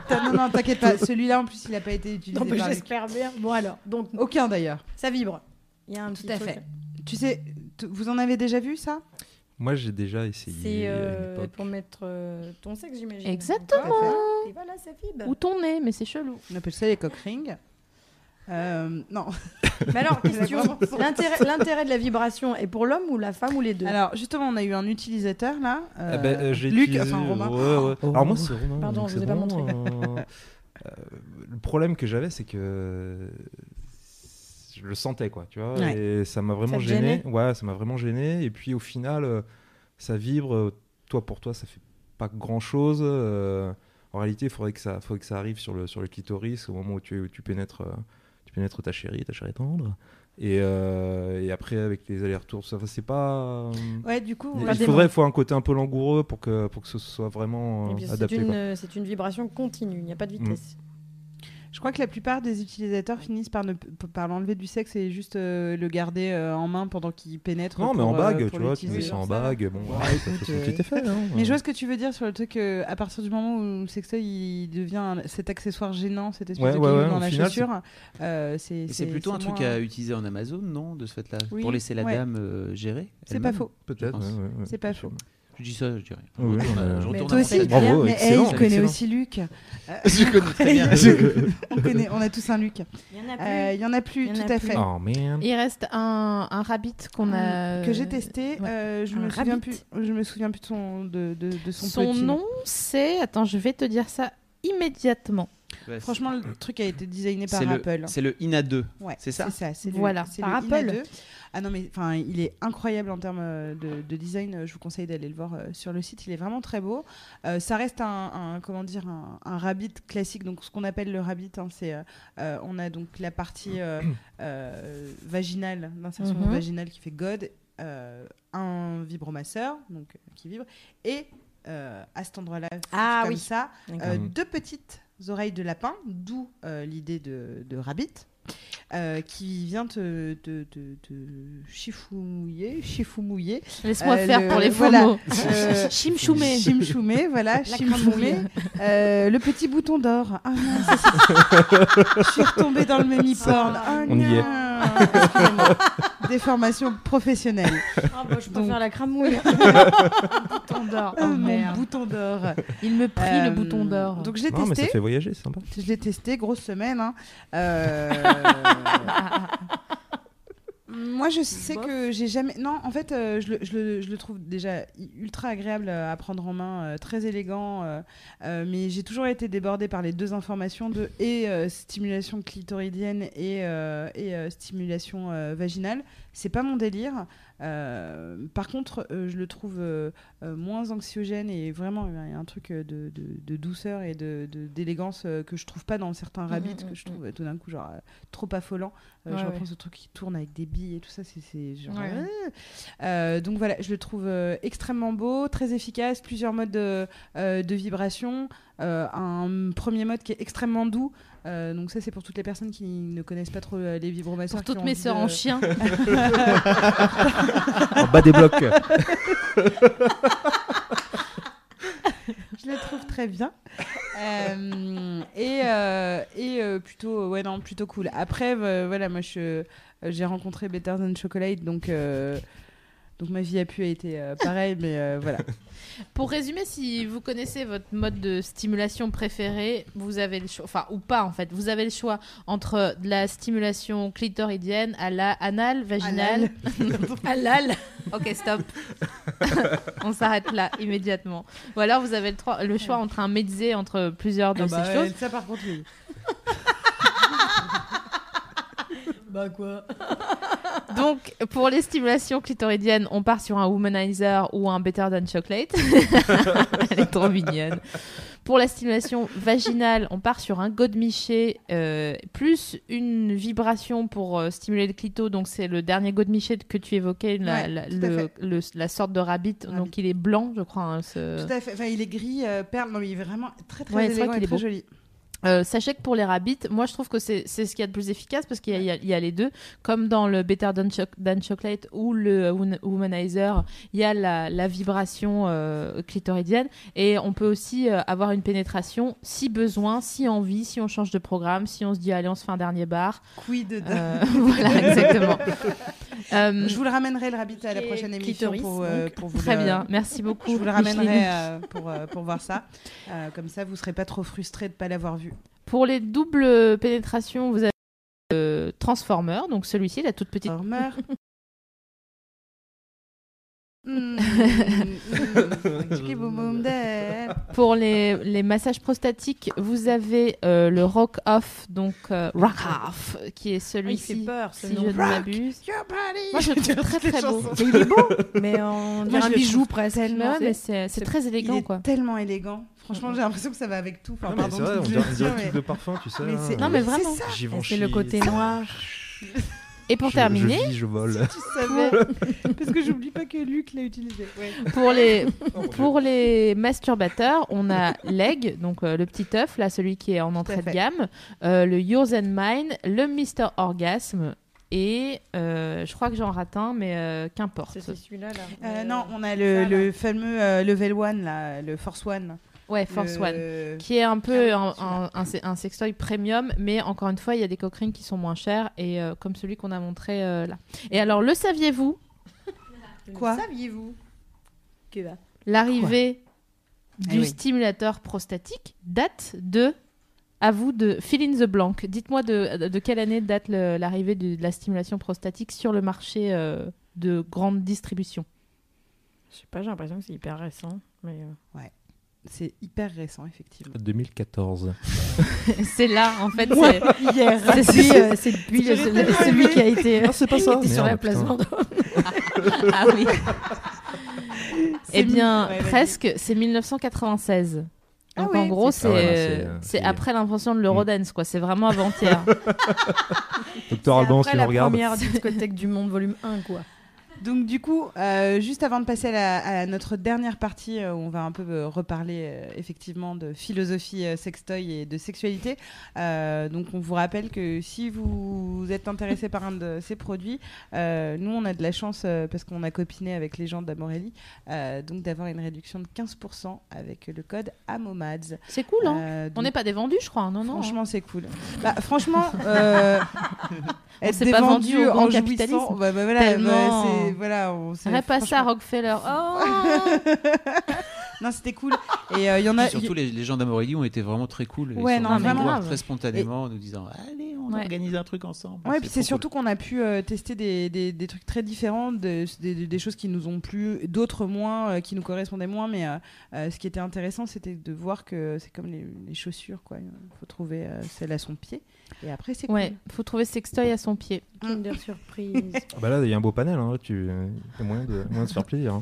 [SPEAKER 1] T'as- Non, non, t'inquiète pas. Celui-là, en plus, il n'a pas été utilisé.
[SPEAKER 4] Non, mais
[SPEAKER 1] par les-
[SPEAKER 4] j'espère bien. Bon alors, donc
[SPEAKER 1] Aucun d'ailleurs.
[SPEAKER 4] ça vibre. Il y a un
[SPEAKER 7] Tout
[SPEAKER 4] petit
[SPEAKER 7] à
[SPEAKER 4] truc.
[SPEAKER 7] fait.
[SPEAKER 1] Tu sais, t- vous en avez déjà vu ça
[SPEAKER 5] Moi, j'ai déjà
[SPEAKER 4] C'est
[SPEAKER 5] essayé. à
[SPEAKER 4] euh,
[SPEAKER 5] une époque.
[SPEAKER 4] pour mettre euh, ton sexe, j'imagine.
[SPEAKER 3] Exactement.
[SPEAKER 4] Encore. Et voilà, ça vibre.
[SPEAKER 3] Où ton nez, mais c'est chelou.
[SPEAKER 1] On appelle ça les cock rings. Euh, non.
[SPEAKER 4] Mais alors, question.
[SPEAKER 1] Vraiment son-
[SPEAKER 4] L'intérêt l'intérêt de la vibration est pour l'homme ou la femme ou les deux
[SPEAKER 1] Alors justement, on a eu un utilisateur là. euh,
[SPEAKER 5] Ah bah, euh, j'ai
[SPEAKER 1] Luc,
[SPEAKER 5] utilisé-
[SPEAKER 1] enfin Romain.
[SPEAKER 5] ouais, ouais.
[SPEAKER 2] Oh.
[SPEAKER 5] Alors moi, c'est Romain.
[SPEAKER 4] Pardon,
[SPEAKER 5] donc
[SPEAKER 4] je
[SPEAKER 5] c'est
[SPEAKER 4] vous ai pas
[SPEAKER 5] bon,
[SPEAKER 4] montré.
[SPEAKER 5] euh, euh, le problème que j'avais, c'est que je le sentais, quoi. Tu vois,
[SPEAKER 1] Ouais.
[SPEAKER 5] et ça m'a vraiment
[SPEAKER 4] te
[SPEAKER 5] gêné. Ouais, ça m'a vraiment gêné. Et puis au final, euh, ça vibre. euh, Toi pour toi, ça fait pas grand chose. en réalité, il faudrait que ça, faudrait que ça arrive sur le sur le clitoris au moment où tu, où tu pénètres, euh, tu pénètres ta chérie, ta chérie tendre. Et, euh, et après avec les allers-retours, ça, c'est pas. euh,
[SPEAKER 1] Ouais, du coup.
[SPEAKER 5] il
[SPEAKER 1] on-
[SPEAKER 5] il faudrait faut un côté un peu langoureux pour que, pour que ce soit vraiment
[SPEAKER 4] Et
[SPEAKER 5] euh,
[SPEAKER 4] puis, C'est
[SPEAKER 5] adapté.
[SPEAKER 4] une,
[SPEAKER 5] quoi.
[SPEAKER 4] euh, c'est une vibration continue, il n'y a pas de vitesse.
[SPEAKER 1] Je crois que la plupart des utilisateurs finissent par ne p- par l'enlever du sexe et juste euh, le garder euh, en main pendant qu'il pénètre.
[SPEAKER 5] Non, mais
[SPEAKER 1] pour,
[SPEAKER 5] en
[SPEAKER 1] euh,
[SPEAKER 5] bague,
[SPEAKER 1] pour
[SPEAKER 5] tu vois, tu mets
[SPEAKER 1] l'utiliser.
[SPEAKER 5] ça en bague, bon,
[SPEAKER 1] Ouais,
[SPEAKER 5] voilà, ça
[SPEAKER 1] écoute,
[SPEAKER 5] fait son
[SPEAKER 1] euh,
[SPEAKER 5] petit effet. hein,
[SPEAKER 1] Mais je
[SPEAKER 5] ouais.
[SPEAKER 1] vois ce que tu veux dire sur le truc euh, à partir du moment où le sextoy il devient un- cet accessoire gênant, cette espèce
[SPEAKER 5] Ouais,
[SPEAKER 1] de
[SPEAKER 5] ouais,
[SPEAKER 1] caillou
[SPEAKER 5] ouais,
[SPEAKER 1] dans
[SPEAKER 5] au
[SPEAKER 1] la
[SPEAKER 5] final,
[SPEAKER 1] chaussure. euh, c'est
[SPEAKER 2] Et C'est plutôt un
[SPEAKER 1] moins-
[SPEAKER 2] truc à utiliser en Amazon, non De ce fait-là
[SPEAKER 1] Oui,
[SPEAKER 2] Pour laisser la
[SPEAKER 1] ouais.
[SPEAKER 2] dame euh, gérer
[SPEAKER 1] C'est pas
[SPEAKER 2] elle-même
[SPEAKER 1] faux.
[SPEAKER 5] Peut-être,
[SPEAKER 2] je pense.
[SPEAKER 5] ouais, ouais, ouais,
[SPEAKER 1] C'est pas
[SPEAKER 5] sûr.
[SPEAKER 2] Je dis ça, je dirais. Je
[SPEAKER 5] Oui,
[SPEAKER 2] retourne à-
[SPEAKER 5] mais- euh,
[SPEAKER 2] je
[SPEAKER 5] Mais
[SPEAKER 2] retourne
[SPEAKER 1] Toi
[SPEAKER 2] à-
[SPEAKER 1] aussi,
[SPEAKER 5] Bravo,
[SPEAKER 1] Pierre, mais hey,
[SPEAKER 5] Oh, excellent,
[SPEAKER 1] je connais
[SPEAKER 5] excellent.
[SPEAKER 1] aussi Luc.
[SPEAKER 2] Je connais très bien.
[SPEAKER 1] on, connaît, on a tous un Luc. Euh,
[SPEAKER 4] Il y en a
[SPEAKER 3] Ah
[SPEAKER 1] Il y en a plus,
[SPEAKER 4] Il y en
[SPEAKER 1] tout
[SPEAKER 4] a
[SPEAKER 1] à
[SPEAKER 4] plus.
[SPEAKER 1] fait.
[SPEAKER 5] Oh man.
[SPEAKER 3] Il reste un, un rabbit qu'on a.
[SPEAKER 1] Ah, que j'ai testé.
[SPEAKER 3] ouais.
[SPEAKER 1] euh, je
[SPEAKER 4] Un
[SPEAKER 1] me souviens
[SPEAKER 4] rabbit.
[SPEAKER 1] plus. Je me souviens plus de son de, de- de son,
[SPEAKER 3] euh, Son,
[SPEAKER 1] petit
[SPEAKER 3] nom, c'est. Attends, je vais te dire ça immédiatement.
[SPEAKER 2] Ouais, c'est-
[SPEAKER 1] Franchement, le truc a été designé par
[SPEAKER 2] c'est le-
[SPEAKER 1] Apple.
[SPEAKER 2] C'est le INA 2.
[SPEAKER 1] Ouais,
[SPEAKER 2] c'est ça
[SPEAKER 1] c'est le-
[SPEAKER 3] Voilà,
[SPEAKER 1] c'est
[SPEAKER 3] par
[SPEAKER 1] le Ina
[SPEAKER 3] Apple.
[SPEAKER 1] 2. Ah non mais enfin, il est incroyable en termes euh, de, de design. Euh, Je vous conseille d'aller le voir euh, sur le site. Il est vraiment très beau. Euh, ça reste un, un- comment dire un, un rabbit classique. Donc ce qu'on appelle le rabbit, hein, c'est euh, euh, on a donc la partie euh, euh, vaginale d'insertion
[SPEAKER 3] Mhm.
[SPEAKER 1] vaginale qui fait God, euh, un vibromasseur donc euh, qui vibre et euh, à cet endroit-là,
[SPEAKER 4] Ah
[SPEAKER 1] comme
[SPEAKER 4] oui.
[SPEAKER 1] ça, euh,
[SPEAKER 5] Mhm.
[SPEAKER 1] deux petites oreilles de lapin, d'où euh, l'idée de, de Rabbit, euh, qui vient te, te, te, te chifouiller, chiffoumouiller.
[SPEAKER 3] Laisse-moi
[SPEAKER 1] Euh,
[SPEAKER 3] faire
[SPEAKER 1] le-
[SPEAKER 3] pour les faux
[SPEAKER 1] voilà.
[SPEAKER 3] mots.
[SPEAKER 1] Euh,
[SPEAKER 3] Chimchoumé.
[SPEAKER 1] Chimchoumé, voilà, chimchoumé.
[SPEAKER 4] cramouille.
[SPEAKER 1] Euh, le petit bouton d'or. Ah non, ça, c'est- je suis retombée dans le memi porn. Ah
[SPEAKER 5] On y est.
[SPEAKER 1] non, excusez-moi. Déformation professionnelle.
[SPEAKER 4] Ah, bah, je préfère la cramouille.
[SPEAKER 3] bouton d'or.
[SPEAKER 1] Ah, mon bouton d'or.
[SPEAKER 3] Oh, Il me prie
[SPEAKER 1] Euh,
[SPEAKER 3] le bouton d'or.
[SPEAKER 1] Donc je l'ai
[SPEAKER 5] Non, mais ça hein.
[SPEAKER 1] testé.
[SPEAKER 5] fait voyager, c'est sympa.
[SPEAKER 1] Je l'ai testé, grosse semaine. hein. Euh, Moi, je sais que j'ai jamais. Non, en fait, euh, je, le, je le- je le trouve déjà i- ultra agréable à prendre en main, euh, très élégant. euh, euh, mais j'ai toujours été débordée par les deux informations de et euh, stimulation clitoridienne et, euh, et euh, stimulation euh, vaginale. C'est pas mon délire. Euh, par contre, euh, je le trouve euh, euh, moins anxiogène et vraiment euh, il y a un truc euh, de, de- de douceur et de de- d'élégance euh, que je trouve pas dans certains
[SPEAKER 3] Mmh,
[SPEAKER 1] rabbits
[SPEAKER 4] mm,
[SPEAKER 1] que je trouve euh, tout d'un coup genre euh, trop affolant. Euh,
[SPEAKER 4] Ouais,
[SPEAKER 1] je
[SPEAKER 4] ouais.
[SPEAKER 1] reprends ce truc qui tourne avec des billes et tout ça, c'est- c'est genre.
[SPEAKER 4] Ouais.
[SPEAKER 1] euh. Euh, donc voilà, je le trouve euh, extrêmement beau, très efficace, plusieurs modes de, euh, de vibration, euh, un premier mode qui est extrêmement doux. Euh, donc ça c'est pour toutes les personnes qui ne connaissent pas trop euh, les vibromasseurs.
[SPEAKER 3] Pour
[SPEAKER 1] qui
[SPEAKER 3] toutes
[SPEAKER 1] ont
[SPEAKER 3] mes
[SPEAKER 1] envie
[SPEAKER 3] sœurs
[SPEAKER 1] de-
[SPEAKER 3] en chien.
[SPEAKER 5] En bas des blocs.
[SPEAKER 1] Je la trouve très bien. Euh, et euh, et euh, plutôt, ouais, non, plutôt cool. Après, euh, voilà, moi, je, euh, j'ai rencontré Better Than Chocolate, donc, euh, donc ma vie a pu a été euh, pareille, mais euh, voilà.
[SPEAKER 3] Pour résumer, si vous connaissez votre mode de stimulation préféré, vous avez le choix, enfin ou pas en fait, vous avez le choix entre de la stimulation clitoridienne à la anale, vaginale.
[SPEAKER 4] Halal.
[SPEAKER 3] Ok, stop. On s'arrête là immédiatement. Ou alors vous avez le, tro- le choix entre un médisé entre plusieurs de
[SPEAKER 1] Ah
[SPEAKER 3] ces
[SPEAKER 1] bah,
[SPEAKER 3] choses.
[SPEAKER 1] euh, ça, par contre, oui.
[SPEAKER 4] Bah quoi
[SPEAKER 3] Donc, pour les stimulations clitoridiennes, on part sur un womanizer ou un better than chocolate. Elle est trop mignonne. Pour la stimulation vaginale, on part sur un godemiché euh, plus une vibration pour euh, stimuler le clito. Donc, c'est le dernier godemiché que tu évoquais, la,
[SPEAKER 1] Ouais,
[SPEAKER 3] la-
[SPEAKER 1] tout à
[SPEAKER 3] le-
[SPEAKER 1] fait.
[SPEAKER 3] le- la sorte de rabbit.
[SPEAKER 1] Rabbit.
[SPEAKER 3] Donc, il est blanc, je crois. hein, ce-
[SPEAKER 1] Tout à fait. Enfin, il est gris, euh, perle. Non, mais il est vraiment très, très
[SPEAKER 3] Ouais, c'est vrai
[SPEAKER 1] élégant et
[SPEAKER 3] qu'il est
[SPEAKER 1] très
[SPEAKER 3] beau.
[SPEAKER 1] joli.
[SPEAKER 3] Euh, sachez que pour les rabbits, moi je trouve que c'est c'est ce qu'il y a de plus efficace parce qu'il y, a- il y a- il y a les deux. Comme dans le Better Than, Choc- Than Chocolate ou le Wom- Womanizer, il y a la, la vibration euh, clitoridienne et on peut aussi euh, avoir une pénétration si besoin, si envie, si on change de programme, si on se dit allez on se fait un dernier bar.
[SPEAKER 1] Quid de-
[SPEAKER 3] Euh, voilà, exactement. Euh,
[SPEAKER 1] Je vous le ramènerai le rabbit à la
[SPEAKER 4] Et
[SPEAKER 1] prochaine émission
[SPEAKER 4] clitoris,
[SPEAKER 1] pour, euh,
[SPEAKER 4] donc.
[SPEAKER 1] pour vous
[SPEAKER 3] Très
[SPEAKER 1] le-
[SPEAKER 3] bien, merci beaucoup.
[SPEAKER 1] Je vous le
[SPEAKER 3] Micheline.
[SPEAKER 1] ramènerai euh, pour, euh, pour voir ça. Euh, comme ça, vous serez pas trop frustré de pas l'avoir vu.
[SPEAKER 3] Pour les doubles pénétrations, vous avez euh, Transformer, donc celui-ci, la toute petite.
[SPEAKER 1] Hormeur. Mm, mm, tchiki boum boum del.
[SPEAKER 3] Pour les, les massages prostatiques, vous avez euh, le Rock Off, donc euh, Rock Off,
[SPEAKER 1] Ah,
[SPEAKER 3] qui est
[SPEAKER 4] Ah, Il fait
[SPEAKER 3] celui-ci.
[SPEAKER 4] peur, ce
[SPEAKER 3] Si je
[SPEAKER 4] nom.
[SPEAKER 3] ne m'abuse.
[SPEAKER 1] Your body.
[SPEAKER 3] Moi, je le trouve très, très beau.
[SPEAKER 4] Mais il est beau, mais on dirait
[SPEAKER 1] je
[SPEAKER 4] un
[SPEAKER 1] le
[SPEAKER 4] bijou presque.
[SPEAKER 3] Mais ouais, mais c'est c'est
[SPEAKER 4] c'est-
[SPEAKER 3] très
[SPEAKER 1] Il
[SPEAKER 3] élégant,
[SPEAKER 1] est
[SPEAKER 3] quoi.
[SPEAKER 1] tellement élégant. Franchement, j'ai l'impression que ça va avec tout. Enfin,
[SPEAKER 5] Non, mais
[SPEAKER 1] pardon
[SPEAKER 5] c'est vrai,
[SPEAKER 1] de
[SPEAKER 5] on
[SPEAKER 1] vous
[SPEAKER 5] dirait,
[SPEAKER 1] le
[SPEAKER 5] on
[SPEAKER 1] dire,
[SPEAKER 5] dirait un truc de parfum, tu sais.
[SPEAKER 1] mais
[SPEAKER 5] hein,
[SPEAKER 1] c'est-
[SPEAKER 3] Non,
[SPEAKER 5] euh,
[SPEAKER 3] mais vraiment.
[SPEAKER 1] c'est ça.
[SPEAKER 5] Givenchy.
[SPEAKER 4] C'est le côté noir.
[SPEAKER 3] Et pour
[SPEAKER 5] Je-
[SPEAKER 3] terminer,
[SPEAKER 5] Je vis, je vole.
[SPEAKER 1] Tu savais. Parce que j'oublie pas que Luc l'a utilisé. Ouais.
[SPEAKER 3] pour les, pour les masturbateurs, on a l'egg, donc euh, le petit œuf, là, celui qui est en entrée de
[SPEAKER 1] fait.
[SPEAKER 3] gamme, euh, le Yours and Mine, le Mister Orgasme, et euh, je crois que j'en rate un, mais euh, qu'importe.
[SPEAKER 4] C'est celui-là, là.
[SPEAKER 1] Euh,
[SPEAKER 4] Mais,
[SPEAKER 1] non,
[SPEAKER 4] euh,
[SPEAKER 1] on a le,
[SPEAKER 4] ça, là.
[SPEAKER 1] le fameux euh, level one là, le force one.
[SPEAKER 3] Ouais, Force
[SPEAKER 1] Le-
[SPEAKER 3] One. Qui est un peu un, un, un, un sextoy premium, mais encore une fois, il y a des coquerines qui sont moins chères, et euh, comme celui qu'on a montré euh, là. Et alors, le saviez-vous
[SPEAKER 1] Quoi
[SPEAKER 4] Le Saviez-vous que là
[SPEAKER 3] L'arrivée
[SPEAKER 4] Ah
[SPEAKER 1] Eh
[SPEAKER 3] du
[SPEAKER 1] oui.
[SPEAKER 3] stimulateur prostatique date de, à vous, de Fill in the Blank. Dites-moi de, de quelle année date le- l'arrivée de, de la stimulation prostatique sur le marché euh, de grande distribution.
[SPEAKER 4] Je sais pas, j'ai l'impression que c'est hyper récent. Mais euh,
[SPEAKER 1] C'est hyper récent, effectivement.
[SPEAKER 5] 2014.
[SPEAKER 3] c'est là, en fait. c'est-
[SPEAKER 4] Hier,
[SPEAKER 3] C'est-
[SPEAKER 4] c'est
[SPEAKER 3] c'est-
[SPEAKER 4] euh, c'est depuis le-
[SPEAKER 1] J'aurais
[SPEAKER 4] le-
[SPEAKER 1] tellement
[SPEAKER 4] celui
[SPEAKER 1] aimé.
[SPEAKER 4] qui a été
[SPEAKER 5] Ah, c'est pas ça.
[SPEAKER 4] qui était sur
[SPEAKER 5] Merde,
[SPEAKER 4] la place
[SPEAKER 5] putain.
[SPEAKER 4] Vendôme.
[SPEAKER 3] ah oui. Eh
[SPEAKER 1] C'est
[SPEAKER 3] bien,
[SPEAKER 1] mi- ouais, vas-y.
[SPEAKER 3] presque, c'est 1996.
[SPEAKER 1] Ah
[SPEAKER 3] Donc
[SPEAKER 1] oui,
[SPEAKER 3] en gros,
[SPEAKER 1] c'est-
[SPEAKER 3] c'est
[SPEAKER 5] Ah ouais, là,
[SPEAKER 3] euh,
[SPEAKER 5] c'est, euh,
[SPEAKER 3] c'est
[SPEAKER 5] c'est-
[SPEAKER 3] après l'invention de l'Eurodance, quoi. C'est vraiment avant-hier.
[SPEAKER 5] Docteur Alban,
[SPEAKER 4] après
[SPEAKER 5] Ah si
[SPEAKER 4] la
[SPEAKER 5] on regarde.
[SPEAKER 4] première discothèque du monde, volume 1, quoi.
[SPEAKER 1] Donc du coup, euh, juste avant de passer à, la- à notre dernière partie, euh, où on va un peu euh, reparler euh, effectivement de philosophie euh, sextoy et de sexualité. euh, donc on vous rappelle que si vous êtes intéressé par un de ces produits, euh, nous on a de la chance euh, parce qu'on a copiné avec les gens d'Amorelli, euh, donc d'avoir une réduction de 15% avec le code AMOMADS.
[SPEAKER 3] c'est cool, hein
[SPEAKER 1] Euh, donc,
[SPEAKER 3] On n'est pas des vendus, je crois. hein. Non, non.
[SPEAKER 1] Franchement, c'est cool. Bah, franchement, euh, être
[SPEAKER 3] s'est
[SPEAKER 1] des
[SPEAKER 3] pas vendu
[SPEAKER 1] vendus
[SPEAKER 3] au grand
[SPEAKER 1] en jouissant,
[SPEAKER 3] capitalisme.
[SPEAKER 1] bah, bah, voilà,
[SPEAKER 3] Tellement.
[SPEAKER 1] bah, c'est- voilà, on s'est-
[SPEAKER 3] Arrête pas ça,
[SPEAKER 1] franchement-
[SPEAKER 3] Rockefeller. Oh
[SPEAKER 1] non, c'était cool. Et euh, il y en a.
[SPEAKER 2] Surtout, les, les gens d'Amorelie ont été vraiment très cool. Ils
[SPEAKER 1] Ouais,
[SPEAKER 2] sont
[SPEAKER 1] non,
[SPEAKER 2] venus nous
[SPEAKER 1] vraiment.
[SPEAKER 2] voir très spontanément en nous disant Allez, on
[SPEAKER 3] Ouais.
[SPEAKER 2] organise un truc ensemble.
[SPEAKER 1] Ouais, puis c'est
[SPEAKER 2] ah, trop
[SPEAKER 1] surtout qu'on a pu euh, tester des, des- des trucs très différents, de- des, des choses qui nous ont plu, d'autres moins, euh, qui nous correspondaient moins. Mais euh, euh, ce qui était intéressant, c'était de voir que c'est comme les, les chaussures, quoi. Il faut trouver euh, celle à son pied. Et après, c'est
[SPEAKER 3] Ouais, faut trouver sextoy à son pied.
[SPEAKER 4] Kinder surprise.
[SPEAKER 5] Ah bah là, il y a un beau panel. Hein. là, Tu as moyen de, moyen de se faire plaisir. hein.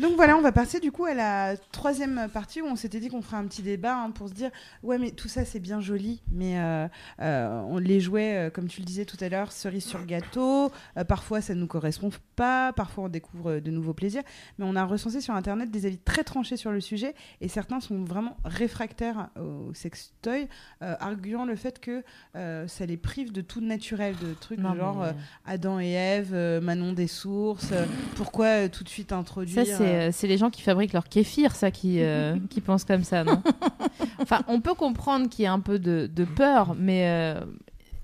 [SPEAKER 1] Donc voilà, on va passer du coup à la troisième partie où on s'était dit qu'on ferait un petit débat hein, pour se dire ouais mais tout ça c'est bien joli, mais euh, euh, on les jouets euh, comme tu le disais tout à l'heure cerise sur gâteau, euh, parfois ça ne nous correspond pas, parfois on découvre euh, de nouveaux plaisirs, mais on a recensé sur internet des avis très tranchés sur le sujet et certains sont vraiment réfractaires au sextoy, euh, arguant le fait que euh, ça les prive de tout naturel, de trucs
[SPEAKER 3] Non,
[SPEAKER 1] du genre
[SPEAKER 3] mais,
[SPEAKER 1] euh, Adam et Ève, euh, Manon des sources, euh, pourquoi euh, tout de suite introduire
[SPEAKER 3] Ça, c'est
[SPEAKER 1] euh,
[SPEAKER 3] euh, c'est les gens qui fabriquent leur kéfir, ça, qui, euh, qui pensent comme ça, non Enfin, on peut comprendre qu'il y a un peu de, de peur, mais euh,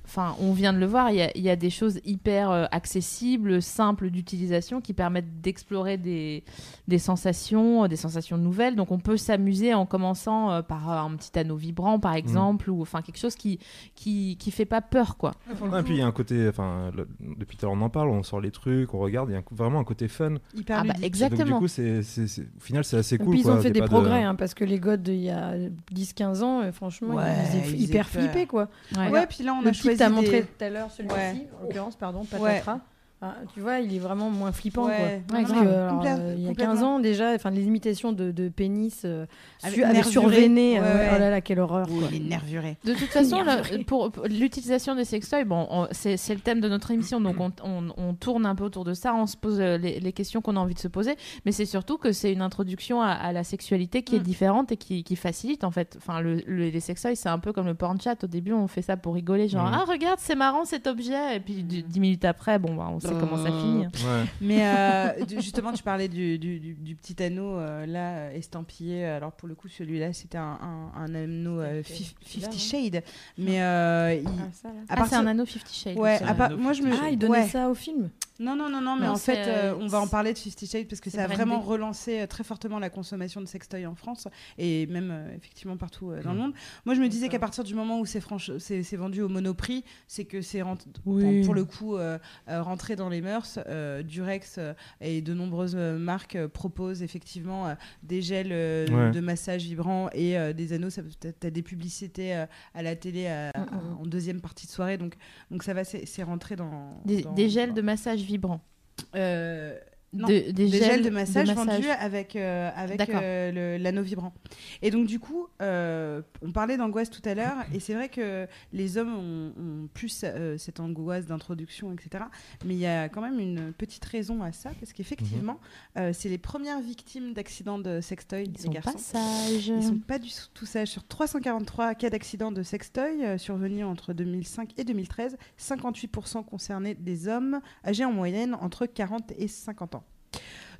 [SPEAKER 3] enfin, on vient de le voir, il y a, il y a des choses hyper euh, accessibles, simples d'utilisation, qui permettent d'explorer des, des sensations, euh, des sensations nouvelles. Donc, on peut s'amuser en commençant euh, par euh, un petit anneau vibrant,
[SPEAKER 1] Mmh.
[SPEAKER 3] par exemple, ou enfin quelque chose qui, qui qui fait pas peur, quoi.
[SPEAKER 5] Ah, et puis il y a un côté. Enfin, le- depuis tout à l'heure, on en parle. On sort les trucs, on regarde. Il y a un- vraiment un côté fun.
[SPEAKER 1] hyper
[SPEAKER 3] Ah
[SPEAKER 1] ludique.
[SPEAKER 3] bah,
[SPEAKER 5] Donc, du
[SPEAKER 3] exactement.
[SPEAKER 5] coup, c'est, c'est- c'est- au final, c'est assez
[SPEAKER 4] Et
[SPEAKER 5] cool.
[SPEAKER 4] puis ils
[SPEAKER 5] quoi.
[SPEAKER 4] ont fait
[SPEAKER 5] T'es
[SPEAKER 4] des
[SPEAKER 5] pas de-
[SPEAKER 4] progrès, hein, parce que les gods il y a 10-15 ans, euh, franchement,
[SPEAKER 1] Ouais,
[SPEAKER 4] ils étaient
[SPEAKER 1] ils
[SPEAKER 4] hyper
[SPEAKER 1] étaient-
[SPEAKER 4] flippés, quoi.
[SPEAKER 3] Ouais.
[SPEAKER 1] Ouais, puis là on
[SPEAKER 4] le
[SPEAKER 1] a
[SPEAKER 4] type
[SPEAKER 1] choisi
[SPEAKER 4] t'a montré
[SPEAKER 1] des-
[SPEAKER 4] tout à l'heure, celui-ci,
[SPEAKER 1] Ouais.
[SPEAKER 4] en l'occurrence, pardon, Patatras. Enfin, tu vois, il est vraiment moins flippant.
[SPEAKER 9] Ouais,
[SPEAKER 4] quoi.
[SPEAKER 9] ouais,
[SPEAKER 3] Ah,
[SPEAKER 4] Parce
[SPEAKER 9] grave.
[SPEAKER 4] que, alors,
[SPEAKER 9] Complète-
[SPEAKER 4] euh, il y a
[SPEAKER 9] complètement.
[SPEAKER 4] 15 ans déjà, enfin, les imitations de, de pénis euh, su-
[SPEAKER 9] Avec
[SPEAKER 4] avec,
[SPEAKER 9] nervuré.
[SPEAKER 4] surveiné. euh,
[SPEAKER 9] Ouais, ouais.
[SPEAKER 4] Oh là là, quelle horreur. quoi.
[SPEAKER 9] il est nervuré.
[SPEAKER 3] De toute façon, là, pour, pour l'utilisation des sextoys, bon, on- c'est c'est le thème de notre émission, donc
[SPEAKER 9] Mm-hmm.
[SPEAKER 3] on, on- on tourne un peu autour de ça, on se pose euh, les, les questions qu'on a envie de se poser, mais c'est surtout que c'est une introduction à, à la sexualité qui est
[SPEAKER 4] Mm.
[SPEAKER 3] différente et qui, qui facilite en fait. Enfin, le- le- les sextoys, c'est un peu comme le porn chat. Au début, on fait ça pour rigoler, genre
[SPEAKER 5] Mm.
[SPEAKER 3] ah regarde, c'est marrant cet objet, et puis du- dix minutes après, bon, bah, on sait comment
[SPEAKER 9] Euh,
[SPEAKER 3] ça finit.
[SPEAKER 5] Ouais.
[SPEAKER 9] Mais euh, du- justement, tu parlais du, du- du- du petit anneau euh, là euh, estampillé. Alors pour le coup, celui-là, c'était un, un, un anneau euh, fif-
[SPEAKER 4] là,
[SPEAKER 9] 50
[SPEAKER 4] hein.
[SPEAKER 9] Shade. Mais euh, il-
[SPEAKER 4] Ah, ça, là.
[SPEAKER 9] à
[SPEAKER 3] Ah, c'est
[SPEAKER 9] partir-
[SPEAKER 3] un anneau 50 Shades.
[SPEAKER 9] Ouais,
[SPEAKER 2] C'est
[SPEAKER 9] à
[SPEAKER 2] un
[SPEAKER 9] part-
[SPEAKER 2] anneau
[SPEAKER 9] moi je me.
[SPEAKER 2] 50
[SPEAKER 4] Ah, il donnait
[SPEAKER 9] ouais.
[SPEAKER 4] ça au film.
[SPEAKER 9] Non, non, non, non, mais
[SPEAKER 3] Non,
[SPEAKER 9] en
[SPEAKER 3] c'est,
[SPEAKER 9] fait, euh,
[SPEAKER 3] euh,
[SPEAKER 9] on va en parler de 50 Shades parce que
[SPEAKER 3] c'est
[SPEAKER 9] ça a
[SPEAKER 3] brandé.
[SPEAKER 9] vraiment relancé euh, très fortement la consommation de sextoy en France et même euh, effectivement partout euh, dans le monde. Moi, je me disais qu'à partir du moment où c'est franche- c'est c'est vendu au monoprix, c'est que c'est rent- pour, pour le coup euh, euh, rentré dans les mœurs. euh, Durex euh, et de nombreuses euh, marques euh, proposent effectivement euh, des gels euh,
[SPEAKER 5] Ouais.
[SPEAKER 9] de massage vibrants et euh, des anneaux. Tu as des publicités euh, à la télé euh,
[SPEAKER 4] mm.
[SPEAKER 9] en deuxième partie de soirée, donc, donc ça va, c'est c'est rentré dans.
[SPEAKER 3] Des,
[SPEAKER 9] dans-
[SPEAKER 3] des gels de massage vibrants.
[SPEAKER 9] Euh, Non,
[SPEAKER 3] De- des,
[SPEAKER 9] des gels de massage, vendus avec, euh, avec
[SPEAKER 3] D'accord.
[SPEAKER 9] euh, le- l'anneau vibrant. Et donc, du coup, euh, on parlait d'angoisse tout à l'heure, et c'est vrai que les hommes ont, ont plus euh, cette angoisse d'introduction, etc. Mais il y a quand même une petite raison à ça, parce qu'effectivement, euh, c'est les premières victimes d'accidents de sextoy,
[SPEAKER 3] Ils
[SPEAKER 9] les
[SPEAKER 3] sont
[SPEAKER 9] garçons.
[SPEAKER 3] pas sages.
[SPEAKER 9] Ils sont pas du tout sages. Sur 343 cas d'accident de sextoy euh, survenus entre 2005 et 2013, 58% concernaient des hommes âgés en moyenne entre 40 et 50 ans.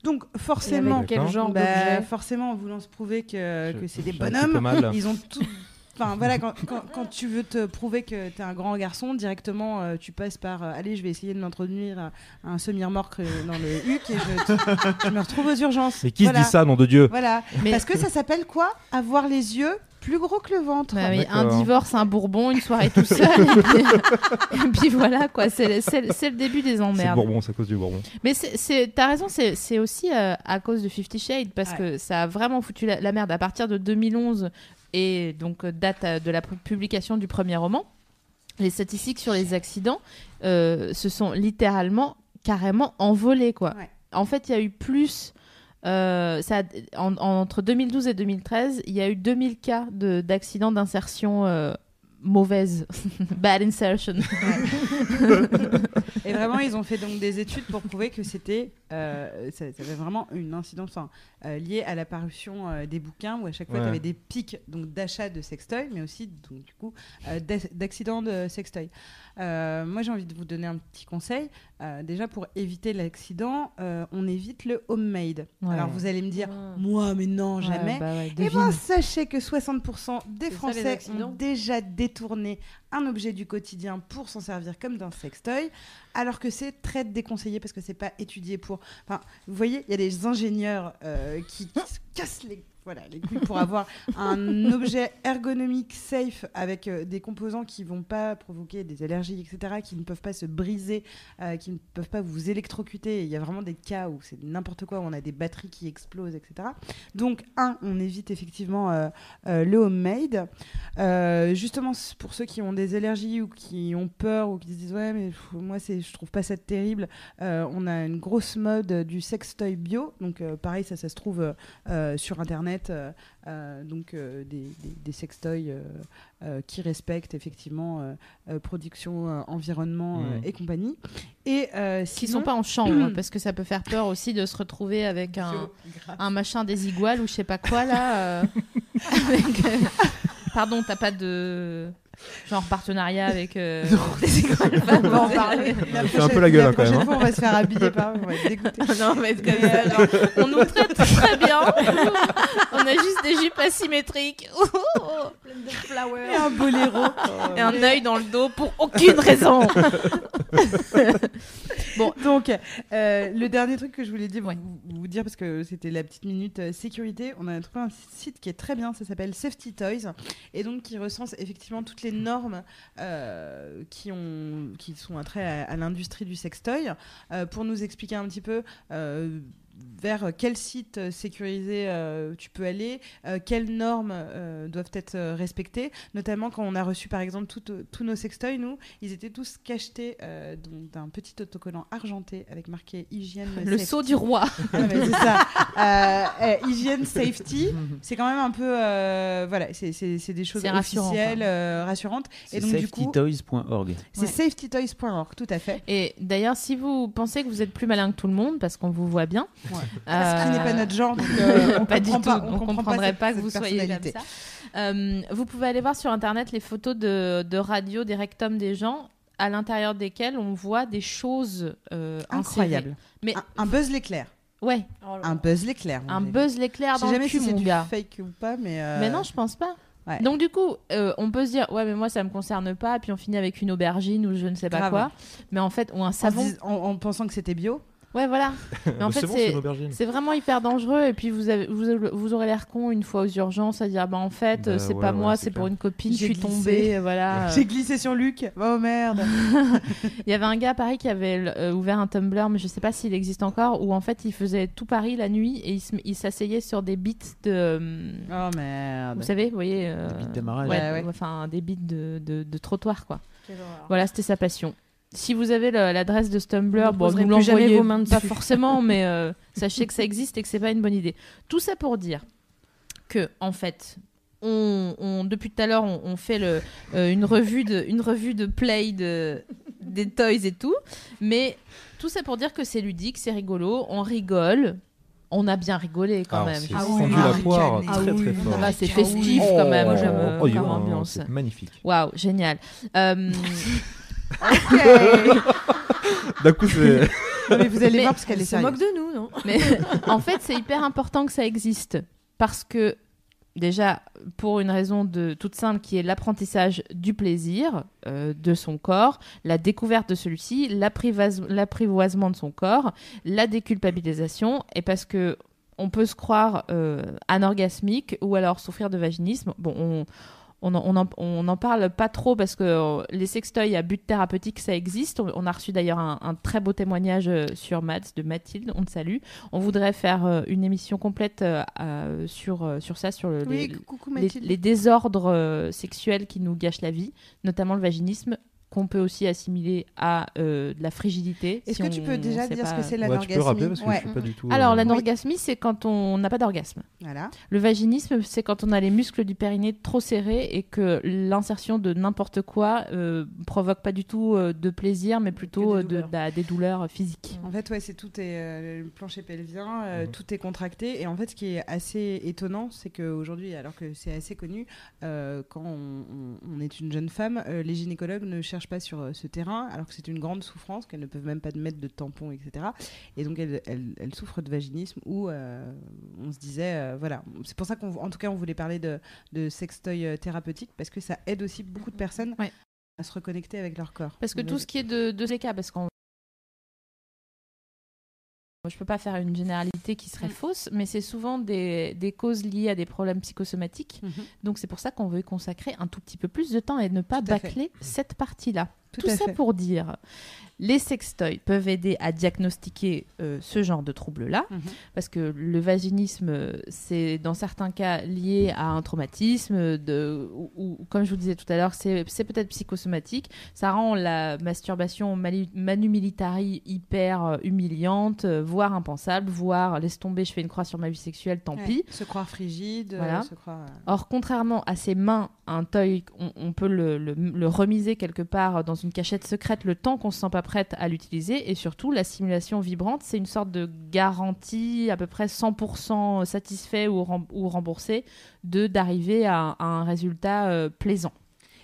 [SPEAKER 9] Donc forcément,
[SPEAKER 5] avec quel
[SPEAKER 4] genre
[SPEAKER 9] bah,
[SPEAKER 4] d'objet
[SPEAKER 9] forcément, en voulant se prouver euh, que,
[SPEAKER 5] Je-
[SPEAKER 9] que c'est des
[SPEAKER 5] j'ai un petit peu
[SPEAKER 9] bonhommes,
[SPEAKER 5] mal.
[SPEAKER 9] ils ont tout. Enfin voilà, quand, quand- quand tu veux te prouver que t'es un grand garçon, directement euh, tu passes par euh, allez, je vais essayer de m'introduire euh, un semi-remorque euh, dans le huc et je, je me retrouve aux urgences.
[SPEAKER 5] Mais qui
[SPEAKER 9] Voilà.
[SPEAKER 5] se dit ça, nom de Dieu
[SPEAKER 9] Voilà.
[SPEAKER 3] Mais-
[SPEAKER 9] Parce que ça s'appelle quoi Avoir les yeux plus gros que le ventre.
[SPEAKER 3] Bah oui, un
[SPEAKER 5] D'accord.
[SPEAKER 3] divorce, un bourbon, une soirée tout seul. et, puis, et puis voilà, quoi. C'est le, c'est le- c'est le début des
[SPEAKER 5] C'est le
[SPEAKER 3] emmerdes.
[SPEAKER 5] Bourbon, c'est à cause du Bourbon.
[SPEAKER 3] Mais c'est- c'est- t'as raison, c'est c'est aussi euh, à cause de Fifty Shades parce
[SPEAKER 9] Ouais.
[SPEAKER 3] que ça a vraiment foutu la, la merde. À partir de 2011, et donc euh, date euh, de la pu- publication du premier roman, les statistiques sur les accidents euh, se sont littéralement carrément envolées, quoi.
[SPEAKER 9] Ouais.
[SPEAKER 3] En fait, il y a eu plus. euh, ça, a- en- en- entre 2012 et 2013, il y a eu 2000 cas de- d'accidents d'insertion euh, mauvaise. Bad insertion.
[SPEAKER 9] Et vraiment, ils ont fait donc des études pour prouver que c'était, euh, ça, ça avait vraiment une incidence enfin, euh, liée à la parution euh, des bouquins où à chaque fois
[SPEAKER 5] Ouais.
[SPEAKER 9] tu avais des pics donc d'achat de sextoy, mais aussi donc du coup euh, d'ac- d'accidents de sextoy. Euh, moi, j'ai envie de vous donner un petit conseil. Euh, déjà pour éviter l'accident, euh, on évite le homemade.
[SPEAKER 3] Ouais.
[SPEAKER 9] Alors vous allez me dire, moi, mais non, jamais.
[SPEAKER 3] Ouais, bah ouais,
[SPEAKER 9] Eh
[SPEAKER 3] devine.
[SPEAKER 9] ben, sachez que 60% des
[SPEAKER 4] les
[SPEAKER 9] Français
[SPEAKER 4] accidents.
[SPEAKER 9] ont déjà détourné un objet du quotidien pour s'en servir comme d'un sextoy, alors que c'est très déconseillé parce que c'est pas étudié pour. Enfin, vous voyez, il y a des ingénieurs euh, qui, qui se cassent les. Voilà, les couilles pour avoir un objet ergonomique safe avec euh, des composants qui vont pas provoquer des allergies, etc., qui ne peuvent pas se briser, euh, qui ne peuvent pas vous électrocuter. Il y a vraiment des cas où c'est n'importe quoi, où on a des batteries qui explosent, etc. Donc, un, on évite effectivement euh, euh, le homemade. Euh, justement, c- pour ceux qui ont des allergies ou qui ont peur ou qui se disent ouais, mais pff, moi c'est, je trouve pas ça terrible. euh, on a une grosse mode euh, du sextoy bio. Donc, euh, pareil, ça, ça se trouve euh, euh, sur internet. euh, euh, donc, euh, des, des, des sextoys euh, euh, qui respectent effectivement euh, euh, production, euh, environnement euh,
[SPEAKER 5] Mhm.
[SPEAKER 9] et compagnie. Et
[SPEAKER 3] qui
[SPEAKER 9] euh,
[SPEAKER 1] Mhm.
[SPEAKER 9] sinon-
[SPEAKER 3] sont pas en chambre parce que ça peut faire peur aussi de se retrouver avec un, un machin des iguales ou je sais pas quoi là euh, avec, euh, pardon t'as pas de genre partenariat avec euh, des iguales pas
[SPEAKER 9] On va en
[SPEAKER 3] vous-
[SPEAKER 9] parler.
[SPEAKER 5] Je fais un peu la gueule, hein, quand
[SPEAKER 9] prochaine
[SPEAKER 5] même,
[SPEAKER 9] fois, on va se faire habiller par. On va être dégoûtés.
[SPEAKER 3] non mais comme ça, genre, on nous traite très bien on a juste des jupes asymétriques
[SPEAKER 9] Et un boléro.
[SPEAKER 3] et un œil dans le dos pour aucune raison
[SPEAKER 9] Donc, euh, le dernier truc que je voulais dire, vous, vous dire, parce que c'était la petite minute euh, sécurité, on a trouvé un site qui est très bien, ça s'appelle Safety Toys, et donc qui recense effectivement toutes les normes euh, qui, ont, qui sont attrait à, à l'industrie du sextoy, euh, pour nous expliquer un petit peu... euh,
[SPEAKER 1] vers quel site euh, sécurisé euh, tu peux aller, euh, quelles normes euh, doivent être euh, respectées, notamment quand on a reçu par exemple tout- euh, tous nos sextoys, nous, ils étaient tous cachetés euh, donc, d'un petit autocollant argenté avec marqué hygiène.
[SPEAKER 3] Le
[SPEAKER 1] safety.
[SPEAKER 3] sceau du roi.
[SPEAKER 1] Ah, mais c'est ça. Euh, euh, hygiène, safety, c'est quand même un peu, euh, voilà, c'est- c'est c'est des choses
[SPEAKER 3] C'est rassurant,
[SPEAKER 1] officielles,
[SPEAKER 3] quoi.
[SPEAKER 1] euh, rassurantes. Et
[SPEAKER 10] C'est
[SPEAKER 1] donc du coup,
[SPEAKER 10] safetytoys.org.
[SPEAKER 1] c'est
[SPEAKER 3] Ouais.
[SPEAKER 1] safetytoys.org, tout à fait.
[SPEAKER 3] Et d'ailleurs, si vous pensez que vous êtes plus malin que tout le monde, parce qu'on vous voit bien,
[SPEAKER 1] Ouais.
[SPEAKER 3] euh,
[SPEAKER 1] Parce qu'il n'est pas notre genre, donc, euh, on
[SPEAKER 3] pas du
[SPEAKER 1] comprend
[SPEAKER 3] tout,
[SPEAKER 1] pas,
[SPEAKER 3] on
[SPEAKER 1] comprend
[SPEAKER 3] comprendrait
[SPEAKER 1] cette-
[SPEAKER 3] pas, que
[SPEAKER 1] cette
[SPEAKER 3] vous soyez comme
[SPEAKER 1] personnalité.
[SPEAKER 3] ça. Euh, vous pouvez aller voir sur internet les photos de, de radio des rectums des gens à l'intérieur desquelles on voit des choses euh,
[SPEAKER 1] Incroyable. Ah.
[SPEAKER 3] insérées. Mais
[SPEAKER 1] Un, un buzz l'éclair.
[SPEAKER 3] ouais,
[SPEAKER 1] Un buzz l'éclair.
[SPEAKER 3] un buzz l'éclair
[SPEAKER 1] Ah, Je
[SPEAKER 3] dans
[SPEAKER 1] sais
[SPEAKER 3] le
[SPEAKER 1] jamais
[SPEAKER 3] cul,
[SPEAKER 1] si c'est
[SPEAKER 3] mon
[SPEAKER 1] du
[SPEAKER 3] gars.
[SPEAKER 1] fake ou pas, mais. euh,
[SPEAKER 3] Mais non, je pense pas.
[SPEAKER 1] Ouais.
[SPEAKER 3] Donc du coup, euh, on peut se dire ouais mais moi ça me concerne pas, puis on finit avec une aubergine ou je ne sais pas
[SPEAKER 1] Grave.
[SPEAKER 3] quoi. Mais en fait, ou un
[SPEAKER 1] en, se
[SPEAKER 3] savon.
[SPEAKER 1] dis- en- en pensant que c'était bio.
[SPEAKER 3] Ouais voilà. Mais en
[SPEAKER 5] Mais
[SPEAKER 3] fait
[SPEAKER 5] c'est bon,
[SPEAKER 3] c'est-
[SPEAKER 5] c'est une aubergine.
[SPEAKER 3] C'est vraiment hyper dangereux et puis vous, avez, vous, avez- vous aurez l'air con une fois aux urgences à dire bah en fait
[SPEAKER 5] Bah,
[SPEAKER 3] c'est
[SPEAKER 5] ouais,
[SPEAKER 3] pas
[SPEAKER 5] ouais,
[SPEAKER 3] moi
[SPEAKER 5] c'est
[SPEAKER 3] c'est pour
[SPEAKER 5] clair.
[SPEAKER 3] une copine je
[SPEAKER 1] J'ai
[SPEAKER 3] suis
[SPEAKER 1] glissé.
[SPEAKER 3] tombée voilà.
[SPEAKER 1] J'ai glissé sur Luc. Oh merde.
[SPEAKER 3] Il y avait un gars à Paris qui avait euh, ouvert un Tumblr mais je sais pas s'il existe encore où en fait il faisait tout Paris la nuit et il se- il s'asseyait sur des bits de euh,
[SPEAKER 1] Oh
[SPEAKER 5] Ah
[SPEAKER 3] vous
[SPEAKER 1] merde.
[SPEAKER 3] savez vous voyez euh,
[SPEAKER 2] Des bits d'amarrage.
[SPEAKER 3] ouais,
[SPEAKER 1] Ouais, ouais.
[SPEAKER 3] enfin des bits de, de, de trottoir quoi. Voilà c'était sa passion. Si vous avez le- l'adresse de ce Tumblr,
[SPEAKER 4] Vous
[SPEAKER 3] bon,
[SPEAKER 4] poserez
[SPEAKER 3] vous
[SPEAKER 4] plus jamais
[SPEAKER 3] l'envoyez
[SPEAKER 4] vos mains
[SPEAKER 3] pas
[SPEAKER 4] dessus.
[SPEAKER 3] forcément, mais euh, sachez que ça existe et que c'est pas une bonne idée. Tout ça pour dire que, en fait, on, on- depuis tout à l'heure, on, on fait le, euh, une, revue de, une revue de play de, des toys et tout, mais tout ça pour dire que c'est ludique, c'est rigolo, on rigole, on a bien rigolé quand
[SPEAKER 5] Ah, on
[SPEAKER 3] même.
[SPEAKER 5] s'est
[SPEAKER 4] Ah oui.
[SPEAKER 5] fendu
[SPEAKER 4] Ah,
[SPEAKER 5] la poire
[SPEAKER 4] ah
[SPEAKER 5] très très
[SPEAKER 4] oui.
[SPEAKER 5] fort.
[SPEAKER 3] Là, c'est
[SPEAKER 4] Ah oui.
[SPEAKER 3] festif quand même
[SPEAKER 5] Oh,
[SPEAKER 3] j'aime, euh,
[SPEAKER 5] oh, il y a
[SPEAKER 3] comme
[SPEAKER 5] un-
[SPEAKER 3] ambiance.
[SPEAKER 5] c'est magnifique.
[SPEAKER 3] Waouh, génial. Euh,
[SPEAKER 5] D'un coup, c'est.
[SPEAKER 1] Non, mais vous allez
[SPEAKER 3] Mais
[SPEAKER 1] voir parce qu'elle est
[SPEAKER 4] Elle se
[SPEAKER 1] sérieuse.
[SPEAKER 4] moque de nous, non
[SPEAKER 3] Mais en fait, c'est hyper important que ça existe parce que déjà pour une raison de toute simple qui est l'apprentissage du plaisir euh, de son corps, la découverte de celui-ci, l'apprivoise- l'apprivoisement de son corps, la déculpabilisation et parce que on peut se croire euh, anorgasmique ou alors souffrir de vaginisme. Bon, on on n'en on en, on en parle pas trop parce que euh, les sextoys à but thérapeutique, ça existe. On, on a reçu d'ailleurs un, un très beau témoignage euh, sur Mads de Mathilde, on te salue. On voudrait faire euh, une émission complète euh, euh, sur, euh, sur ça, sur le,
[SPEAKER 1] Oui,
[SPEAKER 3] les,
[SPEAKER 1] coucou
[SPEAKER 3] les,
[SPEAKER 1] Mathilde.
[SPEAKER 3] les désordres euh, sexuels qui nous gâchent la vie, notamment le vaginisme, qu'on peut aussi assimiler à euh, de la frigidité.
[SPEAKER 1] Est-ce
[SPEAKER 3] si
[SPEAKER 1] que
[SPEAKER 3] on-
[SPEAKER 1] tu peux déjà
[SPEAKER 3] on sait
[SPEAKER 1] dire ce
[SPEAKER 3] pas.
[SPEAKER 1] que c'est
[SPEAKER 5] Ouais, tu peux rappeler
[SPEAKER 1] l'anorgasmie
[SPEAKER 5] parce que je suis pas du tout.
[SPEAKER 3] Alors,
[SPEAKER 5] euh,
[SPEAKER 3] l'anorgasmie, c'est quand on n'a pas d'orgasme.
[SPEAKER 1] Voilà.
[SPEAKER 3] Le vaginisme, c'est quand on a les muscles du périnée trop serrés et que l'insertion de n'importe quoi euh, provoque pas du tout euh, de plaisir, mais plutôt
[SPEAKER 4] des
[SPEAKER 3] euh, de-
[SPEAKER 4] douleurs.
[SPEAKER 3] bah, des douleurs physiques.
[SPEAKER 1] En fait, ouais, c'est tout est euh, le plancher pelvien, euh,
[SPEAKER 5] Mhm.
[SPEAKER 1] tout est contracté. Et en fait, ce qui est assez étonnant, c'est qu'aujourd'hui, alors que c'est assez connu, euh, quand on, on- on est une jeune femme, euh, les gynécologues ne cherchent pas sur euh, ce terrain, alors que c'est une grande souffrance, qu'elles ne peuvent même pas de mettre de tampons, etc. Et donc, elles, elles- elles souffrent de vaginisme où euh, on se disait, euh, voilà, c'est pour ça qu'en tout cas, on voulait parler de, de sextoy euh, thérapeutique, parce que ça aide aussi beaucoup de personnes
[SPEAKER 3] Ouais.
[SPEAKER 1] à se reconnecter avec leur corps.
[SPEAKER 3] Parce que tout ce qui est de, de ces cas, parce qu'on. Moi, Je peux pas faire une généralité qui serait fausse, mais c'est souvent des, des causes liées à des problèmes psychosomatiques.
[SPEAKER 1] Mhm.
[SPEAKER 3] Donc c'est pour ça qu'on veut y consacrer un tout petit peu plus de temps et ne pas
[SPEAKER 1] Tout à fait.
[SPEAKER 3] bâcler cette partie-là.
[SPEAKER 1] Tout
[SPEAKER 3] Tout,
[SPEAKER 1] à
[SPEAKER 3] ça
[SPEAKER 1] fait.
[SPEAKER 3] pour dire, les sextoys peuvent aider à diagnostiquer euh, ce genre de troubles-là,
[SPEAKER 1] Mhm.
[SPEAKER 3] parce que le vaginisme, euh, c'est dans certains cas lié à un traumatisme, euh, de, ou, ou- comme je vous disais tout à l'heure, c'est c'est peut-être psychosomatique. Ça rend la masturbation mali- manu militari hyper euh, humiliante, euh, voire impensable, voire laisse tomber, je fais une croix sur ma vie sexuelle, tant
[SPEAKER 1] Ouais.
[SPEAKER 3] pis.
[SPEAKER 1] Se croire frigide, euh,
[SPEAKER 3] Voilà.
[SPEAKER 1] se croire. euh,
[SPEAKER 3] Or, contrairement à ses mains, un toy, on, on peut le, le- le remiser quelque part dans une cachette secrète le temps qu'on se sent pas prête à l'utiliser. Et surtout, la simulation vibrante, c'est une sorte de garantie à peu près 100% satisfait ou, rem- ou remboursé de d'arriver à, un- à un résultat euh, plaisant.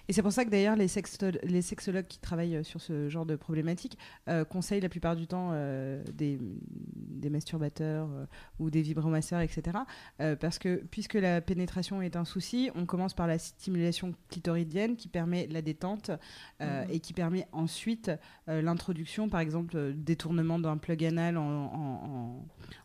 [SPEAKER 1] Et c'est pour ça que d'ailleurs les, sexto- les sexologues qui travaillent euh, sur ce genre de problématiques euh, conseillent la plupart du temps euh, des, des masturbateurs euh, ou des vibromasseurs, etc. Euh, parce que puisque la pénétration est un souci, on commence par la stimulation clitoridienne qui permet la détente euh, et qui permet ensuite euh, l'introduction, par exemple, euh, détournement d'un plug anal en, en- en-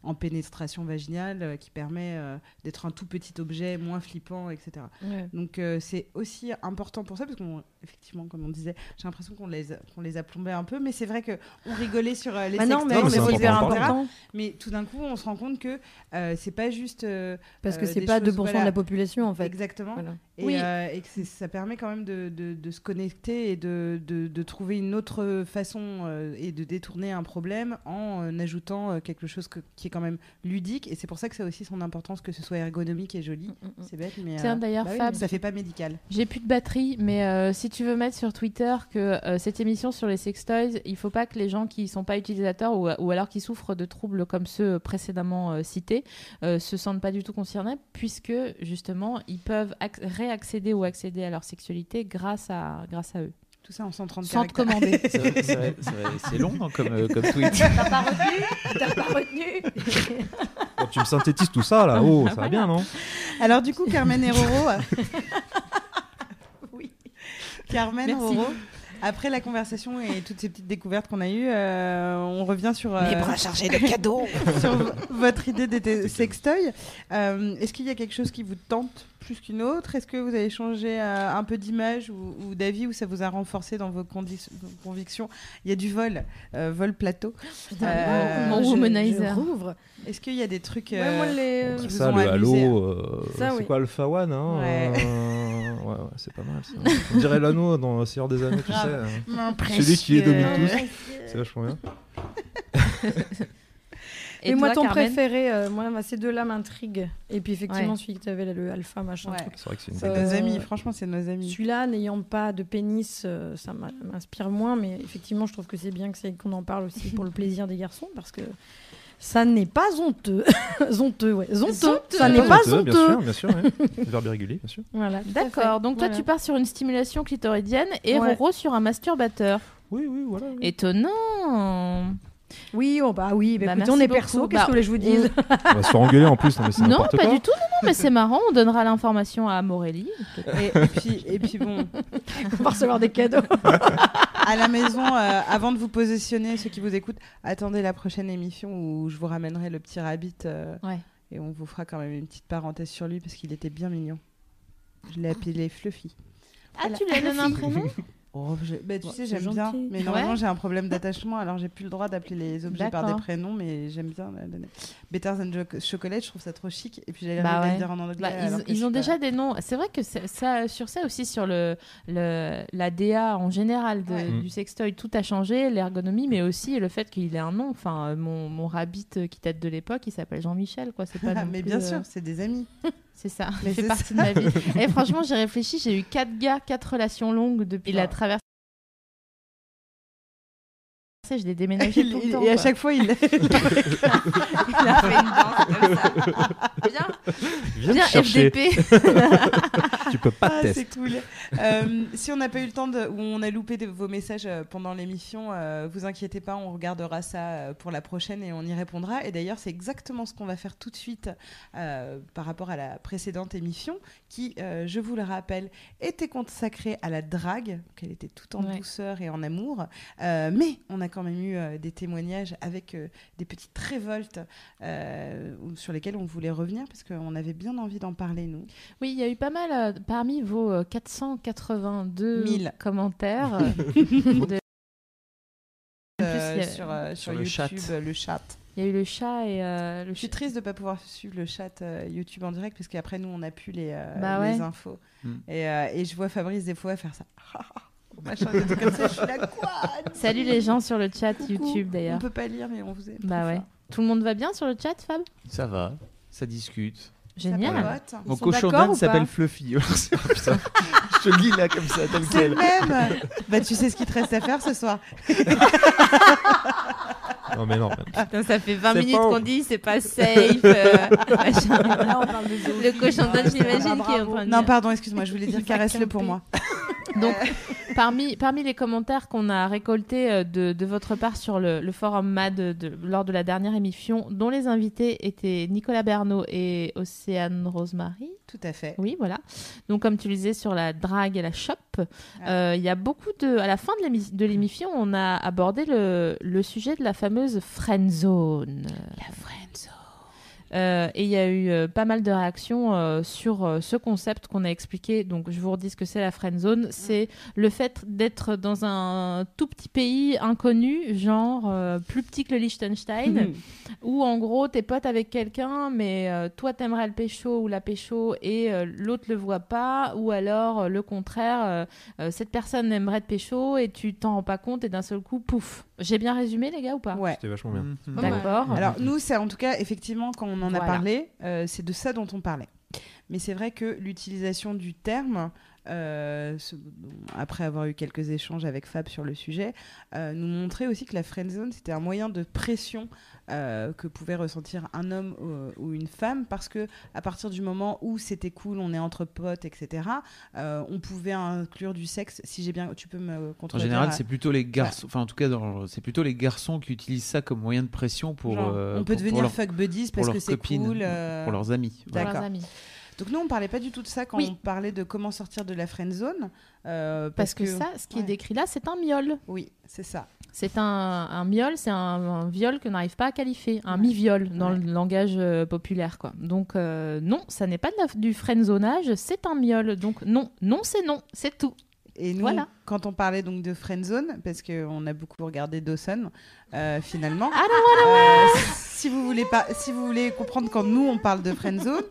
[SPEAKER 1] en pénétration vaginale euh, qui permet euh, d'être un tout petit objet moins flippant, etc. Donc euh, c'est aussi important pour pour ça, parce qu'on, effectivement, comme on disait, j'ai l'impression qu'on les, a- qu'on les a plombés un peu, mais c'est vrai qu'on rigolait sur euh, les
[SPEAKER 4] Bah non, mais
[SPEAKER 1] sextoys,
[SPEAKER 5] mais
[SPEAKER 1] les
[SPEAKER 4] c'est
[SPEAKER 5] c'est
[SPEAKER 4] hyper
[SPEAKER 5] important.
[SPEAKER 4] important.
[SPEAKER 1] Mais tout d'un coup, on se rend compte que euh, c'est pas juste. euh,
[SPEAKER 4] Parce que
[SPEAKER 1] Euh,
[SPEAKER 4] c'est
[SPEAKER 1] des
[SPEAKER 4] pas
[SPEAKER 1] choses,
[SPEAKER 4] 2% de
[SPEAKER 1] voilà.
[SPEAKER 4] la population, en fait.
[SPEAKER 1] Exactement.
[SPEAKER 4] Voilà.
[SPEAKER 1] Et,
[SPEAKER 3] Oui.
[SPEAKER 1] euh, et que c'est- ça permet quand même de, de- de se connecter et de, de- de trouver une autre façon euh, et de détourner un problème en euh, ajoutant euh, quelque chose que- qui est quand même ludique. Et c'est pour ça que ça a aussi son importance que ce soit ergonomique et joli.
[SPEAKER 3] Mm, mm, mm.
[SPEAKER 1] C'est bête, mais,
[SPEAKER 3] Tiens, d'ailleurs,
[SPEAKER 1] bah oui,
[SPEAKER 3] Fab.
[SPEAKER 1] mais ça fait pas médical.
[SPEAKER 3] J'ai plus de batterie, mais euh, si tu veux mettre sur Twitter que euh, cette émission sur les sextoys, il faut pas que les gens qui sont pas utilisateurs ou, ou alors qui souffrent de troubles comme ceux précédemment euh, cités euh, se sentent pas du tout concernés, puisque justement ils peuvent acc- réaccéder ou accéder à leur sexualité grâce à grâce à eux.
[SPEAKER 1] Tout ça en 130
[SPEAKER 3] Sans te
[SPEAKER 1] caractères.
[SPEAKER 3] commander.
[SPEAKER 2] C'est vrai- c'est vrai- c'est vrai- c'est long hein, comme, euh, comme tweet.
[SPEAKER 4] T'as pas retenu T'as pas retenu
[SPEAKER 5] Oh, tu me synthétises tout ça là, oh,
[SPEAKER 3] Ah,
[SPEAKER 5] ça va
[SPEAKER 3] voilà.
[SPEAKER 5] bien non
[SPEAKER 1] Alors du coup, Carmen et Roro. euh,
[SPEAKER 4] Oui.
[SPEAKER 1] Carmen
[SPEAKER 3] Merci.
[SPEAKER 1] Roro. Après la conversation et toutes ces petites découvertes qu'on a eues, euh, on revient sur, euh,
[SPEAKER 6] chargés de cadeaux.
[SPEAKER 1] sur v- votre idée des sextoys. Euh, Est-ce qu'il y a quelque chose qui vous tente plus qu'une autre Est-ce que vous avez changé euh, un peu d'image ou, ou d'avis ou ça vous a renforcé dans vos, condi- vos convictions Il y a du vol, euh, vol plateau. Euh,
[SPEAKER 3] mon
[SPEAKER 4] Ah, je-
[SPEAKER 9] hein.
[SPEAKER 3] womanizer.
[SPEAKER 4] Je rouvre.
[SPEAKER 1] Est-ce qu'il y a des trucs
[SPEAKER 4] Ouais,
[SPEAKER 1] euh,
[SPEAKER 4] moi, les-
[SPEAKER 5] Bon,
[SPEAKER 1] qui vous
[SPEAKER 5] ça,
[SPEAKER 1] ont hein.
[SPEAKER 5] le
[SPEAKER 1] amusé,
[SPEAKER 5] halo, euh,
[SPEAKER 4] Ça,
[SPEAKER 5] c'est
[SPEAKER 4] oui.
[SPEAKER 5] quoi Alpha One hein,
[SPEAKER 1] Ouais.
[SPEAKER 5] euh, ouais, ouais, c'est pas mal. ça. On dirait l'anneau dans Le Seigneur des Anneaux, tu sais.
[SPEAKER 1] Grave.
[SPEAKER 5] euh,
[SPEAKER 1] Mon
[SPEAKER 5] Celui qui les domine
[SPEAKER 1] précieux.
[SPEAKER 5] tous, c'est vachement bien.
[SPEAKER 4] Et, moi,
[SPEAKER 3] toi,
[SPEAKER 4] ton
[SPEAKER 3] Carmen
[SPEAKER 4] préféré, euh, moi, bah, ces deux-là m'intriguent. Et puis, effectivement,
[SPEAKER 3] Ouais.
[SPEAKER 4] celui que tu avais, le alpha, machin.
[SPEAKER 1] Ouais.
[SPEAKER 4] truc.
[SPEAKER 5] C'est vrai que c'est une
[SPEAKER 4] Ça,
[SPEAKER 5] belle
[SPEAKER 1] Nos
[SPEAKER 4] Euh,
[SPEAKER 1] amis, franchement, c'est nos amis.
[SPEAKER 4] Celui-là, n'ayant pas de pénis, euh, ça m'a- m'inspire moins. Mais effectivement, je trouve que c'est bien que c'est- qu'on en parle aussi pour le plaisir des garçons. Parce que ça n'est pas honteux. honteux, ouais. Zonteux.
[SPEAKER 3] Zonteux.
[SPEAKER 4] Ça n'est pas
[SPEAKER 5] Honteux,
[SPEAKER 4] honteux.
[SPEAKER 5] Bien sûr, bien sûr. ouais. Le Verbe irrégulier, bien sûr.
[SPEAKER 4] Voilà, tout à
[SPEAKER 3] D'accord,
[SPEAKER 4] fait.
[SPEAKER 3] donc toi
[SPEAKER 4] Voilà.
[SPEAKER 3] tu pars sur une stimulation clitoridienne et
[SPEAKER 4] Ouais.
[SPEAKER 3] Roro sur un masturbateur.
[SPEAKER 5] Oui, oui, voilà. oui.
[SPEAKER 3] Étonnant
[SPEAKER 4] Oui, oh, bah oui, bah,
[SPEAKER 3] Bah,
[SPEAKER 4] écoutez,
[SPEAKER 3] merci
[SPEAKER 4] on est perso,
[SPEAKER 3] beaucoup.
[SPEAKER 4] qu'est-ce
[SPEAKER 3] Bah,
[SPEAKER 4] que vous voulez que je vous dise
[SPEAKER 5] On va se faire engueuler en plus, non, mais c'est
[SPEAKER 3] Non,
[SPEAKER 5] n'importe
[SPEAKER 3] pas
[SPEAKER 5] quoi.
[SPEAKER 3] du tout, non, non, mais c'est marrant, on donnera l'information à Morelli.
[SPEAKER 1] Et, et puis, et puis bon,
[SPEAKER 4] On va recevoir des cadeaux.
[SPEAKER 1] à la maison, euh, avant de vous positionner, ceux qui vous écoutent, attendez la prochaine émission où je vous ramènerai le petit rabbit euh,
[SPEAKER 3] Ouais.
[SPEAKER 1] et on vous fera quand même une petite parenthèse sur lui parce qu'il était bien mignon. Je l'ai appelé Fluffy.
[SPEAKER 3] Ah, tu lui as donné un prénom
[SPEAKER 1] Oh, je- bah, tu
[SPEAKER 4] Ouais,
[SPEAKER 1] sais,
[SPEAKER 4] c'est
[SPEAKER 1] j'aime bien,
[SPEAKER 4] gentil.
[SPEAKER 1] mais normalement
[SPEAKER 3] Ouais.
[SPEAKER 1] j'ai un problème d'attachement, alors j'ai plus le droit d'appeler les objets par des
[SPEAKER 3] D'accord.
[SPEAKER 1] prénoms, mais j'aime bien la donner. Better than Jo- chocolate, je trouve ça trop chic. Et puis j'allais
[SPEAKER 3] Bah
[SPEAKER 1] le
[SPEAKER 3] ouais.
[SPEAKER 1] dire en anglais.
[SPEAKER 3] Bah,
[SPEAKER 1] alors
[SPEAKER 3] ils,
[SPEAKER 1] que
[SPEAKER 3] ils
[SPEAKER 1] je
[SPEAKER 3] ont
[SPEAKER 1] suis pas-
[SPEAKER 3] déjà des noms. C'est vrai que c'est- ça, sur ça aussi, sur le, le- la DA en général de-
[SPEAKER 1] Ouais.
[SPEAKER 5] Mm.
[SPEAKER 3] du sextoy, tout a changé, l'ergonomie, mais aussi le fait qu'il ait un nom. Enfin, euh, mon, mon rabbit euh, qui date de l'époque, il s'appelle Jean-Michel, quoi. C'est pas
[SPEAKER 1] Ah,
[SPEAKER 3] non
[SPEAKER 1] mais
[SPEAKER 3] plus,
[SPEAKER 1] bien
[SPEAKER 3] euh,
[SPEAKER 1] sûr, c'est des amis.
[SPEAKER 3] C'est ça,
[SPEAKER 1] Mais
[SPEAKER 3] il fait
[SPEAKER 1] c'est
[SPEAKER 3] partie de ma vie. Et franchement, j'ai réfléchi, j'ai eu quatre gars, quatre relations longues depuis
[SPEAKER 1] Bah.
[SPEAKER 3] la traversée. Je l'ai déménagé
[SPEAKER 1] Il-
[SPEAKER 3] tout le
[SPEAKER 1] il-
[SPEAKER 3] temps.
[SPEAKER 1] et à
[SPEAKER 3] quoi.
[SPEAKER 1] chaque fois, il
[SPEAKER 7] Il a fait une danse comme ça. Bien.
[SPEAKER 5] Viens,
[SPEAKER 3] Bien
[SPEAKER 5] me chercher.
[SPEAKER 3] FDP.
[SPEAKER 5] Tu peux pas
[SPEAKER 1] Ah,
[SPEAKER 5] tester.
[SPEAKER 1] c'est cool. Euh, si on n'a pas eu le temps de, ou on a loupé de- vos messages euh, pendant l'émission, euh, vous inquiétez pas, on regardera ça euh, pour la prochaine et on y répondra. Et d'ailleurs, c'est exactement ce qu'on va faire tout de suite euh, par rapport à la précédente émission, qui, euh, je vous le rappelle, était consacrée à la drague, qu'elle était tout en
[SPEAKER 3] Ouais.
[SPEAKER 1] douceur et en amour. Euh, mais on a quand même eu euh, des témoignages avec euh, des petites révoltes euh, sur lesquelles on voulait revenir parce qu'on avait bien envie d'en parler nous.
[SPEAKER 3] Oui, il y a eu pas mal euh, parmi vos euh, 482
[SPEAKER 1] Mille.
[SPEAKER 3] commentaires. euh, de- En plus,
[SPEAKER 1] Euh,
[SPEAKER 3] il y a-
[SPEAKER 1] sur, euh, sur
[SPEAKER 2] Sur le chat.
[SPEAKER 1] YouTube, euh, le chat.
[SPEAKER 3] Il y a eu le chat et euh, le
[SPEAKER 1] Je suis
[SPEAKER 3] chat.
[SPEAKER 1] triste de ne pas pouvoir suivre le chat euh, YouTube en direct parce qu'après nous on n'a plus les, euh,
[SPEAKER 3] Bah
[SPEAKER 1] les
[SPEAKER 3] ouais.
[SPEAKER 1] infos.
[SPEAKER 2] Mm.
[SPEAKER 1] Et, euh, et je vois Fabrice des fois faire ça. Machin, des trucs comme ça, je suis là, quoi
[SPEAKER 3] Salut les gens sur le chat
[SPEAKER 1] Coucou.
[SPEAKER 3] YouTube
[SPEAKER 1] On
[SPEAKER 3] d'ailleurs.
[SPEAKER 1] peut pas lire mais on vous aime.
[SPEAKER 3] Bah
[SPEAKER 1] très
[SPEAKER 3] ouais.
[SPEAKER 1] fort.
[SPEAKER 3] Tout le monde va bien sur le chat, Fab
[SPEAKER 2] Ça va, ça discute.
[SPEAKER 1] Ça
[SPEAKER 3] Génial.
[SPEAKER 1] papote.
[SPEAKER 2] Mon
[SPEAKER 4] sont
[SPEAKER 2] cochon
[SPEAKER 4] d'accord
[SPEAKER 2] d'Inde
[SPEAKER 4] ou pas
[SPEAKER 2] s'appelle Fluffy. C'est- oh, putain, Je te le dis là comme ça, tel
[SPEAKER 1] C'est
[SPEAKER 2] quel.
[SPEAKER 1] le même Bah tu sais ce qu'il te reste à faire ce soir.
[SPEAKER 5] Non, mais non.
[SPEAKER 3] Putain, ça fait 20
[SPEAKER 2] C'est
[SPEAKER 3] minutes
[SPEAKER 2] pas-
[SPEAKER 3] qu'on dit c'est pas safe. euh, machin.
[SPEAKER 4] Là, on parle de
[SPEAKER 3] Le cochon d'Inde, j'imagine, qui est en
[SPEAKER 4] bravo.
[SPEAKER 3] train de
[SPEAKER 1] Non
[SPEAKER 3] dire.
[SPEAKER 1] pardon, excuse-moi, je voulais dire caresse-le pour moi.
[SPEAKER 3] Donc, parmi, parmi les commentaires qu'on a récoltés euh, de, de votre part sur le, le forum MAD euh, de- lors de la dernière émission, dont les invités étaient Nicolas Bernot et Océane Rosemary.
[SPEAKER 1] Tout à fait.
[SPEAKER 3] Oui, voilà. Donc, comme tu le disais sur la drague et la chope,
[SPEAKER 1] Ah.
[SPEAKER 3] euh, il y a beaucoup de. À la fin de l'émi- de l'émission, on a abordé le, le sujet de la fameuse friend zone. La friend zone. Euh, et il y a eu euh, pas mal de réactions euh, sur euh, ce concept qu'on a expliqué. Donc, je vous redis ce que c'est la friend zone. C'est le fait d'être dans un tout petit pays inconnu, genre euh, plus petit que le Liechtenstein, où en gros, t'es pote avec quelqu'un, mais euh, toi, t'aimerais le pécho ou la pécho et euh, l'autre le voit pas, ou alors euh, le contraire, euh, euh, cette personne aimerait te pécho et tu t'en rends pas compte et d'un seul coup, pouf. J'ai bien résumé, les gars, ou pas
[SPEAKER 1] Ouais.
[SPEAKER 5] C'était vachement bien.
[SPEAKER 2] Mhm.
[SPEAKER 4] Pas mal.
[SPEAKER 3] D'accord.
[SPEAKER 1] Alors nous, c'est en tout cas effectivement quand on en
[SPEAKER 3] Voilà.
[SPEAKER 1] a parlé, euh, c'est de ça dont on parlait. Mais c'est vrai que l'utilisation du terme, euh, ce- bon, après avoir eu quelques échanges avec Fab sur le sujet, euh, nous montrait aussi que la friendzone c'était un moyen de pression euh, que pouvait ressentir un homme ou, ou une femme parce que à partir du moment où c'était cool, on est entre potes, etc. euh, on pouvait inclure du sexe. Si j'ai bien, tu peux me
[SPEAKER 2] En
[SPEAKER 1] contredire.
[SPEAKER 2] général,
[SPEAKER 1] à-
[SPEAKER 2] c'est plutôt
[SPEAKER 1] bah.
[SPEAKER 2] les garçons. Enfin, en tout cas, dans- c'est plutôt les garçons qui utilisent ça comme moyen de pression pour.
[SPEAKER 1] genre,
[SPEAKER 2] euh,
[SPEAKER 1] on peut
[SPEAKER 2] pour- pour
[SPEAKER 1] devenir
[SPEAKER 2] leur-
[SPEAKER 1] fuck buddies
[SPEAKER 2] pour
[SPEAKER 1] parce que
[SPEAKER 2] leurs
[SPEAKER 1] c'est
[SPEAKER 2] copines,
[SPEAKER 1] cool. euh,
[SPEAKER 2] pour leurs amis.
[SPEAKER 3] Pour leurs
[SPEAKER 1] D'accord.
[SPEAKER 3] amis.
[SPEAKER 1] Donc nous, on parlait pas du tout de ça quand
[SPEAKER 3] Oui.
[SPEAKER 1] on parlait de comment sortir de la friend zone.
[SPEAKER 3] Parce que ça, ce qui
[SPEAKER 1] ouais.
[SPEAKER 3] est décrit là, c'est un miol.
[SPEAKER 1] Oui, c'est ça.
[SPEAKER 3] C'est un, un miol, c'est un, un viol que n'arrive pas à qualifier, un
[SPEAKER 1] Ouais.
[SPEAKER 3] mi-viol dans
[SPEAKER 1] Ouais.
[SPEAKER 3] le langage euh, populaire. quoi. Donc euh, non, ça n'est pas de la, du freinzonage, c'est un miol. Donc non, non c'est non, c'est tout.
[SPEAKER 1] Et nous,
[SPEAKER 3] Voilà.
[SPEAKER 1] quand on parlait donc de friend zone, parce qu'on a beaucoup regardé Dawson, euh, finalement. euh, si vous voulez pas, si vous voulez comprendre quand nous on parle de friend zone,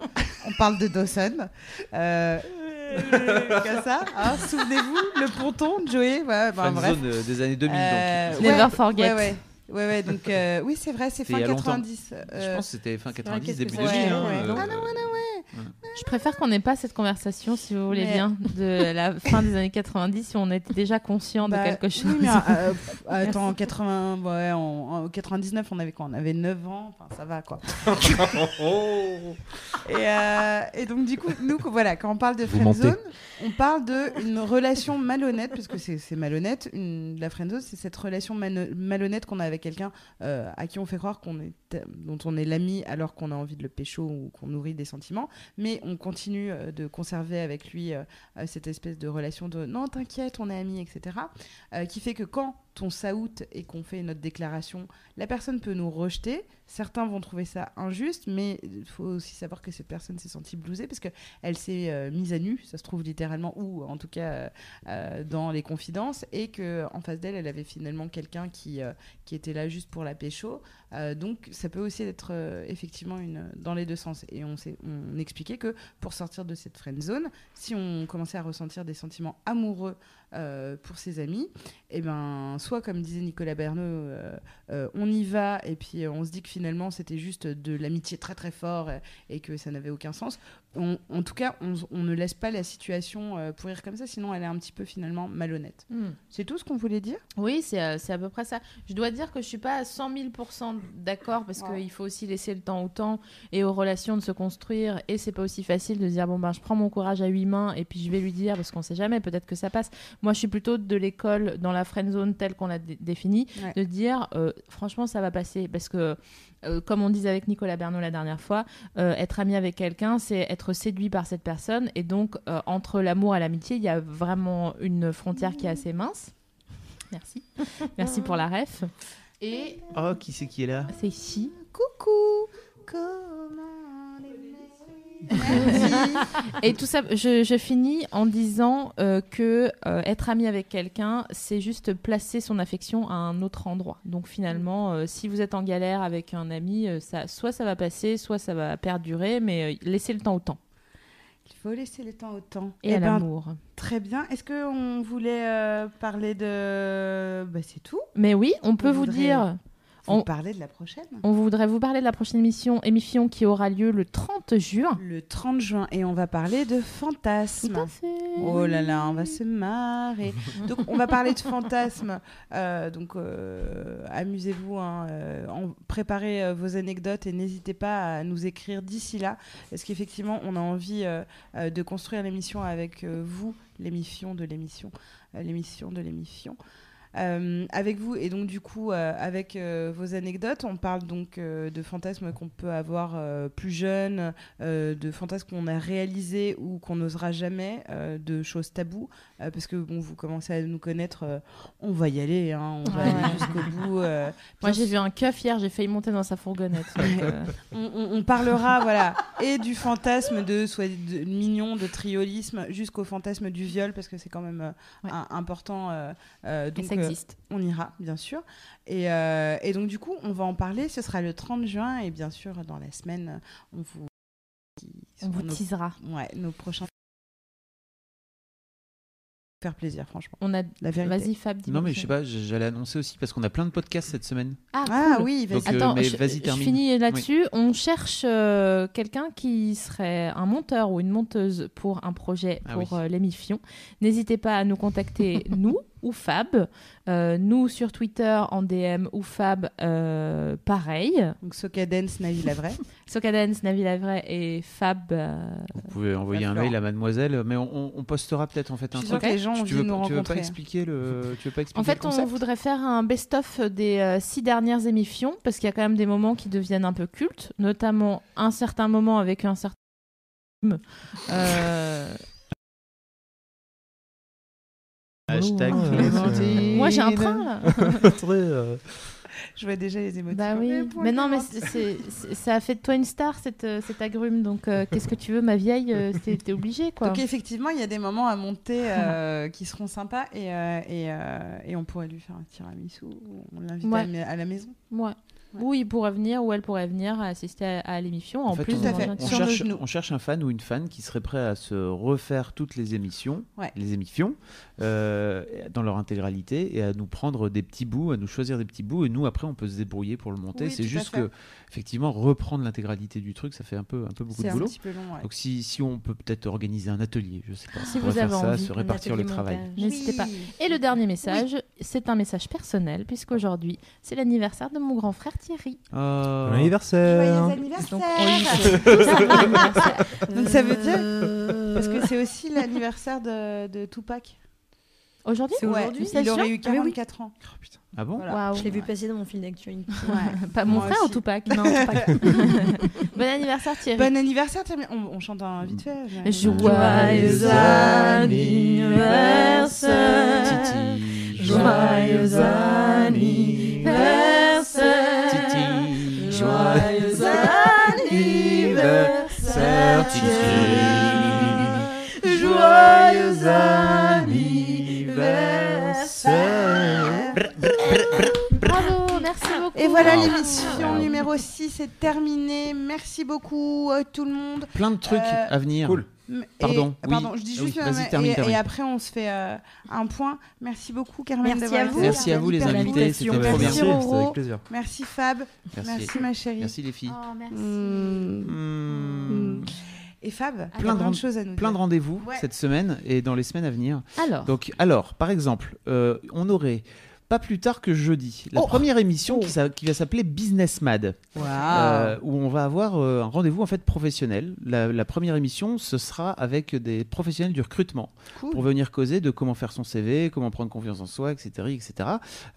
[SPEAKER 1] on parle de Dawson. Euh, comme ça, hein, souvenez-vous le ponton, Joey. Ouais, bah,
[SPEAKER 2] Friend
[SPEAKER 1] bref.
[SPEAKER 2] zone euh, des années 2000.
[SPEAKER 1] Euh,
[SPEAKER 2] donc.
[SPEAKER 3] Never
[SPEAKER 1] ouais,
[SPEAKER 3] forget.
[SPEAKER 1] Ouais, ouais. Ouais, ouais, donc euh, oui, c'est vrai, c'est
[SPEAKER 2] C'était il
[SPEAKER 1] fin
[SPEAKER 2] y a longtemps.
[SPEAKER 1] 90.
[SPEAKER 2] Je
[SPEAKER 1] euh,
[SPEAKER 2] pense que c'était fin 90,
[SPEAKER 4] qu'est-ce que
[SPEAKER 2] début
[SPEAKER 4] ça-
[SPEAKER 2] 2000. hein,
[SPEAKER 1] ouais, ouais.
[SPEAKER 2] euh,
[SPEAKER 1] Ah non,
[SPEAKER 3] Je préfère qu'on n'ait pas cette conversation, si vous voulez
[SPEAKER 1] Mais-
[SPEAKER 3] bien, de la fin des années 90, si on était déjà conscient
[SPEAKER 1] Bah,
[SPEAKER 3] de quelque chose.
[SPEAKER 1] oui, mais, euh, pff, attends, en 80, ouais, en, en 99, on avait quoi On avait 9 ans, enfin ça va quoi. et, euh, et donc du coup, nous, qu- voilà, quand on parle de
[SPEAKER 5] Vous
[SPEAKER 1] friendzone, on parle de une relation malhonnête, parce que c'est c'est malhonnête. Une, la friendzone, c'est cette relation mano- malhonnête qu'on a avec quelqu'un euh, à qui on fait croire qu'on est, dont on est l'ami alors qu'on a envie de le pécho ou qu'on nourrit des sentiments, mais on continue euh, de conserver avec lui euh, euh, cette espèce de relation de non, t'inquiète, on est amis, etc. Euh, qui fait que quand on s'out et qu'on fait notre déclaration, la personne peut nous rejeter. Certains vont trouver ça injuste, mais il faut aussi savoir que cette personne s'est sentie blousée parce qu'elle s'est euh, mise à nu, ça se trouve littéralement, ou en tout cas euh, euh, dans les confidences, et qu'en face d'elle, elle avait finalement quelqu'un qui, euh, qui était là juste pour la pécho. Euh, donc ça peut aussi être euh, effectivement une, dans les deux sens. Et on, s'est- on expliquait que pour sortir de cette friend zone, si on commençait à ressentir des sentiments amoureux euh, pour ses amis, eh ben, soit comme disait Nicolas Bernot, euh, euh, on y va et puis euh, on se dit que finalement c'était juste de l'amitié très très fort euh, et, que ça n'avait aucun sens. On- en tout cas, on, on ne laisse pas la situation euh, pourrir comme ça, sinon elle est un petit peu finalement malhonnête.
[SPEAKER 3] Hmm.
[SPEAKER 1] C'est tout ce qu'on voulait dire
[SPEAKER 3] Oui, c'est euh, c'est à peu près ça. Je dois dire que je suis pas à 100 000 d'accord parce
[SPEAKER 1] Ouais.
[SPEAKER 3] qu'il faut aussi laisser le temps au temps et aux relations de se construire. Et c'est pas aussi facile de se dire bon ben je prends mon courage à huit mains et puis je vais lui dire parce qu'on sait jamais, peut-être que ça passe. Moi, je suis plutôt de l'école dans la friend zone telle qu'on l'a dé- définie,
[SPEAKER 1] Ouais.
[SPEAKER 3] de dire euh, franchement ça va passer parce que euh, comme on disait avec Nicolas Bernot la dernière fois, euh, être ami avec quelqu'un, c'est être séduit par cette personne. Et donc, euh, entre l'amour et l'amitié, il y a vraiment une frontière
[SPEAKER 1] Mmh.
[SPEAKER 3] qui est assez mince. Merci. Merci pour la ref. Et
[SPEAKER 2] Oh, qui c'est qui est là
[SPEAKER 3] c'est ici.
[SPEAKER 1] Coucou Comment les
[SPEAKER 3] Et tout ça, je, je finis en disant euh, que euh, être ami avec quelqu'un, c'est juste placer son affection à un autre endroit. Donc finalement, euh, si vous êtes en galère avec un ami, euh, ça, soit ça va passer, soit ça va perdurer, mais euh, laissez le temps au temps
[SPEAKER 1] Il faut laisser le temps au temps.
[SPEAKER 3] et
[SPEAKER 1] Eh
[SPEAKER 3] à
[SPEAKER 1] ben,
[SPEAKER 3] l'amour.
[SPEAKER 1] Très bien. Est-ce qu'on voulait euh, parler de... Bah, c'est tout.
[SPEAKER 3] Mais oui, on peut
[SPEAKER 1] On
[SPEAKER 3] vous
[SPEAKER 1] voudrait-
[SPEAKER 3] dire.
[SPEAKER 1] On
[SPEAKER 3] On-
[SPEAKER 1] parlait de la prochaine
[SPEAKER 3] On voudrait vous parler de la prochaine émission, émission qui aura lieu le 30 juin.
[SPEAKER 1] Le 30 juin, et on va parler de fantasmes.
[SPEAKER 3] fait.
[SPEAKER 1] Oh là là, on va se marrer. Donc on va parler de fantasmes. Euh, donc euh, amusez-vous, hein, euh, en- préparez euh, vos anecdotes et n'hésitez pas à nous écrire d'ici là, parce qu'effectivement on a envie euh, euh, de construire l'émission avec euh, vous, l'émission de l'émission, euh, l'émission de l'émission. euh, avec vous. Et donc, du coup, euh, avec euh, vos anecdotes, on parle donc euh, de fantasmes qu'on peut avoir euh, plus jeunes, euh, de fantasmes qu'on a réalisés ou qu'on n'osera jamais, euh, de choses taboues, euh, parce que bon, vous commencez à nous connaître, euh, on va y aller, hein, on va
[SPEAKER 3] Ouais.
[SPEAKER 1] aller jusqu'au bout. euh, bien
[SPEAKER 3] Moi, j'ai vu un keuf hier, j'ai failli monter dans sa fourgonnette. donc, euh,
[SPEAKER 1] on, on- on parlera voilà et du fantasme de, soit de mignon, de triolisme, jusqu'au fantasme du viol parce que c'est quand même euh,
[SPEAKER 3] Ouais.
[SPEAKER 1] un- important. euh, euh,
[SPEAKER 3] et
[SPEAKER 1] donc
[SPEAKER 3] ça
[SPEAKER 1] euh,
[SPEAKER 3] existe.
[SPEAKER 1] on ira bien sûr et, euh, et donc du coup on va en parler. Ce sera le 30 juin et bien sûr dans la semaine on vous
[SPEAKER 3] On vous
[SPEAKER 1] nos,
[SPEAKER 3] teasera.
[SPEAKER 1] ouais, nos prochains faire plaisir franchement
[SPEAKER 3] On a...
[SPEAKER 1] la vérité.
[SPEAKER 3] Vas-y, Fab, dis
[SPEAKER 2] Non, mais je sais pas, j- j'allais annoncer aussi parce qu'on a plein de podcasts cette semaine.
[SPEAKER 3] Ah,
[SPEAKER 1] Ah
[SPEAKER 3] cool.
[SPEAKER 1] oui, vas-y.
[SPEAKER 2] Donc, euh,
[SPEAKER 3] Attends,
[SPEAKER 2] mais
[SPEAKER 3] je,
[SPEAKER 2] vas-y,
[SPEAKER 3] je
[SPEAKER 2] termine.
[SPEAKER 3] finis là-dessus. On cherche euh, quelqu'un qui serait un monteur ou une monteuse pour un projet
[SPEAKER 2] Ah
[SPEAKER 3] pour
[SPEAKER 2] oui.
[SPEAKER 3] euh, l'émission. N'hésitez pas à nous contacter, nous ou Fab. Euh, nous sur Twitter en DM ou Fab, euh, pareil.
[SPEAKER 1] Donc Socadence, Navi la vraie.
[SPEAKER 3] Socadence, Navi Lavray et Fab. euh,
[SPEAKER 2] Vous pouvez envoyer
[SPEAKER 1] va
[SPEAKER 2] un
[SPEAKER 1] falloir.
[SPEAKER 2] mail à mademoiselle, mais on, on- on postera peut-être en fait
[SPEAKER 1] Je
[SPEAKER 2] un
[SPEAKER 1] suis sûre
[SPEAKER 2] truc.
[SPEAKER 1] que les gens ont
[SPEAKER 2] Tu-
[SPEAKER 1] envie
[SPEAKER 2] tu
[SPEAKER 1] de
[SPEAKER 2] veux,
[SPEAKER 1] nous
[SPEAKER 2] tu veux pas
[SPEAKER 1] rencontrer. hein.
[SPEAKER 2] expliquer le, tu veux pas expliquer
[SPEAKER 3] En
[SPEAKER 2] le
[SPEAKER 3] fait, on
[SPEAKER 2] concept
[SPEAKER 3] voudrait faire un best-of des euh, six dernières émissions parce qu'il y a quand même des moments qui deviennent un peu cultes, notamment un certain moment avec un certain. Euh,
[SPEAKER 2] Hashtag
[SPEAKER 3] Oh,
[SPEAKER 2] Clémentine.
[SPEAKER 3] Moi, j'ai un train là.
[SPEAKER 5] Très, euh,
[SPEAKER 1] Je vois déjà les hein. émotions.
[SPEAKER 3] Bah oui. Mais non, mais c'est- c'est- c'est- ça a fait de toi une star cette, euh, cette agrume. Donc, euh, qu'est-ce que tu veux, ma vieille euh, c'est- T'es obligée, quoi.
[SPEAKER 1] Donc effectivement, il y a des moments à monter euh, qui seront sympas et, euh, et, euh, et on pourrait lui faire un tiramisu. ou On l'invite
[SPEAKER 3] Ouais.
[SPEAKER 1] à, la ma- à la maison.
[SPEAKER 3] Ouais. Oui, il pourrait venir ou elle pourrait venir assister à, à l'émission. En,
[SPEAKER 2] En fait,
[SPEAKER 3] plus,
[SPEAKER 2] on-
[SPEAKER 1] Tout à
[SPEAKER 3] on
[SPEAKER 1] fait.
[SPEAKER 3] vient de-
[SPEAKER 2] On
[SPEAKER 1] Sur nos
[SPEAKER 2] cherche,
[SPEAKER 1] genoux.
[SPEAKER 2] on cherche un fan ou une fan qui serait prêt à se refaire toutes les émissions,
[SPEAKER 1] Ouais.
[SPEAKER 2] les émissions, euh, dans leur intégralité et à nous prendre des petits bouts, à nous choisir des petits bouts et nous après on peut se débrouiller pour le monter.
[SPEAKER 1] Oui,
[SPEAKER 2] C'est
[SPEAKER 1] tout à
[SPEAKER 2] juste
[SPEAKER 1] fait.
[SPEAKER 2] que effectivement reprendre l'intégralité du truc, ça fait un peu un peu beaucoup
[SPEAKER 1] C'est
[SPEAKER 2] de
[SPEAKER 1] un
[SPEAKER 2] boulot.
[SPEAKER 1] petit peu long. ouais.
[SPEAKER 2] Donc si, si on peut peut-être organiser un atelier, je sais pas,
[SPEAKER 3] Si
[SPEAKER 2] on pourrait
[SPEAKER 3] vous
[SPEAKER 2] faire
[SPEAKER 3] avez
[SPEAKER 2] ça,
[SPEAKER 3] envie,
[SPEAKER 2] se répartir le travail.
[SPEAKER 3] N'hésitez pas. Et le dernier message, c'est un message personnel, puisqu'aujourd'hui, c'est l'anniversaire de mon grand frère Thierry.
[SPEAKER 2] Ah.
[SPEAKER 5] bon anniversaire.
[SPEAKER 6] Joyeux anniversaire
[SPEAKER 1] Donc ça veut dire parce que c'est aussi l'anniversaire de, de Tupac.
[SPEAKER 3] Aujourd'hui
[SPEAKER 1] Ouais,
[SPEAKER 4] aujourd'hui,
[SPEAKER 1] Il
[SPEAKER 3] c'est
[SPEAKER 1] aurait
[SPEAKER 3] sûr
[SPEAKER 1] eu
[SPEAKER 4] Ah oui, oui.
[SPEAKER 1] 44 ans.
[SPEAKER 2] Ah bon
[SPEAKER 1] Voilà.
[SPEAKER 4] Je l'ai vu passer dans mon fil d'actualité.
[SPEAKER 1] Ouais.
[SPEAKER 3] Pas mon
[SPEAKER 1] Moi
[SPEAKER 3] frère
[SPEAKER 1] aussi.
[SPEAKER 3] ou Tupac Non, Tupac. bon anniversaire Thierry.
[SPEAKER 1] Bon anniversaire, tiens, mais on, on chante un vite
[SPEAKER 2] Mm.
[SPEAKER 1] fait. mais-
[SPEAKER 3] Joyeux anniversaire.
[SPEAKER 2] Titi.
[SPEAKER 4] Joyeux anniversaire.
[SPEAKER 2] Titi.
[SPEAKER 4] Joyeux anniversaire,
[SPEAKER 2] Titi.
[SPEAKER 4] Joyeux
[SPEAKER 2] anniversaire.
[SPEAKER 3] Bravo, merci beaucoup.
[SPEAKER 1] Et voilà
[SPEAKER 2] Wow.
[SPEAKER 1] l'émission
[SPEAKER 2] Wow.
[SPEAKER 1] numéro 6 est terminée. Merci beaucoup euh, tout le monde.
[SPEAKER 2] Plein de trucs
[SPEAKER 1] Euh,
[SPEAKER 2] à venir.
[SPEAKER 5] cool.
[SPEAKER 1] M-
[SPEAKER 2] Pardon,
[SPEAKER 1] et-
[SPEAKER 2] oui.
[SPEAKER 1] pardon, je dis
[SPEAKER 2] Ah oui,
[SPEAKER 1] juste euh,
[SPEAKER 2] vas-y, termine,
[SPEAKER 1] et,
[SPEAKER 2] termine.
[SPEAKER 1] et après on se fait euh, un point. Merci beaucoup Carmen
[SPEAKER 4] Merci
[SPEAKER 1] d'avoir
[SPEAKER 4] à
[SPEAKER 1] été
[SPEAKER 4] vous.
[SPEAKER 1] là.
[SPEAKER 2] Merci à vous les
[SPEAKER 4] Merci
[SPEAKER 2] invités, c'était
[SPEAKER 4] pour
[SPEAKER 2] trop bien.
[SPEAKER 5] Merci, c'était
[SPEAKER 1] Roro.
[SPEAKER 5] avec plaisir.
[SPEAKER 1] Merci Fab, merci,
[SPEAKER 2] Merci.
[SPEAKER 1] ma chérie.
[SPEAKER 2] Merci les filles.
[SPEAKER 3] Oh, merci.
[SPEAKER 1] Mmh.
[SPEAKER 2] Mmh.
[SPEAKER 1] Et Fab, il y
[SPEAKER 3] Plein
[SPEAKER 1] a
[SPEAKER 2] de
[SPEAKER 1] plein de
[SPEAKER 2] rend-
[SPEAKER 1] choses à nous
[SPEAKER 2] Plein
[SPEAKER 9] Mm.
[SPEAKER 2] de
[SPEAKER 1] dire.
[SPEAKER 2] rendez-vous
[SPEAKER 1] Ouais.
[SPEAKER 2] cette semaine et dans les semaines à venir.
[SPEAKER 3] Alors,
[SPEAKER 2] Donc, alors, par exemple, euh, on aurait pas plus tard que jeudi la
[SPEAKER 1] Oh.
[SPEAKER 2] première émission qui,
[SPEAKER 1] Oh.
[SPEAKER 2] s'a- qui va s'appeler Business Mad,
[SPEAKER 1] Ah.
[SPEAKER 2] euh, où on va avoir euh, un rendez-vous en fait professionnel. La, la première émission, ce sera avec des professionnels du recrutement
[SPEAKER 1] Cool.
[SPEAKER 2] pour venir causer de comment faire son CV, comment prendre confiance en soi, etc., etc.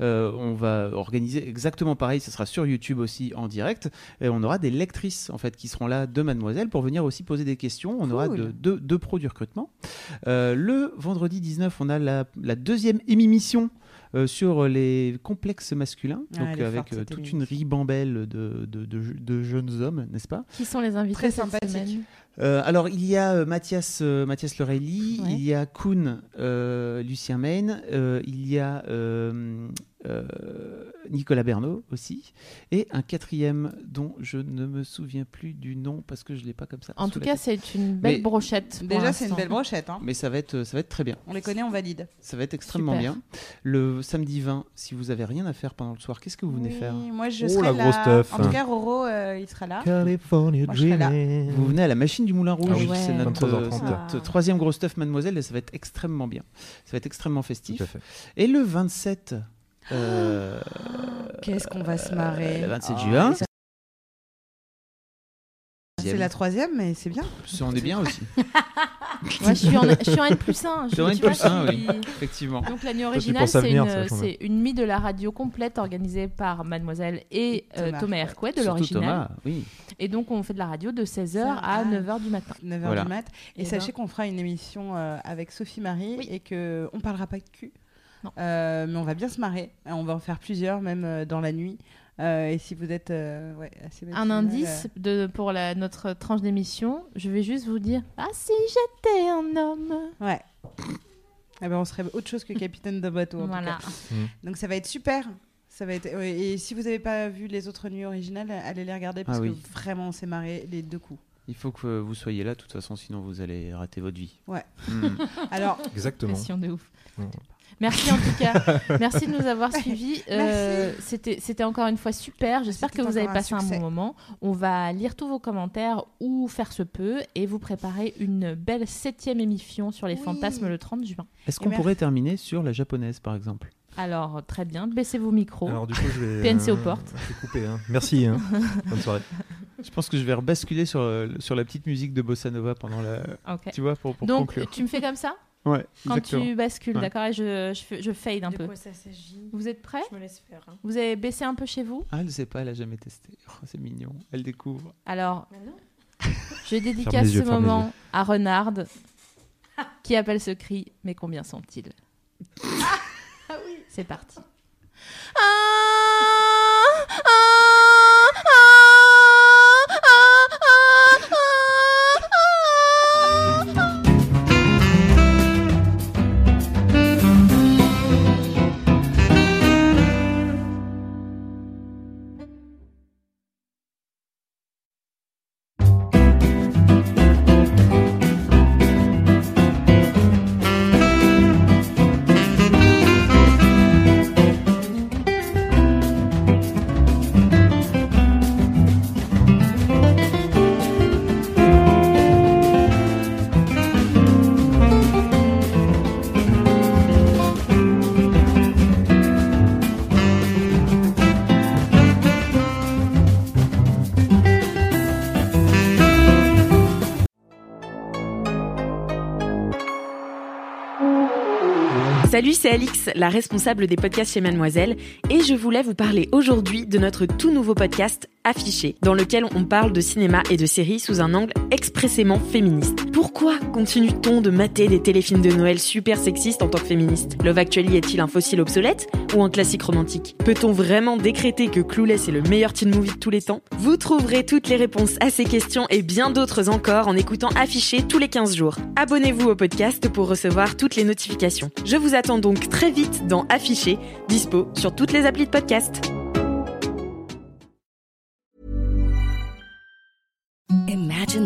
[SPEAKER 2] Euh, on va organiser exactement pareil. Ce sera sur YouTube aussi en direct. Et on aura des lectrices en fait qui seront là de Mademoiselle pour venir aussi poser des questions. On aura
[SPEAKER 1] Cool.
[SPEAKER 2] de- deux deux pros du recrutement. Euh, le vendredi 19, on a la, la deuxième émission euh, sur les complexes masculins,
[SPEAKER 1] Ah,
[SPEAKER 2] donc
[SPEAKER 1] elle est
[SPEAKER 2] avec
[SPEAKER 1] forte,
[SPEAKER 2] euh,
[SPEAKER 1] cette
[SPEAKER 2] toute
[SPEAKER 1] émission.
[SPEAKER 2] une ribambelle de, de- de- de jeunes hommes, n'est-ce pas
[SPEAKER 3] qui sont les invités
[SPEAKER 1] Très
[SPEAKER 3] cette
[SPEAKER 1] sympathique.
[SPEAKER 3] semaine
[SPEAKER 2] Euh, Alors, il y a euh, Mathias, euh, Mathias Lorelli,
[SPEAKER 3] Ouais.
[SPEAKER 2] il y a Kuhn, euh, Lucien Maine, euh, il y a euh, euh, Nicolas Bernot aussi, et un quatrième dont je ne me souviens plus du nom parce que je ne l'ai pas comme ça.
[SPEAKER 3] En
[SPEAKER 2] sous
[SPEAKER 3] tout
[SPEAKER 2] la
[SPEAKER 3] cas,
[SPEAKER 2] tête.
[SPEAKER 3] c'est une belle
[SPEAKER 2] Mais-
[SPEAKER 3] brochette. pour
[SPEAKER 1] Déjà, c'est une
[SPEAKER 3] l'instant.
[SPEAKER 1] belle brochette. hein.
[SPEAKER 2] mais ça va être, ça va être très bien.
[SPEAKER 1] On les connaît, on valide.
[SPEAKER 2] Ça va être extrêmement
[SPEAKER 3] Super.
[SPEAKER 2] bien. Le samedi 20, si vous avez rien à faire pendant le soir, qu'est-ce que vous venez
[SPEAKER 1] Oui,
[SPEAKER 2] faire
[SPEAKER 3] Mmh.
[SPEAKER 1] Moi, je
[SPEAKER 5] Oh,
[SPEAKER 1] serai
[SPEAKER 5] la
[SPEAKER 1] là.
[SPEAKER 5] grosse teuf.
[SPEAKER 1] En tout cas, Roro, euh, il sera là.
[SPEAKER 5] California
[SPEAKER 1] Moi, je serai là.
[SPEAKER 5] Dreaming.
[SPEAKER 2] Vous venez à la machine du Moulin Rouge,
[SPEAKER 3] Ah oui.
[SPEAKER 2] c'est
[SPEAKER 3] Ouais.
[SPEAKER 2] notre,
[SPEAKER 5] 23h30.
[SPEAKER 2] c'est notre troisième gros stuff, mademoiselle, et ça va être extrêmement bien. Ça va être extrêmement festif.
[SPEAKER 5] Tout à fait.
[SPEAKER 2] Et le 27, euh,
[SPEAKER 1] Qu'est-ce qu'on va se
[SPEAKER 2] le Ah,
[SPEAKER 1] marrer
[SPEAKER 2] 27
[SPEAKER 1] Oh,
[SPEAKER 2] juin,
[SPEAKER 1] les c'est la troisième, mais c'est bien.
[SPEAKER 2] Ça, on est bien aussi.
[SPEAKER 3] Moi, je suis en, je suis en N plus 1.
[SPEAKER 2] Sur N plus 1, oui, effectivement.
[SPEAKER 3] Donc la nuit
[SPEAKER 5] tu
[SPEAKER 3] originale,
[SPEAKER 5] penses à
[SPEAKER 3] c'est
[SPEAKER 5] venir,
[SPEAKER 3] une,
[SPEAKER 5] ça, quand même.
[SPEAKER 3] c'est une nuit de la radio complète organisée par Mademoiselle et euh,
[SPEAKER 1] Thomas
[SPEAKER 3] Thomas Hercouet de
[SPEAKER 2] Surtout
[SPEAKER 3] l'original.
[SPEAKER 2] Thomas, oui.
[SPEAKER 3] Et donc on fait de la radio de 16h
[SPEAKER 1] Ah.
[SPEAKER 3] à 9h du matin.
[SPEAKER 1] 9h
[SPEAKER 2] Voilà.
[SPEAKER 1] du mat. Et,
[SPEAKER 3] Eh
[SPEAKER 1] sachez
[SPEAKER 3] ben.
[SPEAKER 1] qu'on fera une émission euh, avec Sophie Marie
[SPEAKER 3] Oui.
[SPEAKER 1] et que euh, on parlera pas de cul.
[SPEAKER 3] Non.
[SPEAKER 1] Euh, mais on va bien se marrer. Et on va en faire plusieurs, même euh, dans la nuit. Euh, et si vous êtes euh, ouais, assez
[SPEAKER 3] Un
[SPEAKER 1] matinal,
[SPEAKER 3] indice
[SPEAKER 1] euh,
[SPEAKER 3] de, pour la, notre tranche d'émission, je vais juste vous dire Ah si j'étais un homme
[SPEAKER 1] euh, ouais. Eh ben, on serait autre chose que capitaine de bateau. en tout
[SPEAKER 3] Voilà.
[SPEAKER 1] cas. Donc ça va être super. Ça va être... ouais, Et si vous n'avez pas vu les autres nuits originales, allez les regarder parce
[SPEAKER 2] Ah oui.
[SPEAKER 1] que vraiment on s'est marré les deux coups.
[SPEAKER 2] Il faut que vous soyez là, de toute façon, sinon vous allez rater votre vie.
[SPEAKER 1] Ouais.
[SPEAKER 2] Hmm.
[SPEAKER 1] Alors,
[SPEAKER 5] Exactement.
[SPEAKER 3] Pression de ouf.
[SPEAKER 5] Non.
[SPEAKER 3] Merci en tout cas. Merci de nous avoir suivis. Euh,
[SPEAKER 1] Merci. Ah,
[SPEAKER 3] C'était c'était encore une fois super. J'espère que
[SPEAKER 1] C'était
[SPEAKER 3] vous avez
[SPEAKER 1] encore un
[SPEAKER 3] passé un
[SPEAKER 1] succès.
[SPEAKER 3] bon moment. On va lire tous vos commentaires ou faire ce peu et vous préparer une belle septième émission sur les
[SPEAKER 1] Oui.
[SPEAKER 3] fantasmes le 30 juin.
[SPEAKER 2] Est-ce
[SPEAKER 1] Et
[SPEAKER 2] qu'on
[SPEAKER 1] merci.
[SPEAKER 2] pourrait terminer sur la japonaise, par exemple
[SPEAKER 3] Alors très bien, baissez vos micros.
[SPEAKER 5] Alors du coup, je vais.
[SPEAKER 3] PNC aux
[SPEAKER 5] euh,
[SPEAKER 3] portes.
[SPEAKER 5] Je vais couper. hein. Merci. hein. Bonne soirée.
[SPEAKER 2] Je pense que je vais rebasculer sur, euh, sur la petite musique de Bossa Nova pendant la.
[SPEAKER 3] Ok.
[SPEAKER 2] Tu vois, pour, pour
[SPEAKER 3] Donc
[SPEAKER 2] conclure.
[SPEAKER 3] tu me fais comme ça
[SPEAKER 2] Ouais,
[SPEAKER 3] quand
[SPEAKER 2] exactement.
[SPEAKER 3] tu bascules,
[SPEAKER 2] Ouais.
[SPEAKER 3] d'accord Et je, je, fais- je fade un
[SPEAKER 4] de
[SPEAKER 3] peu.
[SPEAKER 4] quoi ça s'agit
[SPEAKER 3] Vous êtes prêts
[SPEAKER 4] Je me laisse faire. hein.
[SPEAKER 3] Vous avez baissé un peu chez vous
[SPEAKER 2] Ah, elle sait pas, elle a jamais testé. Oh, c'est mignon. Elle découvre.
[SPEAKER 3] Alors
[SPEAKER 4] Mais non.
[SPEAKER 3] Je dédicace
[SPEAKER 5] les yeux,
[SPEAKER 3] ce
[SPEAKER 5] ferme les
[SPEAKER 3] moment à Renard qui appelle ce cri, mais combien sont-ils
[SPEAKER 4] Ah
[SPEAKER 3] C'est parti. Ah, ah, ah,
[SPEAKER 10] Salut, c'est Alix, la responsable des podcasts chez Mademoiselle, et je voulais vous parler aujourd'hui de notre tout nouveau podcast Affiché, dans lequel on parle de cinéma et de séries sous un angle expressément féministe. Pourquoi continue-t-on de mater des téléfilms de Noël super sexistes en tant que féministe Love Actually est-il un fossile obsolète ou un classique romantique Peut-on vraiment décréter que Clueless est le meilleur teen movie de tous les temps Vous trouverez toutes les réponses à ces questions et bien d'autres encore en écoutant Affiché tous les 15 jours. Abonnez-vous au podcast pour recevoir toutes les notifications. Je vous attends donc très vite dans Affiché, dispo sur toutes les applis de podcast.
[SPEAKER 9] Imagine